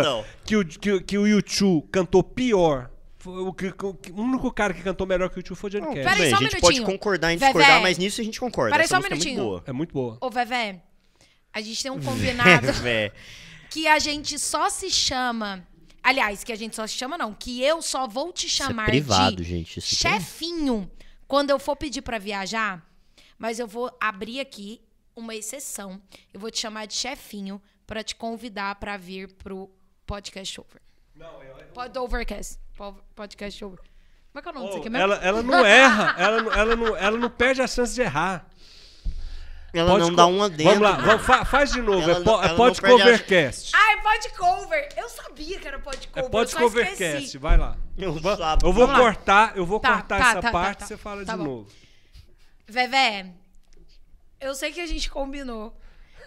[laughs] Então. que o, que, o- que o YouTube cantou pior. foi O, que, que- o que- o único cara que cantou melhor que o YouTube foi o Johnny Cash. pera- Peraí, Bem, só a um gente pode minutinho. concordar em Vevé. discordar, mas nisso a gente concorda. Peraí, Essa só um música é muito minutinho. boa. É muito boa. Ô, Vevé, a gente tem um combinado [laughs] Vé. que a gente só se chama... Aliás, que a gente só se chama não, que eu só vou te Isso é chamar privado, de gente. Isso tem- chefinho quando eu for pedir pra viajar, mas eu vou abrir aqui uma exceção. Eu vou te chamar de chefinho pra te convidar pra vir pro podcast over. Pod overcast, po- podcast over. Como é que é o nome disso aqui mesmo? Oh, Ela, [laughs] ela não erra, ela, não- ela, não, ela não perde a chance de errar. Ela Pode não co- dá um uma dentro. Vamos lá, vamos, fa- faz de novo. Ela não- é po- ela é não pod perde a- covercast. Ah, é pod cover. Eu sabia que era pod É cover. Ah, eu pod só covercast, esqueci. vai lá. [laughs] Eu sabe. Eu vou Vamos lá. cortar, eu vou Tá, cortar tá, essa tá, tá, parte, tá. você fala Tá de bom. novo. Vevé, eu sei que a gente combinou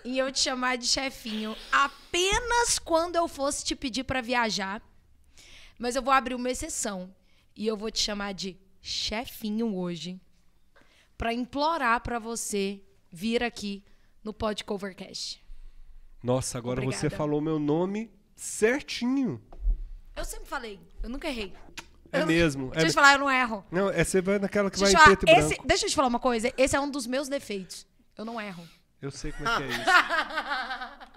em eu te chamar de chefinho apenas quando eu fosse te pedir pra viajar. Mas eu vou abrir uma exceção. E eu vou te chamar de chefinho hoje. pra implorar pra você vir aqui no Pod Covercast. Nossa, agora você Obrigada. falou meu nome certinho. Eu sempre falei, eu nunca errei. É Eu- mesmo. Deixa É, eu te falar, eu não erro. não, é você vai naquela que vai Deixa em eu, te falar, preto e esse- branco. deixa eu te falar uma coisa. Esse é um dos meus defeitos. Eu não [laughs] erro. Eu sei como Ah. é que é isso.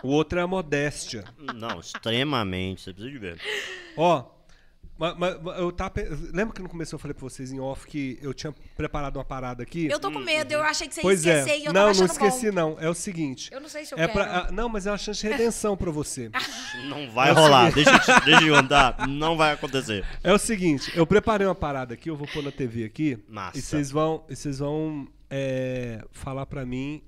O outro é a modéstia. Não, extremamente. Você precisa de ver. Ó, mas, eu tava, pe- lembra que no começo eu falei pra vocês em off que eu tinha preparado uma parada aqui? Eu tô com medo, eu achei que você ia pois esquecer é. e eu não, tava não achando esqueci bom. não. É o seguinte. Eu não sei se eu é quero. pra- ah, não, mas é [laughs] uma chance de redenção pra você. Não vai rolar. Deixa, eu te- deixa eu andar. Não vai acontecer. É o seguinte, eu preparei uma parada aqui, eu vou pôr na TV aqui. Massa. E vocês vão, e vocês vão é, falar pra mim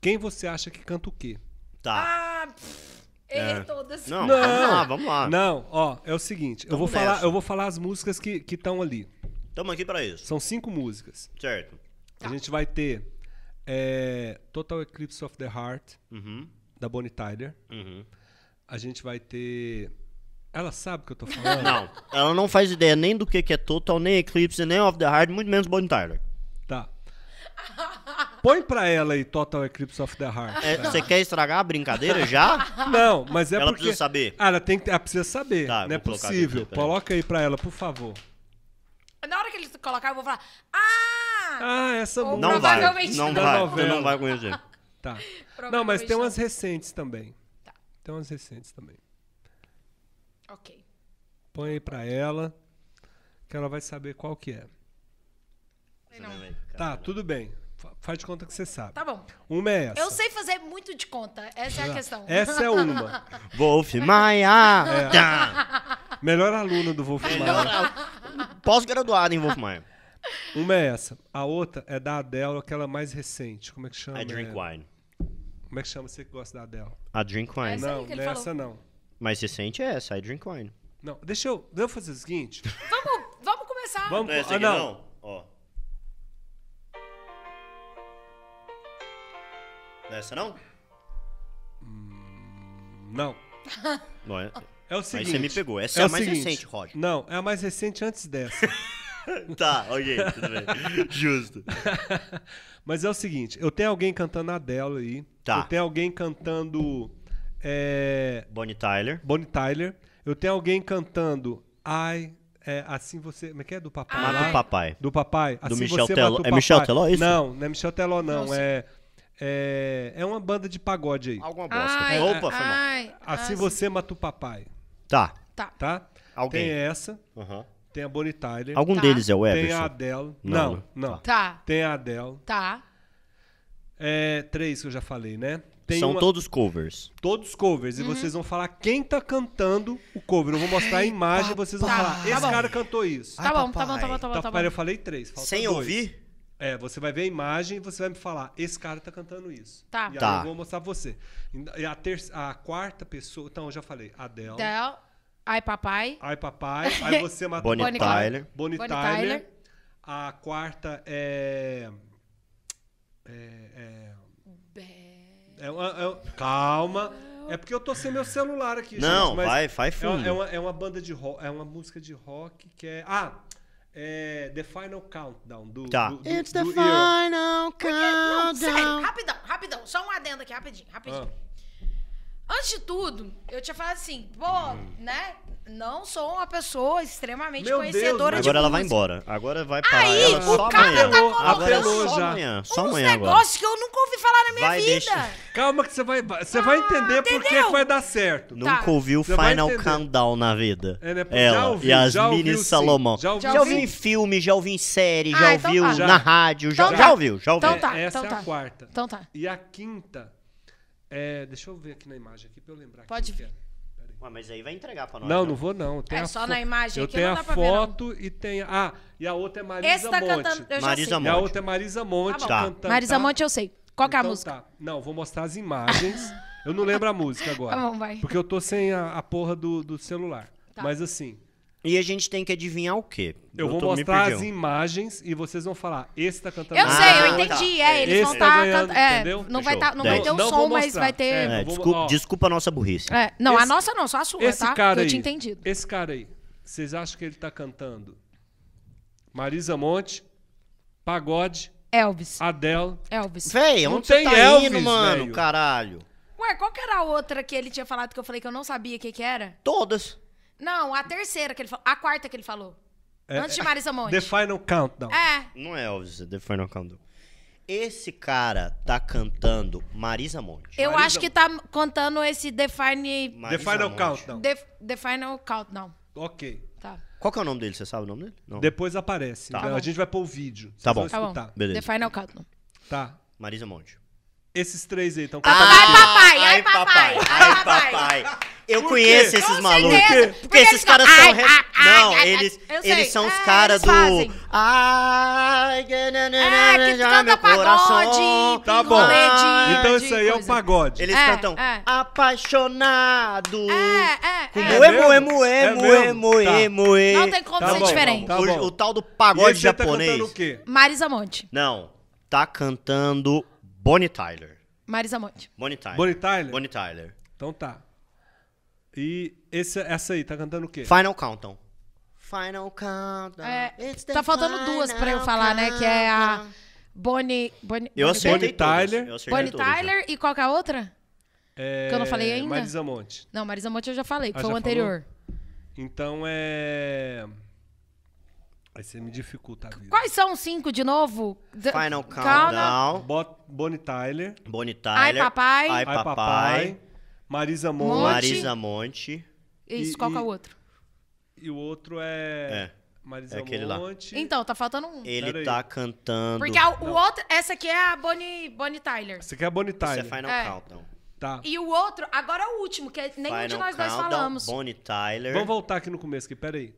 quem você acha que canta o quê. Tá. Ah, pff, errei É. todas. Não, Não. vamos lá, vamos lá. Não, ó, é o seguinte, eu vou, Vamos falar, nessa. eu vou falar as músicas que estão ali. Tamo aqui pra isso. São cinco músicas. Certo. A gente vai ter é, Total Eclipse of the Heart, Uhum. da Bonnie Tyler. Uhum. A gente vai ter. Ela sabe o que eu tô falando? Não, ela não faz ideia nem do que, que é Total, nem Eclipse, nem Off the Hard, muito menos Bonnie Tyler. Tá. Põe pra ela aí Total Eclipse of the Heart. É, Você quer estragar a [laughs] brincadeira já? Não, mas é Ela porque. precisa saber. Ah, ela, tem que... ela precisa saber. Tá, eu não é vou colocar aqui, possível. peraí. Coloca aí pra ela, por favor. Na hora que eles colocar, eu vou falar. Ah! Ah, essa Ou música. Não vai, Provavelmente não não. vai, Da você novela. não vai conhecer. Tá. Provavelmente Não, mas tem não. umas recentes também. Tá. Tem umas recentes também. Ok. Põe aí pra ela, que ela vai saber qual que é. Não. Tá, tudo bem. Fa- Faz de conta que você sabe. Tá bom. Uma é essa. Eu sei fazer muito de conta. Essa é a questão. [laughs] Essa é uma. Wolf É. Maia. Tá. Melhor aluna do Wolf É Maia. Pós-graduado em Wolf Maia. Uma é essa. A outra é da Adele, aquela mais recente. Como é que chama? I drink É- wine. Como é que chama você que gosta da Adele? I drink wine. Essa aí não, que ele não é essa falou. não. Mais recente é essa, I drink wine. Não, deixa eu, deixa eu fazer [laughs] o seguinte. Vamos, vamos começar. Vamos, Não é essa ah, aqui não. não? Ó. Não é essa não? Não. Bom, é- É o seguinte. você me pegou. Essa é o a mais recente, Roger. Não, é a mais recente [laughs] antes dessa. Tá, ok, tudo [laughs] bem. Justo. Mas é o seguinte, eu tenho alguém cantando a Adele aí. Tá. Eu tenho alguém cantando é, Bonnie Tyler. Bonnie Tyler. Eu tenho alguém cantando Ai, é, assim você. Como é que é? Do papai. Mas lá? do papai. Do papai. Assim Michel você Teló. mata o É Michel papai. Teló isso? Não, não é Michel Teló, não. Não sei. é, é, é uma banda de pagode aí. Alguma Ai, Opa, foi mal. ai, Assim ai. você mata o papai, Tá. Tá. tá? Alguém. Tem essa, Aham. tem a Bonnie Tyler, Algum Tá. deles é o tem a Everson. Adele. Não, Não, né? não. Tá. Tem a Adele. Tá. É, três que eu já falei, né? Tem São uma- todos covers. todos covers. Uhum. E vocês vão falar quem tá cantando o cover. Eu vou mostrar a imagem e vocês vão papai. falar. Esse Tá bom. cara cantou isso. Tá bom, tá bom, papai. tá bom, tá bom, tá bom. Eu falei três. falta Sem dois. ouvir? É, você vai ver a imagem e você vai me falar, esse cara tá cantando isso. Tá. E aí Tá. eu vou mostrar pra você. E a, terça- a quarta pessoa, então eu já falei, Adele, Del. Ai, papai. ai papai, aí você matou Bonnie Bonnie Tyler. Bonnie Bonnie Tyler. Tyler. A quarta é... é, é, é uma- é uma- calma. É porque eu tô sem meu celular aqui, Não, gente, mas vai- vai é uma- fundo. É uma, é uma banda de rock, é uma música de rock que é... Ah, é The Final Countdown do... Tá. do- do- do Ear. Não, sério, rapidão, rapidão. Só um adendo aqui, rapidinho, rapidinho. Ah. Antes de tudo, eu tinha falado assim, pô, né? Não sou uma pessoa extremamente Meu Deus, conhecedora mas de Agora ela vai música. embora. Agora vai parar. tipo, Aí, ela o só cara amanhã. tá agora é colocando só já. amanhã. Só Uns amanhã agora. negócios que eu nunca ouvi falar na minha Vai, vida. deixa. Calma que você vai, você vai entender por que Ah, entendeu? que vai dar certo. Nunca Tá. ouviu Você vai Final entender. Countdown na vida. É, né? Pô, já Ela ouvi, e as já mini ouviu, sim. Salomão. Já ouvi. Já ouvi. em filme, já ouvi em série, já Ah, então ouviu tá. na Já. rádio, já, Então já tá. ouviu, já ouviu. Então tá, Essa então é a tá. quarta. Então tá. E a quinta é, deixa eu ver aqui na imagem aqui pra eu lembrar. Pode quem que vir. é. Ué, mas aí vai entregar pra nós. Não, né? não vou não. Tem É, a só fo- na imagem Eu aqui tenho não a dá pra ver, não. foto e tem a... Ah, e a outra é Marisa Esse tá Monte. cantando. Eu já Marisa sei. Monte. E a outra é Marisa Monte Tá bom. Tá. cantando. Marisa tá? Monte eu sei. Qual que é a Então música? tá. Não, vou mostrar [laughs] as imagens. eu não lembro a música agora. Tá bom, vai. Porque eu tô sem a, a porra do, do celular. Tá. Mas assim, E a gente tem que adivinhar o quê? eu, vou tô- me mostrar assim, perdi as um. imagens e vocês vão falar, esse tá cantando Eu isso. sei, eu Ah, entendi. tá. É, eles Esse vão tá estar ganhando, cantando. É, entendeu? não vai, tá, não vai Dez. ter o Não vou som, mas mostrar. vai ter. É. É, Eu vou- desculpa, ó. desculpa a nossa burrice. É, não, a Esse- nossa não, só a sua, Esse tá? cara eu aí. tinha entendido. Esse cara aí. Vocês acham que ele tá cantando Marisa Monte, pagode Elvis. Adele. Elvis. Véi, Não onde você tem tá Elvis, indo, mano? velho. Caralho. Ué, qual que era a outra que ele tinha falado que eu falei que eu não sabia o que que era? Todas. Não, a terceira que ele falou. A quarta que ele falou. É, Antes de Marisa Monte. The Final Countdown. É. Não é Elvis, é The Final Countdown. Esse cara tá cantando Marisa Monte. Eu Marisa- acho que tá contando esse Define. Marisa The Final Monte. Countdown. Def, the Final Countdown. Ok. Tá. Qual que é o nome dele? Você sabe o nome dele? Não. Depois aparece. Tá. Então A gente vai pôr o vídeo. Vocês Tá vão bom. Tá bom. escutar. Beleza. The Final Countdown. Tá. Marisa Monte. Esses três aí então, estão Ai, Tá papai, ai, papai, ai, ai, papai. papai. Eu Por conheço quê? esses Com malucos. certeza, Porque, porque esses eles caras falam, são. ai, Re... ai, ai, não, ai, ai. eles, Eu sei. eles são os É, caras eles do. fazem. Ai, né, É, que canta pagode. Tá bom. rolê de- Então de isso aí é o coisa. pagode. Eles É, cantam é. apaixonado. É, é, é. Moe, moe, mesmo? moe, É moe, mesmo? moe, Tá. moe. Não tem como Tá ser bom, diferente. tá o, bom. o tal do E pagode esse aí tá cantando japonês. o quê? Marisa Monte. Não, tá cantando Bonnie Tyler. Marisa Monte. Bonnie Tyler. Bonnie Tyler? Bonnie Tyler. Então tá. E esse, essa aí, tá cantando o quê? Final Countdown. Final Countdown. É, It's the tá faltando duas pra eu falar, né? Que é a final Bonnie. Bonnie Eu Bonnie acertei Bonnie todas, Tyler. eu acertei Bonnie todas, né? Tyler e qual que é a outra? É, Que eu não falei ainda? Marisa Monte. Não, Marisa Monte eu já falei, que Ah, foi o já anterior. Então é... Aí você me dificulta a vida. Quais são os cinco de novo? The- Final Countdown. Countdown. Bot, Bonnie Tyler. Bonnie Tyler. papai. Ai, Ai, papai. É papai. Marisa Monte. Monte. Marisa Monte. Isso, E- qual que é o e- outro? E o outro é... É. Marisa É aquele lá. Monte. Então, tá faltando um. Ele Pera aí. tá cantando. Porque a- o outro, essa aqui é a Bonnie, Bonnie Tyler. Você quer a Bonnie Isso é Tyler? Final É. Countdown. Tá. E o outro, agora é o último, que nenhum Final de nós dois Countdown, falamos. Bonnie Tyler. Vamos voltar aqui no começo aqui, peraí.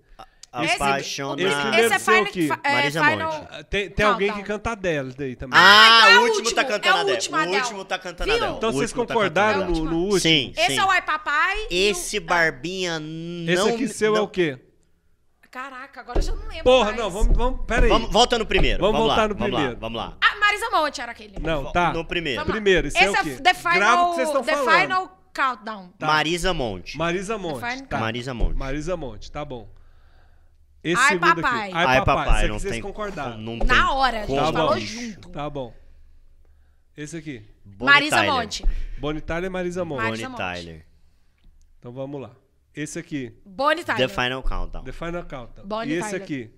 Esse- Apaixonado. o- Esse Esse, primeiro é seu Final. aqui, fa- é, Marisa final Monte. Ah, Tem, tem Não, alguém não. que canta Adele daí também. Ah, Ah, então é o o último tá último, cantando é o Adele. último, O Adele. último tá cantando Viu? Adele. então O vocês último tá concordaram cantando É o no, último. no último? Sim, Esse sim. é o Ai Papai. e Esse o- barbinha não... Esse aqui seu é não- o quê? Caraca, agora eu já não lembro. Porra, mais. não, vamos, vamos, peraí. Vamos, volta no primeiro. Vamos lá, voltar no vamos primeiro. Lá, vamos lá. Ah, Marisa Monte era aquele. Não, tá. No primeiro. Vamos lá. Primeiro, esse é o quê? The Grava o Final, que vocês estão the falando. final Countdown. Tá. Marisa Monte. Marisa Monte. Define- Tá. Marisa Monte. Marisa Monte, tá bom. Esse Ai, segundo papai. aqui. Ai, papai. Esse aqui vocês concordaram. Não tem Na hora, a gente como, Tá bom. falou bicho. junto. Tá bom. Esse aqui. Bonnie Marisa Tyler. Monte. Bonnie Tyler e Marisa Monte. Mari- Bonnie Marisa Monte. Tyler. Então vamos lá. Esse aqui. Bonnie The Tyler. Final Countdown. The Final Countdown. Bonnie e esse Tyler. aqui.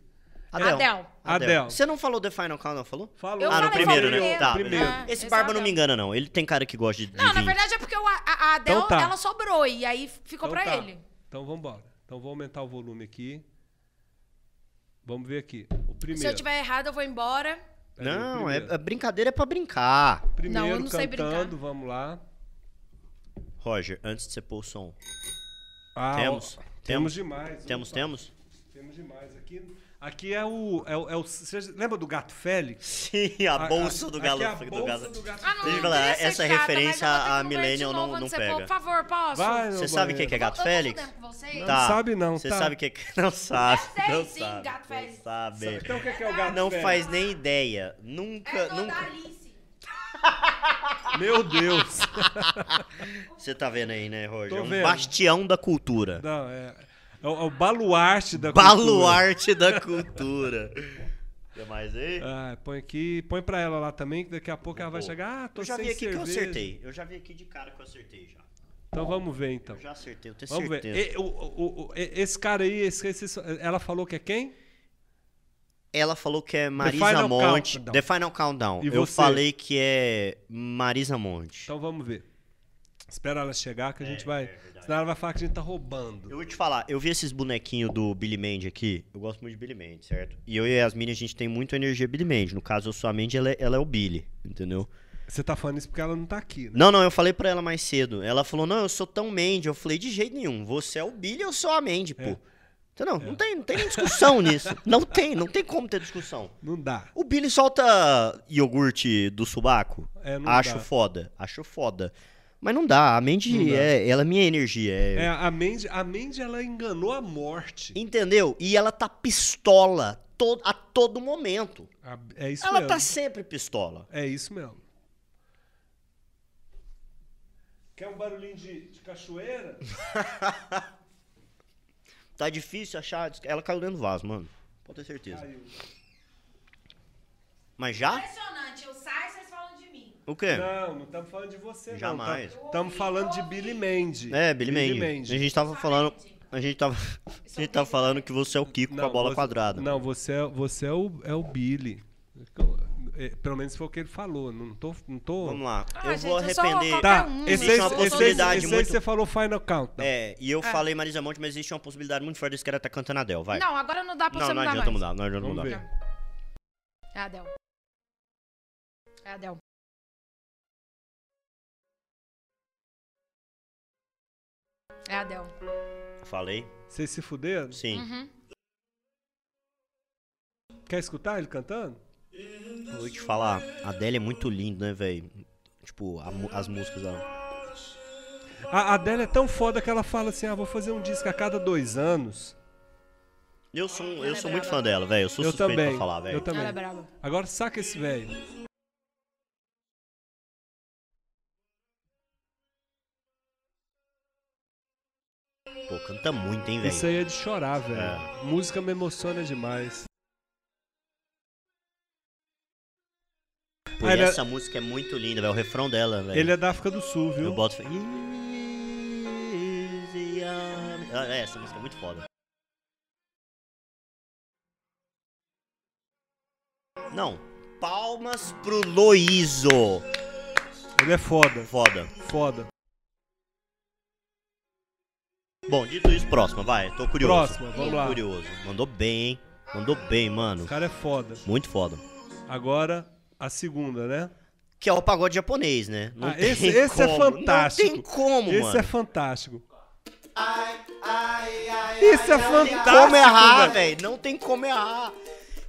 Adele. Adele. Você não falou The Final Countdown, falou? Falou. Eu ah, no falei, primeiro, falei. né? Tá, Primeiro. beleza. É, Esse esse é barba o não Adele. me engana, não. Ele tem cara que gosta de de Não, na vinho. verdade é porque o- a, a Adele, Então tá. ela sobrou e aí ficou pra tá. ele. Então vambora. Então vou aumentar o volume aqui. Vamos ver aqui. O primeiro. Se eu tiver errado, eu vou embora. Pera aí, o Não, é, primeiro. a brincadeira é pra brincar. Primeiro Não, eu não sei brincar. cantando, vamos lá. Roger, antes de você pôr o som. Ah, Temos? ó, temos, Temos? demais. Temos, Opa, temos? Temos demais aqui. Aqui é o. É o, é o- você lembra do gato Félix? Sim, a bolsa do aqui é a galo. bolsa do galo. do gato Ah, não, Deixa não eu falar, queria ser essa chata, mas referência eu vou ter que a comer de Millennial novo não- antes não de você pega. pôr. Por favor, posso? Vai, Você sabe o que que Eu- é eu gato tô Félix? fudendo com vocês. Tá. sabe não, Você tá. sabe o que que... Não sabe. Eu sei não sim, sabe, gato não Félix. sabe. Então o que é, que é o gato Não Félix? faz nem ideia. Nunca, É do da nunca. Alice. Meu Deus! Você tá vendo aí, né, Roger? Tô um vendo. bastião da cultura. não, é, é o, é o baluarte da Baluarte da cultura. [laughs] Tem mais aí? cultura. Ah, põe aqui, põe pra ela lá também, que daqui a pouco ela vai Pô, chegar. Ah, tô Eu já sem vi aqui que eu cerveja. acertei. Eu já vi aqui de cara que eu acertei já. Então vamos ver então. Eu já acertei, eu tenho Vamos ver. certeza. E- o- o- o- e- esse cara aí, esse- esse- ela falou que é quem? Ela falou que é Marisa Final Monte. Countdown. The Final Countdown. E eu você? falei que é Marisa Monte. Então vamos ver. Espera ela chegar É, que a gente vai. senão ela vai falar que a gente tá roubando. Eu vou te falar, eu vi esses bonequinhos do Billy Mandy aqui. Eu gosto muito de Billy Mandy, certo? E eu e a Yasmin, a gente tem muito energia Billy Mandy. No caso, eu sou a Mandy, ela é, ela é o Billy, entendeu? Você tá falando isso porque ela não tá aqui, né? Não, não, eu falei pra ela mais cedo. Ela falou, não, eu sou tão Mandy. Eu falei, de jeito nenhum, você é o Billy, eu sou a Mandy, pô. É. Entendeu? Não tem, não tem nem discussão [laughs] nisso. Não tem, não tem como ter discussão. Não dá. O Billy solta iogurte do subaco. É, não acho dá. foda, acho foda. Mas não dá, a Mandy, é, ela é minha energia. é- É, a Mandy, a Mandy, ela enganou a morte. Entendeu? E ela tá pistola to- a todo momento. A- é isso ela mesmo. tá sempre pistola. É isso mesmo. Quer um barulhinho de, de cachoeira? Tá difícil achar. Ela caiu dentro do vaso, mano. Pode ter certeza. Caiu. Mas já? Impressionante. Eu saio e vocês falam de mim. O quê? Não, não estamos falando de você, não. É. Jamais. Estamos falando de Billy Mandy. É, Billy Mandy. A gente tava Só falando. Mandy. A gente tava. [laughs] A gente tava falando que você é o Kiko com a Não, bola você- quadrada. Não, você é, você é o, é o Billy. É, Pelo menos foi o que ele falou. Não tô. Não tô... Vamos lá. Ah, eu vou gente, eu sou arrepender. qualquer Tá, um, esse, gente, aí- é uma eu esse, aí- possibilidade esse aí muito- você falou Final Countdown. É, e eu falei Marisa Monte, mas existe uma possibilidade muito forte desse cara tá cantando Adele, vai. Ah. Não, agora não dá pra não, você não mudar adianta mais. mudar, não adianta Vamos mudar. ver. É a Adel. É a Adel. É a Adel. Falei? Vocês se fuderam? Sim. Uhum. Quer escutar ele cantando? Vou te falar, a Adele é muito linda, né, velho? Tipo, a mu- as músicas dela. A Adele é tão foda que ela fala assim: ah, vou fazer um disco a cada dois anos. Eu sou, um- é eu sou muito fã dela, velho. Eu sou eu suspeito também. pra falar, velho. eu também. Ela é brava. Agora saca esse velho. Pô, canta muito, hein, velho. Isso aí é de chorar, velho. É. Música me emociona demais. Pô, Ah, e ele é- essa música é muito linda, velho. O refrão dela, velho. Ele é da África do Sul, viu? Eu boto. fé. Easy on- Ah, é, essa música é muito foda. Não. Palmas pro Loiso. Ele é foda, Foda. foda. Bom, dito isso, próxima, vai. Tô curioso. Próxima, vamos Tô lá. curioso. Mandou bem, hein? Mandou bem, O mano. cara é foda. Muito foda. Agora, a segunda, né? Que é o pagode japonês, né? Não Ah, tem esse- esse é como. fantástico. Não tem como, Esse mano. é fantástico. Isso é fantástico. como errar, velho. velho. Não tem como errar.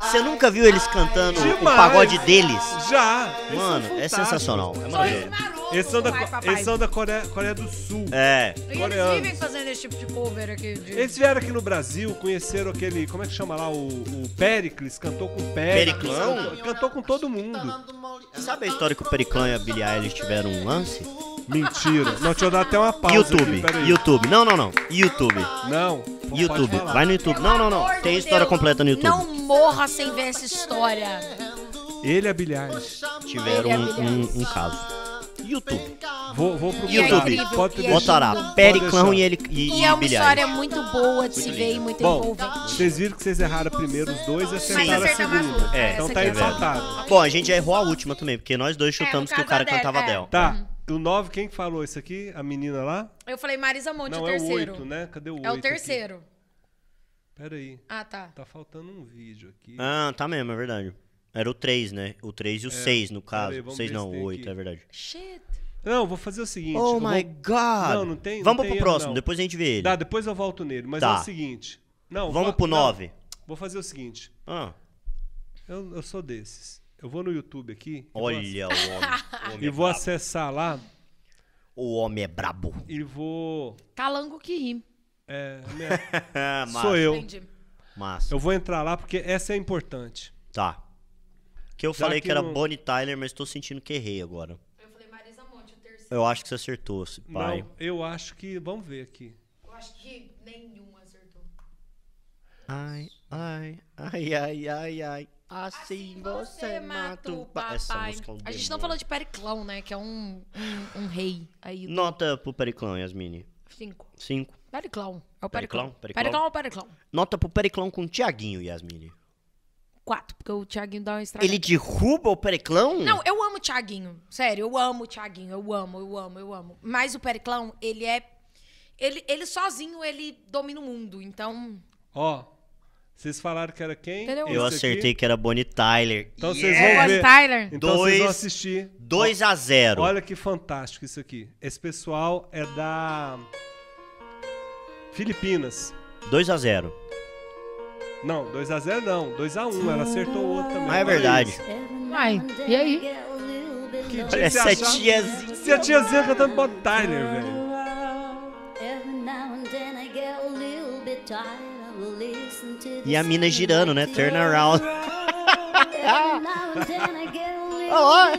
Você nunca viu eles cantando o Demais. pagode deles? Já! Esse Mano, é fantástico. sensacional. É Só esse maravilhoso. maroto. Eles são da, Vai, papai. eles são da Coreia, Coreia do Sul. É. E eles coreanos. vivem fazendo esse tipo de cover aqui. de- Eles vieram aqui no Brasil, conheceram aquele. Como é que chama lá? O, o Pericles, cantou com o Pericles. Periclão? Cantou, cantou com todo mundo. Sabe a história que o Periclão e a Billie Eilish tiveram um lance? Mentira. Não, deixa eu dar até uma pausa. YouTube. aqui, peraí. YouTube. Não, não, não. YouTube. Não. pode YouTube. falar. Vai no YouTube. Não, não, Pelo amor não. Tem de história Deus, completa no YouTube. Não morra sem ver essa história. Ele é bilhares. Tiveram Ele é Billie um, Eilish. um- um caso. YouTube. Vou, vou procurar. YouTube. Pode E é deixar. Botará. YouTube. Periclão Pode e, deixar. ele, e, E e é uma Billie história Eilish. muito boa de se Muito ver e linda. muito Bom, envolvente. vocês viram que vocês erraram primeiro os dois e acertaram a acertamos as segunda. duas. É, então essa tá aqui é empatado. Bom, a gente já errou a última também, porque nós dois no chutamos que o caso cara a Adele, cantava é. Adele. Tá. O 9, quem que falou isso aqui? A menina lá? Eu falei Marisa Monte, Não, o é o terceiro. 8, né? Cadê o 8? É o terceiro. Pera aí. Ah, tá. Tá faltando um vídeo aqui. Ah, tá mesmo, é verdade. Era o 3, né? O 3 e o 6, no caso. É, peraí, vamos 6 ver se não, tem o 8, aqui. é verdade. Shit. Não, vou fazer o seguinte. Oh eu my vou... god! Não, não tem- não Vamos tem pro erro, próximo, não. depois a gente vê ele. Dá, depois eu volto nele. Mas Tá. é o seguinte. Não, Vamos va- pro não, 9. Vou fazer o seguinte. Ah, Eu, eu sou desses. Eu vou no YouTube aqui. e vou ac- olha o homem. [laughs] O homem, E é brabo. vou acessar lá o homem é [laughs] brabo. e vou. Calango que ri. é, minha- Ah, [laughs] massa, Sou eu. Entendi. Massa. Eu vou entrar lá porque essa é importante. Tá. Que eu Já falei que que era não- Bonnie Tyler, mas tô sentindo que errei agora. Eu falei Marisa Monte, o terceiro. Eu acho que você acertou, se pai. Não, eu acho que. Vamos ver aqui. Eu acho que nenhum acertou. Ai, ai, ai, ai, ai, ai. Assim você mata o pa- Essa música é um A gente não demônio. falou de Periclão, né? Que é um, um, um rei aí. do- Nota pro Periclão, Yasmini. Cinco. 5. Periclão. É o Periclão, Periclão. Periclão. Periclão ou Periclão? Nota pro Periclão com o Tiaguinho, Yasmini. Quatro, porque o Thiaguinho dá uma estrada. Ele derruba o Periclão? Não, é eu amo o Thiaguinho. Sério, eu amo o Thiaguinho. Eu amo, eu amo, eu amo. Mas o Periclão, ele é. Ele, ele sozinho, ele domina o mundo. Então. Ó. Vocês falaram que era quem? Entendeu? Eu Esse aqui. acertei que era Bonnie Tyler. Então vocês Yeah! vão Bonnie ver. Tyler. Então vocês vão Dois- assistir. 2 a 0 Olha que fantástico isso aqui. Esse pessoal é da Filipinas. 2 a 0 Não, 2x0 não, 2x1, ela acertou o outro também. Ah, é verdade. Vai. E aí? Que dia Essa você achar- tiazinha. Se a tiazinha cantando Bob Tyler, velho. E a mina girando, né? [laughs] Turn around. Ah! Olá!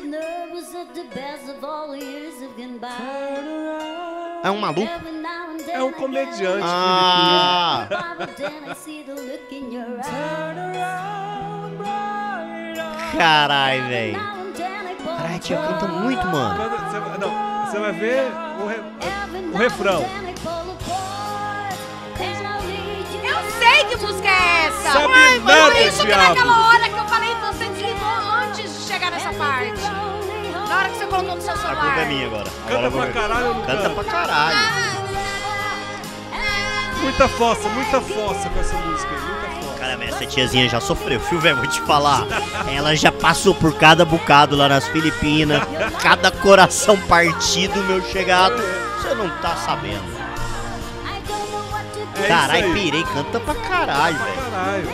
É um maluco? É um comediante Ah! filipino. Carai, velho. Caralho, Caralho, tia canta muito, mano. Quando você vai- não, você vai ver o re- o refrão. Eu sei que música é essa! Sabe Ai, mas nada, por isso que diabo. naquela hora que eu falei, você desligou antes de chegar nessa parte. Na hora que você colocou no seu A celular. culpa é minha agora. Agora Canta eu vou pra ver. caralho ou não Canta pra caralho. Muita fossa, muita fossa com essa música aí, muita fossa. Cara, mas essa tiazinha já sofreu, viu, velho? Vou te falar. Ela já passou por cada bocado lá nas Filipinas, cada coração partido, meu chegado. Você não tá sabendo. É Caralho, isso aí. pirei, canta pra caralho, Pra velho. caralho.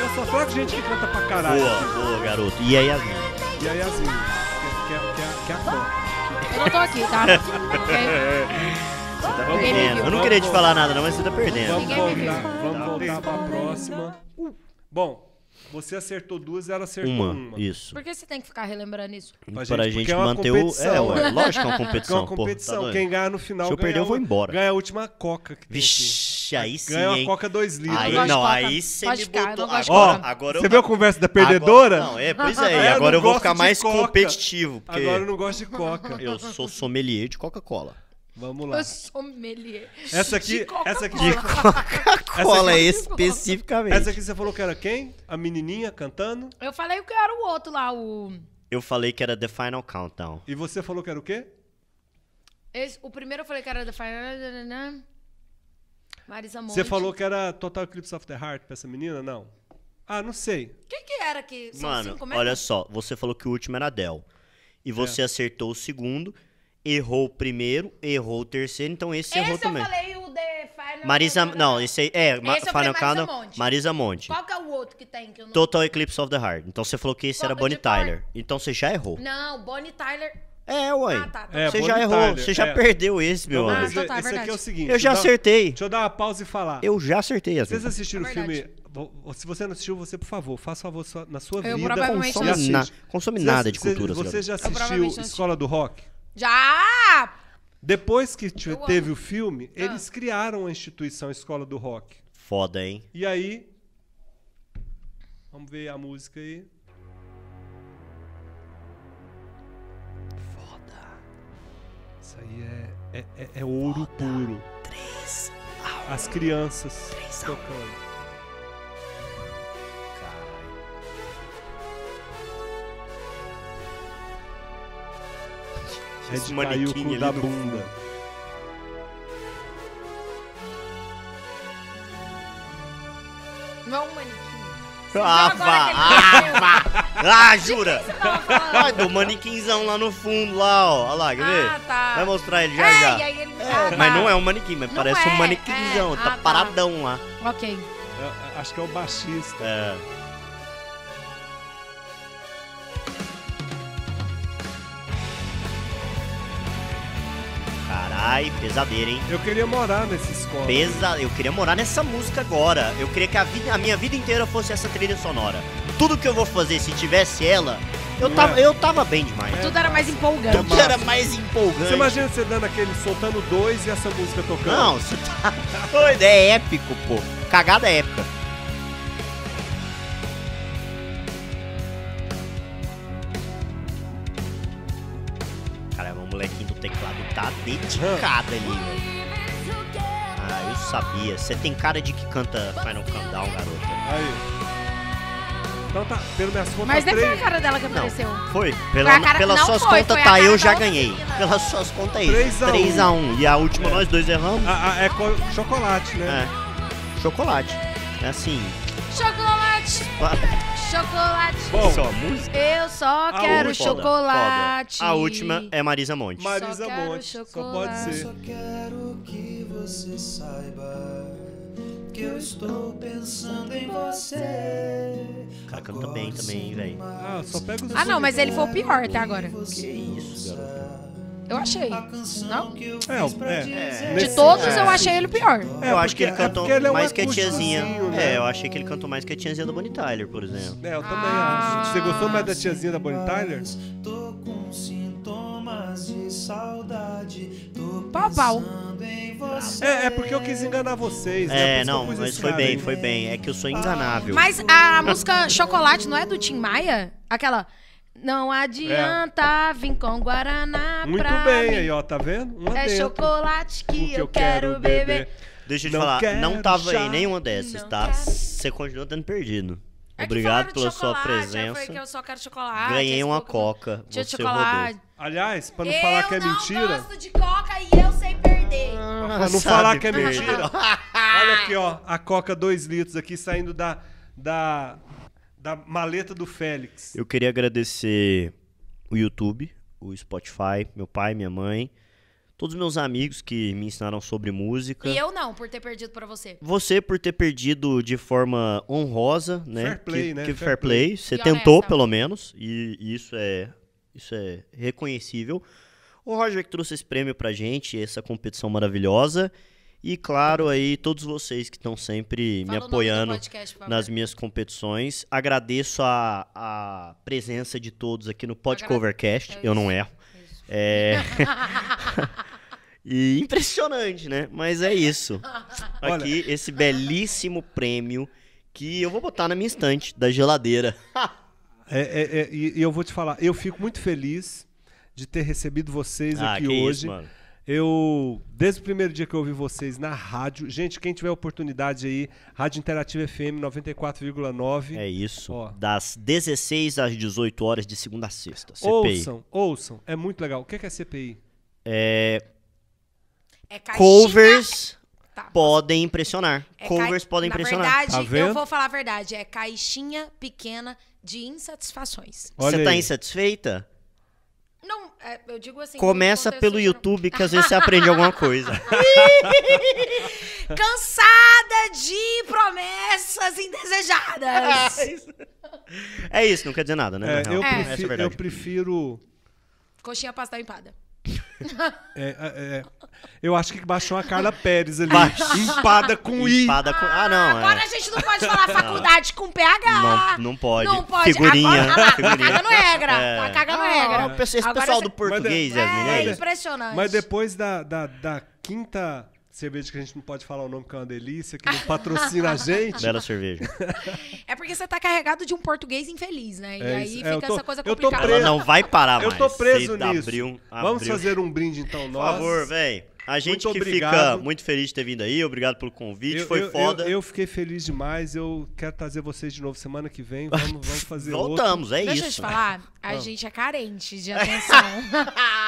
Eu só trago gente que canta pra caralho. Boa, boa, garoto. E aí, Yasmin? E aí, assim, que, que, que, que a conta. Eu não tô aqui, [laughs] tá? Ok? Você tá Vamos, perdendo. Eu não vamos, queria te vamos. falar nada, não, mas você tá perdendo. Vamos Ninguém me viu. voltar, vamos voltar pra próxima. Bom, você acertou duas, ela acertou uma. Uma, isso. Por que você tem que ficar relembrando isso? Pra gente, Para a porque gente é uma manter o. competição, É, ué, né? lógico que é uma Porque [laughs] é uma competição, pô. competição. Tá Quem doido? ganhar no final Se eu ganha perder, eu vou uma- embora. Ganha a última coca que tem aqui. Vixe, aí sim, Ganha uma hein? coca 2 litros. né? Aí, Eu gosto não, de coca. aí você Pode me ficar, eu botou. não gosto de Agora, coca. agora eu- Você viu a conversa da perdedora? Agora- não, é, [laughs] pois é. É, e eu agora não eu vou gosto ficar de mais coca. competitivo, porque Agora eu não gosto [laughs] de coca. eu sou sommelier de Coca-Cola. Vamos lá. Eu sou melier. Essa aqui- essa aqui- De Coca-Cola. Coca-Cola Essa aqui- [laughs] especificamente. Essa aqui você falou que era quem? A menininha cantando? Eu falei que era o outro lá, o. Eu falei que era The Final Countdown. E você falou que era o quê? Esse, o primeiro eu falei que era da Fernanda. Marisa Monte. Você falou que era Total Eclipse of the Heart pra essa menina? Não. Ah, não sei. Quem que era que. São Mano, cinco mesmo? olha só, você falou que o último era Adele. É. E você acertou o segundo, errou o primeiro, errou o terceiro, então esse, Esse errou eu também. falei o The Final. Marisa, não, esse aí é Ma- eu falei Final Marisa Countdown, Monte. Marisa Monte. Qual que é o outro que tem? Que eu não... Total Eclipse of the Heart. Então você falou que esse Qual- era de Bonnie qual? Tyler. Então você já errou. Não, Bonnie Tyler. É, ué. Ah, tá, tá. É, você Bonnie já errou, Tyler, você já é. perdeu esse, meu Não, Ah, amigo. mas então tá, esse verdade. aqui é o seguinte. Eu já deixa dar- acertei. Deixa eu dar uma pausa e falar. Eu já acertei as Vocês assistiram o É filme. verdade. vo- Se você não assistiu, você, por favor, faça favor sua- na sua Eu vida. provavelmente consome não assisti. na- Consome Você nada de assi- cultura, Zé. Você já provavelmente assistiu não assisti. Escola do Rock? Já! Depois que te- Eu teve amo. Tá. o filme, eles criaram a instituição Escola do Rock. Foda, hein? E aí. Vamos ver a música aí. Foda. Isso aí é, é, é- é ouro puro. As crianças tocando. É Esse de cair o manequim cu ali da no bunda. Não é um manequim. Ah, agora vá, que ele ah, vá. Ah, jura? Tava falando. Ah, do manequinzão lá no fundo, lá, ó. Olha lá, quer ver? Ah, tá. Vai mostrar ele já É, já. e aí ele- ah, tá. Mas não é um manequim, mas Não parece é, um manequinzão. é. Tá Ah, tá. paradão lá. Ok. É, acho que é o baixista. É. Carai, pesadeira, hein? Eu queria morar nessa escola. Pesa... Eu queria morar nessa música agora. Eu queria que a, vida- a minha vida inteira fosse essa trilha sonora. Tudo que eu vou fazer, se tivesse ela, eu, Não tava... é? eu tava bem demais. Tudo era mais empolgante. Tudo era mais empolgante. Você imagina você dando aquele, soltando dois e essa música tocando? Não, você tá [laughs] doido. É épico, pô. Cagada épica. Caramba, o é um molequinho do teclado tá dedicado ali, velho. Ah, eu sabia. Você tem cara de que canta Final Countdown, garota. Aí. Então tá, pelo minhas contas, Mas nem três. foi a cara dela que Não, apareceu. foi. Pela, a cara- pelas não suas foi, contas, foi a tá, cara eu da já outra ganhei. menina. Pelas suas contas, aí. Três a um. 3x1. E a última, É. nós dois erramos. Ah, ah, é co- chocolate, né? É. Chocolate. É assim. Chocolate! Chocolate! Bom, Só música. Eu só A quero última- Foda, chocolate. foda. A última é Marisa Monte. Marisa Só quero Monte, só pode chocolate. ser. Só quero que você saiba que eu estou pensando em você. O cara canta bem também, hein, velho. Ah, só pega os Ah, não, mas ele foi o pior até agora. Que isso, garoto. Eu achei. Não? É, é. De Nesse- todos, é. eu achei ele o pior. É, eu acho que porque- ele é cantou porque ele é um mais que a tiazinha. acústicozinho, né? É, eu achei que ele cantou mais que a tiazinha do Bonnie Tyler, por exemplo. É, eu também Ah, acho. Você gostou mais da tiazinha da Bonnie Tyler? Tô com sintomas de saudade. Tô Pau, pau. pensando em você. É, é porque eu quis enganar vocês, né? Por É, isso que eu não, pus mas esse foi cara bem, aí. Ah, foi bem. É que eu sou enganável. Mas a música Chocolate não é do Tim Maia? Aquela. Não adianta vir com Guaraná Muito pra bem mim. aí, ó, tá vendo? Um É adentro. chocolate O que eu quero beber. Deixa eu te Não falar, quero não tava chá. aí nenhuma dessas, Não tá? quero. Você continua tendo perdido. É que falaram Obrigado de pela sua chocolate, aí Foi presença. que eu só quero chocolate. Ganhei esse uma pouco- coca. Tinha você chocolate. rodou. Aliás, pra não falar que é mentira, Eu gosto de coca e eu sei perder. pra não Ah, Sabe falar [laughs] que é perder. mentira, olha aqui, ó, a Coca 2 litros aqui saindo da, da, da maleta do Félix. Eu queria agradecer o YouTube, o Spotify, meu pai, minha mãe, todos os meus amigos que me ensinaram sobre música. E eu não, por ter perdido pra você. Você por ter perdido de forma honrosa, né? Fair play, que, né? que Fair fair play. Você E tentou, honesta. pelo menos, e, e isso é isso é reconhecível. O Roger que trouxe esse prêmio pra gente, essa competição maravilhosa. E claro, aí todos vocês que estão Fala sempre o nome me do apoiando podcast, por favor. nas minhas competições. Agradeço a, a presença de todos aqui no Pod Agrade- Covercast. É isso. Eu não erro. [laughs] É. e impressionante, né? Mas é isso. Olha- Aqui, esse belíssimo prêmio que eu vou botar na minha estante da geladeira. É, é, é, e, e eu vou te falar, eu fico muito feliz de ter recebido vocês Ah, aqui que isso, hoje. mano. eu, desde o primeiro dia que eu ouvi vocês na rádio, gente, quem tiver oportunidade aí, Rádio Interativa FM 94,9. É isso. Ó. Das 16 às 18 horas de segunda a sexta. CPI. ouçam, ouçam, é muito legal. O que é que é CPI? É caixinha. Covers Tá. podem impressionar. É Covers cai- podem Na impressionar. verdade, Tá vendo? eu vou falar a verdade. É caixinha pequena de insatisfações. Olha Você tá aí. insatisfeita? Não, é, eu digo assim... Começa no contexto pelo geral. YouTube, que às vezes você aprende alguma [laughs] coisa. Cansada de promessas [laughs] indesejadas. É isso, não quer dizer nada, né? É, na eu, real. É. Essa é a prefiro, eu verdade. prefiro. Coxinha pastel empada. é, é, é, eu acho que baixou a Carla Pérez ali. Baixou. Empada com I. Empada com- Ah, não. Agora é. a gente não pode falar faculdade com PH. Não, não pode. Não pode. Figurinha. Agora, olha lá, Figurinha. tá cagando regra. É. Tá cagando regra. Ah, o pessoal- Esse Agora pessoal você- do português, Mas- Yasmin, É, é isso. impressionante. Mas depois da, da, da quinta cerveja que a gente não pode falar o nome, que é uma delícia, que não patrocina a gente. Bela cerveja. É porque você tá carregado de um português infeliz, né? e É aí isso. fica É, eu tô- essa coisa eu tô complicada. Ela preso. não vai parar Eu mais. tô Você preso nisso. Ah, Abriu, Vamos abriu. fazer um brinde então Por nós. favor, velho. A gente Muito que obrigado. fica muito feliz de ter vindo aí. Obrigado pelo convite. Eu, Foi eu- foda. Eu, eu fiquei feliz demais. Eu quero trazer vocês de novo semana que vem. Vamos, [laughs] vamos fazer outro. Voltamos, é Deixa eu te isso. falar, a gente é carente de atenção.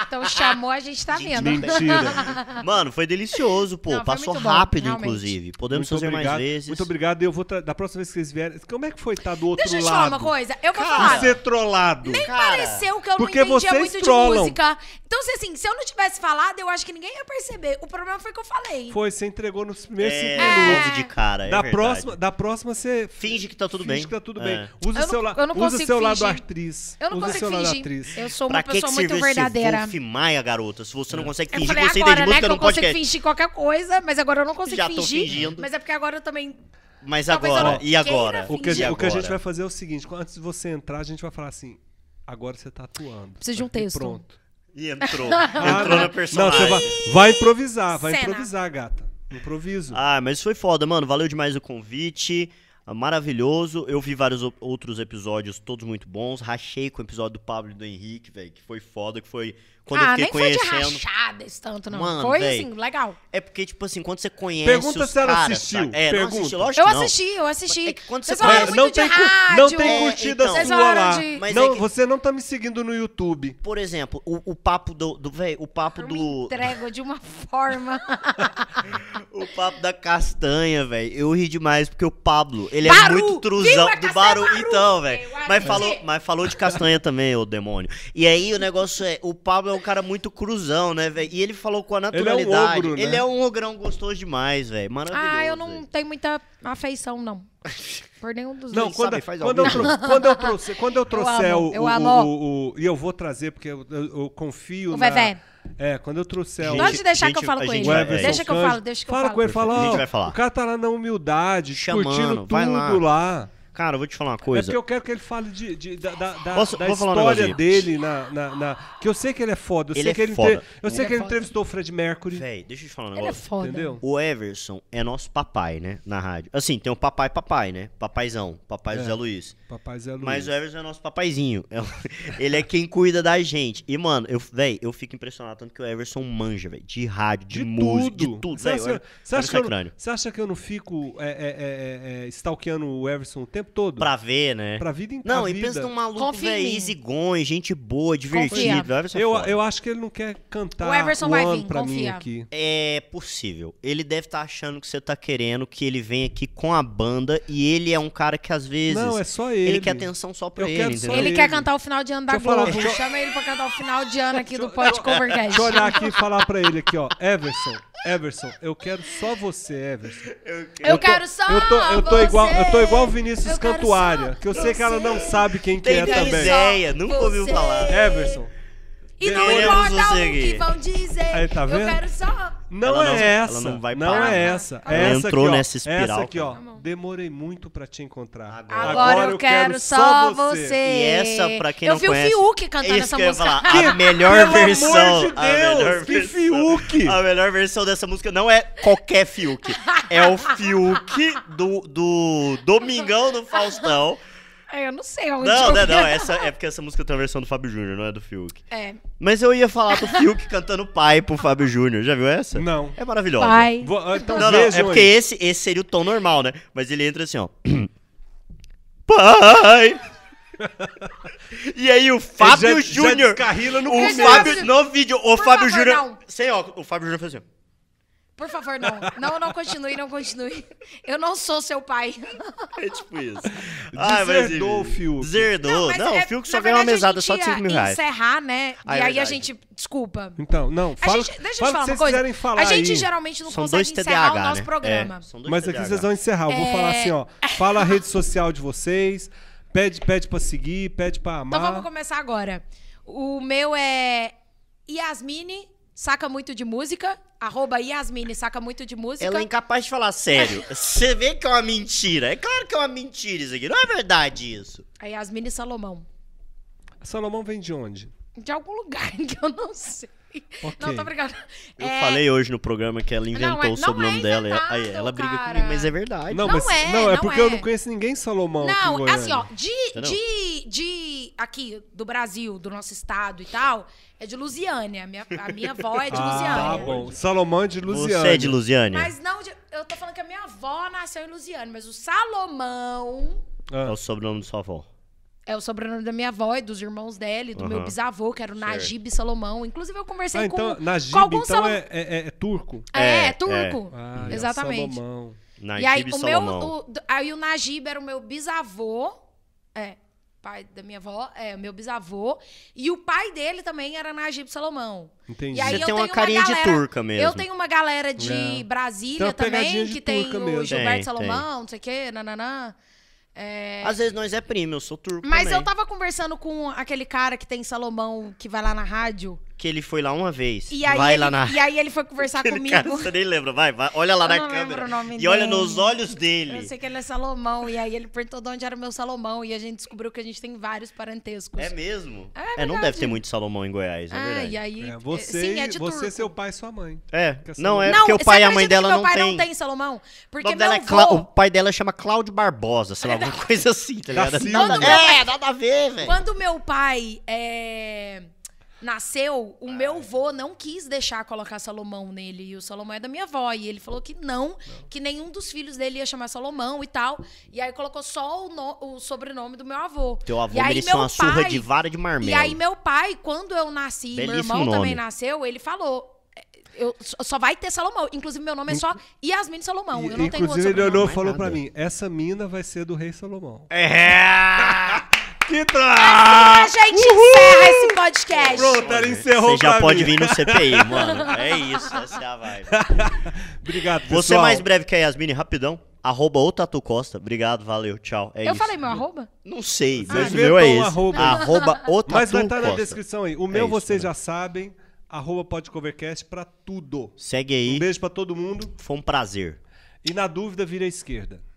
então chamou, a gente tá Gente, vendo. [laughs] Mentira. Mano, foi delicioso, pô. Não, foi Passou muito bom, rápido, realmente. inclusive. Podemos Muito fazer mais obrigado. vezes. Muito obrigado. Eu vou tra- da próxima vez que vocês vierem. Como é que foi estar do outro Deixa eu te lado? falar uma coisa. Eu vou Cara, falar. E ser trollado. Cara, Pareceu que eu porque não entendia vocês muito de trollam. música. Então, se assim, se eu não tivesse falado, eu acho que ninguém ia perceber. O problema foi que eu falei. Foi, você entregou nos primeiros É, cinco minutos. onze de cara. é da, verdade. próxima, da próxima você Finge que tá tudo finge bem. que tá tudo É. bem. Usa Eu o seu, não- la eu não usa o consigo seu lado fingir. atriz. Eu não usa o seu consigo lado fingir. atriz. Eu sou Pra uma que, que pessoa serve muito esse verdadeira. Wolf Maia, garota? Se você não consegue Eu fingir falei que você entende agora, né, música que eu num consigo podcast. fingir qualquer coisa, mas agora eu não consigo Já tô fingir. fingindo. Mas é porque agora eu também. Mas Talvez eu agora, não e agora? queira O que, a fingir. E gente- o que a agora? gente vai fazer é o seguinte: antes de você entrar, a gente vai falar assim. Agora você tá atuando. Preciso de um E texto. Pronto. E entrou. Ah, entrou na não, personagem. Não, você vai, vai improvisar, vai Cena. improvisar, gata. Improviso. Ah, mas foi foda, mano. Valeu demais o convite. ah, Maravilhoso. Eu vi vários o- outros episódios, todos muito bons. Rachei com o episódio do Pablo e do Henrique, velho, que foi foda, que foi quando eu ah, fiquei nem foi de conhecendo. rachada esse tanto, não. Mano, foi véi. assim, legal. é porque, tipo assim, quando você conhece Pergunta os se ela caras, assistiu. saca? É, não assisti, Pergunta. lógico Eu que não. assisti, eu assisti. É que quando Vocês você falaram conhece- muito de cu- rádio. não tem É, curtida então. Vocês sua falaram lá. de- Mas Não, é que- você não tá me seguindo no YouTube. Por exemplo, o, o papo do, do véi, o papo Eu me do entrego de [laughs] uma forma. o papo da castanha, velho. Eu ri demais porque o Pablo, ele é Baru! muito truzão Viva do Castanha Baru, Baru! então, velho. Eu acho Mas que- falou, mas falou de castanha também, ô demônio. E aí o negócio é, o Pablo é um cara muito cruzão, né, velho? E ele falou com a é um naturalidade. ogro, né? Ele é um ogrão gostoso demais, velho. Maravilhoso. ah, eu não véi. tenho muita afeição, não. Por nenhum dos Não, dois. quando, sabe, faz ao quando, eu vivo. trou- quando eu trouxer, quando eu trouxer amo, [laughs] o, eu o- amo. o- o- E eu vou trazer, porque eu, eu- eu confio O na. Vevé. É, quando eu trouxer Gente, o. Pode deixar que gente, eu falo a com ele. gente vai- Everson Deixa que eu Sanji, falo, deixa que eu Fala falo. com ele, fala. Perfeito. A gente ó, vai falar. O cara tá lá na humildade, Chamando, curtindo vai tudo lá. Cara, eu vou te falar uma É coisa. porque eu quero que ele fale de, de- da, da, da- Posso- da vou falar um história negocinho. dele, na, na, na- que eu sei que ele é foda. Eu Ele sei é que ele, foda. entre- eu sei é que ele foda. entrevistou o Fred Mercury, Véi, deixa eu te falar um Ele é negócio. foda. entendeu? O Everson é nosso papai, né? Na rádio. Assim, tem o papai, papai, né? Papaizão. Papai É. José Luiz. Papai Zé Luiz. Mas o Everson é nosso papaizinho. É o- [laughs] Ele é quem cuida da gente. E, mano, eu, véi, eu fico impressionado tanto que o Everson manja, velho. De rádio, de, música, de tudo. Você Véi, acha, olha- você olha acha esse que eu, não- crânio. você acha que eu não fico é, é, é, é, stalkeando o Everson o tempo todo? Pra ver, né? Pra vida inteira. Não, e pensa num maluco, Confia em velho, mim. exigões, gente boa, divertido. Confia. O Everson é eu, foda. eu acho que ele não quer cantar O Everson One vai vir, pra mim confia. aqui. É possível. Ele deve estar achando que você tá querendo que ele venha aqui com a banda e ele é um cara que às vezes Não, é só ele, ele. quer atenção só pra Eu ele, quero entendeu? só Ele ele. quer cantar o final de ano da Deixa eu falar Globo. com- Chama ele pra cantar o final de ano aqui do Pod Covercast. Deixa eu olhar aqui e falar pra ele aqui, ó. Everson, Everson, eu quero só você, Everson. Eu, tô- quero só Eu tô, eu tô igual, eu tô igual o Vinícius Tá, Eu quero Cantuária, só que eu sei que ela não sabe quem que Tem é nem também. ideia, nunca ouviu Você. falar. Everson, E não Queremos importa você o que aqui. vão dizer. Aí, tá vendo? Eu quero só... não Ela é não- essa. ela não vai não parar. né? é essa. Tá bom. É essa Ela entrou aqui, ó. nessa espiral, Essa aqui, ó. cara. Demorei muito pra te encontrar. Agora. Tá Agora, eu quero, só você. E essa, pra quem É. eu não vi conhece... o Fiuk cantando isso essa que eu ia música. [laughs] falar, Que- a melhor [laughs] pelo amor versão... de a melhor Deus, que versão- Fiuk! A melhor versão dessa música não é qualquer Fiuk. É o Fiuk do, do Domingão [laughs] do Faustão. É, Eu não sei onde eu Não, vi. não, [laughs] não. Essa, é porque essa música tem uma versão do Fábio Júnior, não é do Fiuk. É. Mas eu ia falar do Fiuk cantando pai pro Fábio Júnior. Já viu essa? Não. É maravilhosa. Pai. Vou- ah, então Não, não, vejam é porque aí. esse, esse seria o tom normal, né? Mas ele entra assim, ó. [clears throat] Pai! e aí o Fábio já- já Júnior. descarrila no o começo. Fábio no vídeo, o Por Fábio favor, Júnior. não. Sem óculos, o Fábio Júnior fez assim. ó. Por favor, não. Não, não continue, não continue. Eu não sou seu pai. É tipo [laughs] isso. Deserdou o Fiuk. Deserdou. Não, é- é, o Fiuk só ganhou uma mesada só de 5 mil reais. encerrar, né? Ah, é e aí a verdade. gente... Desculpa. Então, não, A fala, gente, deixa eu fala te o que falar uma vocês coisa. querem falar A gente aí. geralmente não São dois consegue encerrar TDAH, o nosso né? programa. É, são dois Mas aqui TDAH. vocês vão encerrar. Eu vou É. falar assim, ó. Fala a rede social de vocês. Pede, pede pra seguir, pede pra amar. Então vamos começar agora. O meu é Yasmine, saca muito de música. Arroba Yasmine, saca muito de música. Ela é incapaz de [laughs] falar sério. Você vê que é uma mentira. É claro que é uma mentira isso aqui. Não é verdade isso. A Yasmine Salomão. Salomão vem de onde? De algum lugar [laughs] que eu não sei. Ok. Não, tô brincando. Eu É, falei hoje no programa que ela inventou Não, é- o não sobrenome é dela. e ela- inventado, aí ela briga cara. comigo, mas é verdade. Não, Não mas, é, não, é não porque é. eu não conheço ninguém Salomão. aqui em Não, Goiânia. assim, ó, de, Entendeu? de, de aqui, do Brasil, do nosso estado e tal, é de Lusiânia. A minha, a minha avó é de [laughs] Ah, Lusiânia. bom. Salomão é de Lusiana. Você é de Lusiânia? Mas não, de- eu tô falando que a minha avó nasceu em Lusiânia, mas o Salomão É o sobrenome de sua avó. É o sobrenome da minha avó e dos irmãos dela e do meu Aham. bisavô, que era o Certo. Najib Salomão. Inclusive, eu conversei Ah, então, com, Najib, com algum então Salomão. é, é- é turco? É, É, turco. Ah, é o Exatamente. Salomão. Najib e aí, o meu, Salomão. o- do- aí o Najib era o meu bisavô. É, pai da minha avó, é, o meu bisavô. E o pai dele também era Najib Salomão. Entendi. E aí Você eu tem uma tenho carinha de galera, turca mesmo. Eu tenho uma galera de É. Tem Brasília uma pegadinha também, de que tem turca o mesmo. Gilberto Tem, Salomão, não sei o quê, nananã. É, Às vezes nós é primo, eu sou turco Mas também. eu tava conversando com aquele cara que tem Salomão, que vai lá na rádio. Que ele foi lá uma vez. E aí, vai ele, lá na... e aí ele foi conversar Aquele comigo. [laughs] Cara, você nem lembra, vai, vai. Olha lá Eu na não lembro câmera. o nome e olha dele. nos olhos Eu dele. sei que ele é Salomão. E aí ele perguntou de onde era o meu Salomão. E a gente descobriu que a gente tem vários parentescos. É mesmo? É não verdade. deve ter muito Salomão em Goiás, é ah, verdade. e aí. É, você, sim, é de você turco. seu pai e sua mãe. É, Fica não é Não, porque o você pai e a mãe acredita que dela meu não pai tem. não tem Salomão? O, Porque nome meu dela é avô... Clá- o pai dela chama Cláudio Barbosa, sei lá, [laughs] alguma coisa assim, tá Da ligado? Silva. Nada, é, nada a ver, velho. Quando meu pai é, nasceu, o Ah. meu vô não quis deixar colocar Salomão nele. E o Salomão é da minha avó. E ele falou que não, que nenhum dos filhos dele ia chamar Salomão e tal. E aí colocou só o, no- o sobrenome do meu avô. Teu avô e aí, mereceu meu uma surra pai- de vara de marmelo. E aí meu pai, quando eu nasci, meu Belíssimo irmão também nome. nasceu, ele falou... "É, Eu, só- só vai ter Salomão. Inclusive, meu nome é só Yasmin Salomão. eu E- não tenho outro inclusive, ele olhou e sobrenome. falou nada. pra mim: essa mina vai ser do rei Salomão. É! Que A tra... gente encerra esse podcast. "Ah, Pronto, ela encerrou Você já pra pode mim. vir no CPI, [laughs] mano. É isso, essa é a vibe. Obrigado, pessoal. Você é mais breve que a Yasmine, rapidão. Arroba o Tatu Costa. Obrigado, valeu, tchau. É eu isso. falei meu arroba? Ah, Não sei, mas o inventou meu é um esse. arroba. Arroba [laughs] o Tatu Mas vai estar Costa. na descrição aí. O meu isso, vocês né? já sabem. Arroba podcovercast pra tudo. Segue Um aí. beijo pra todo mundo. Foi um prazer. E na dúvida, vira à esquerda.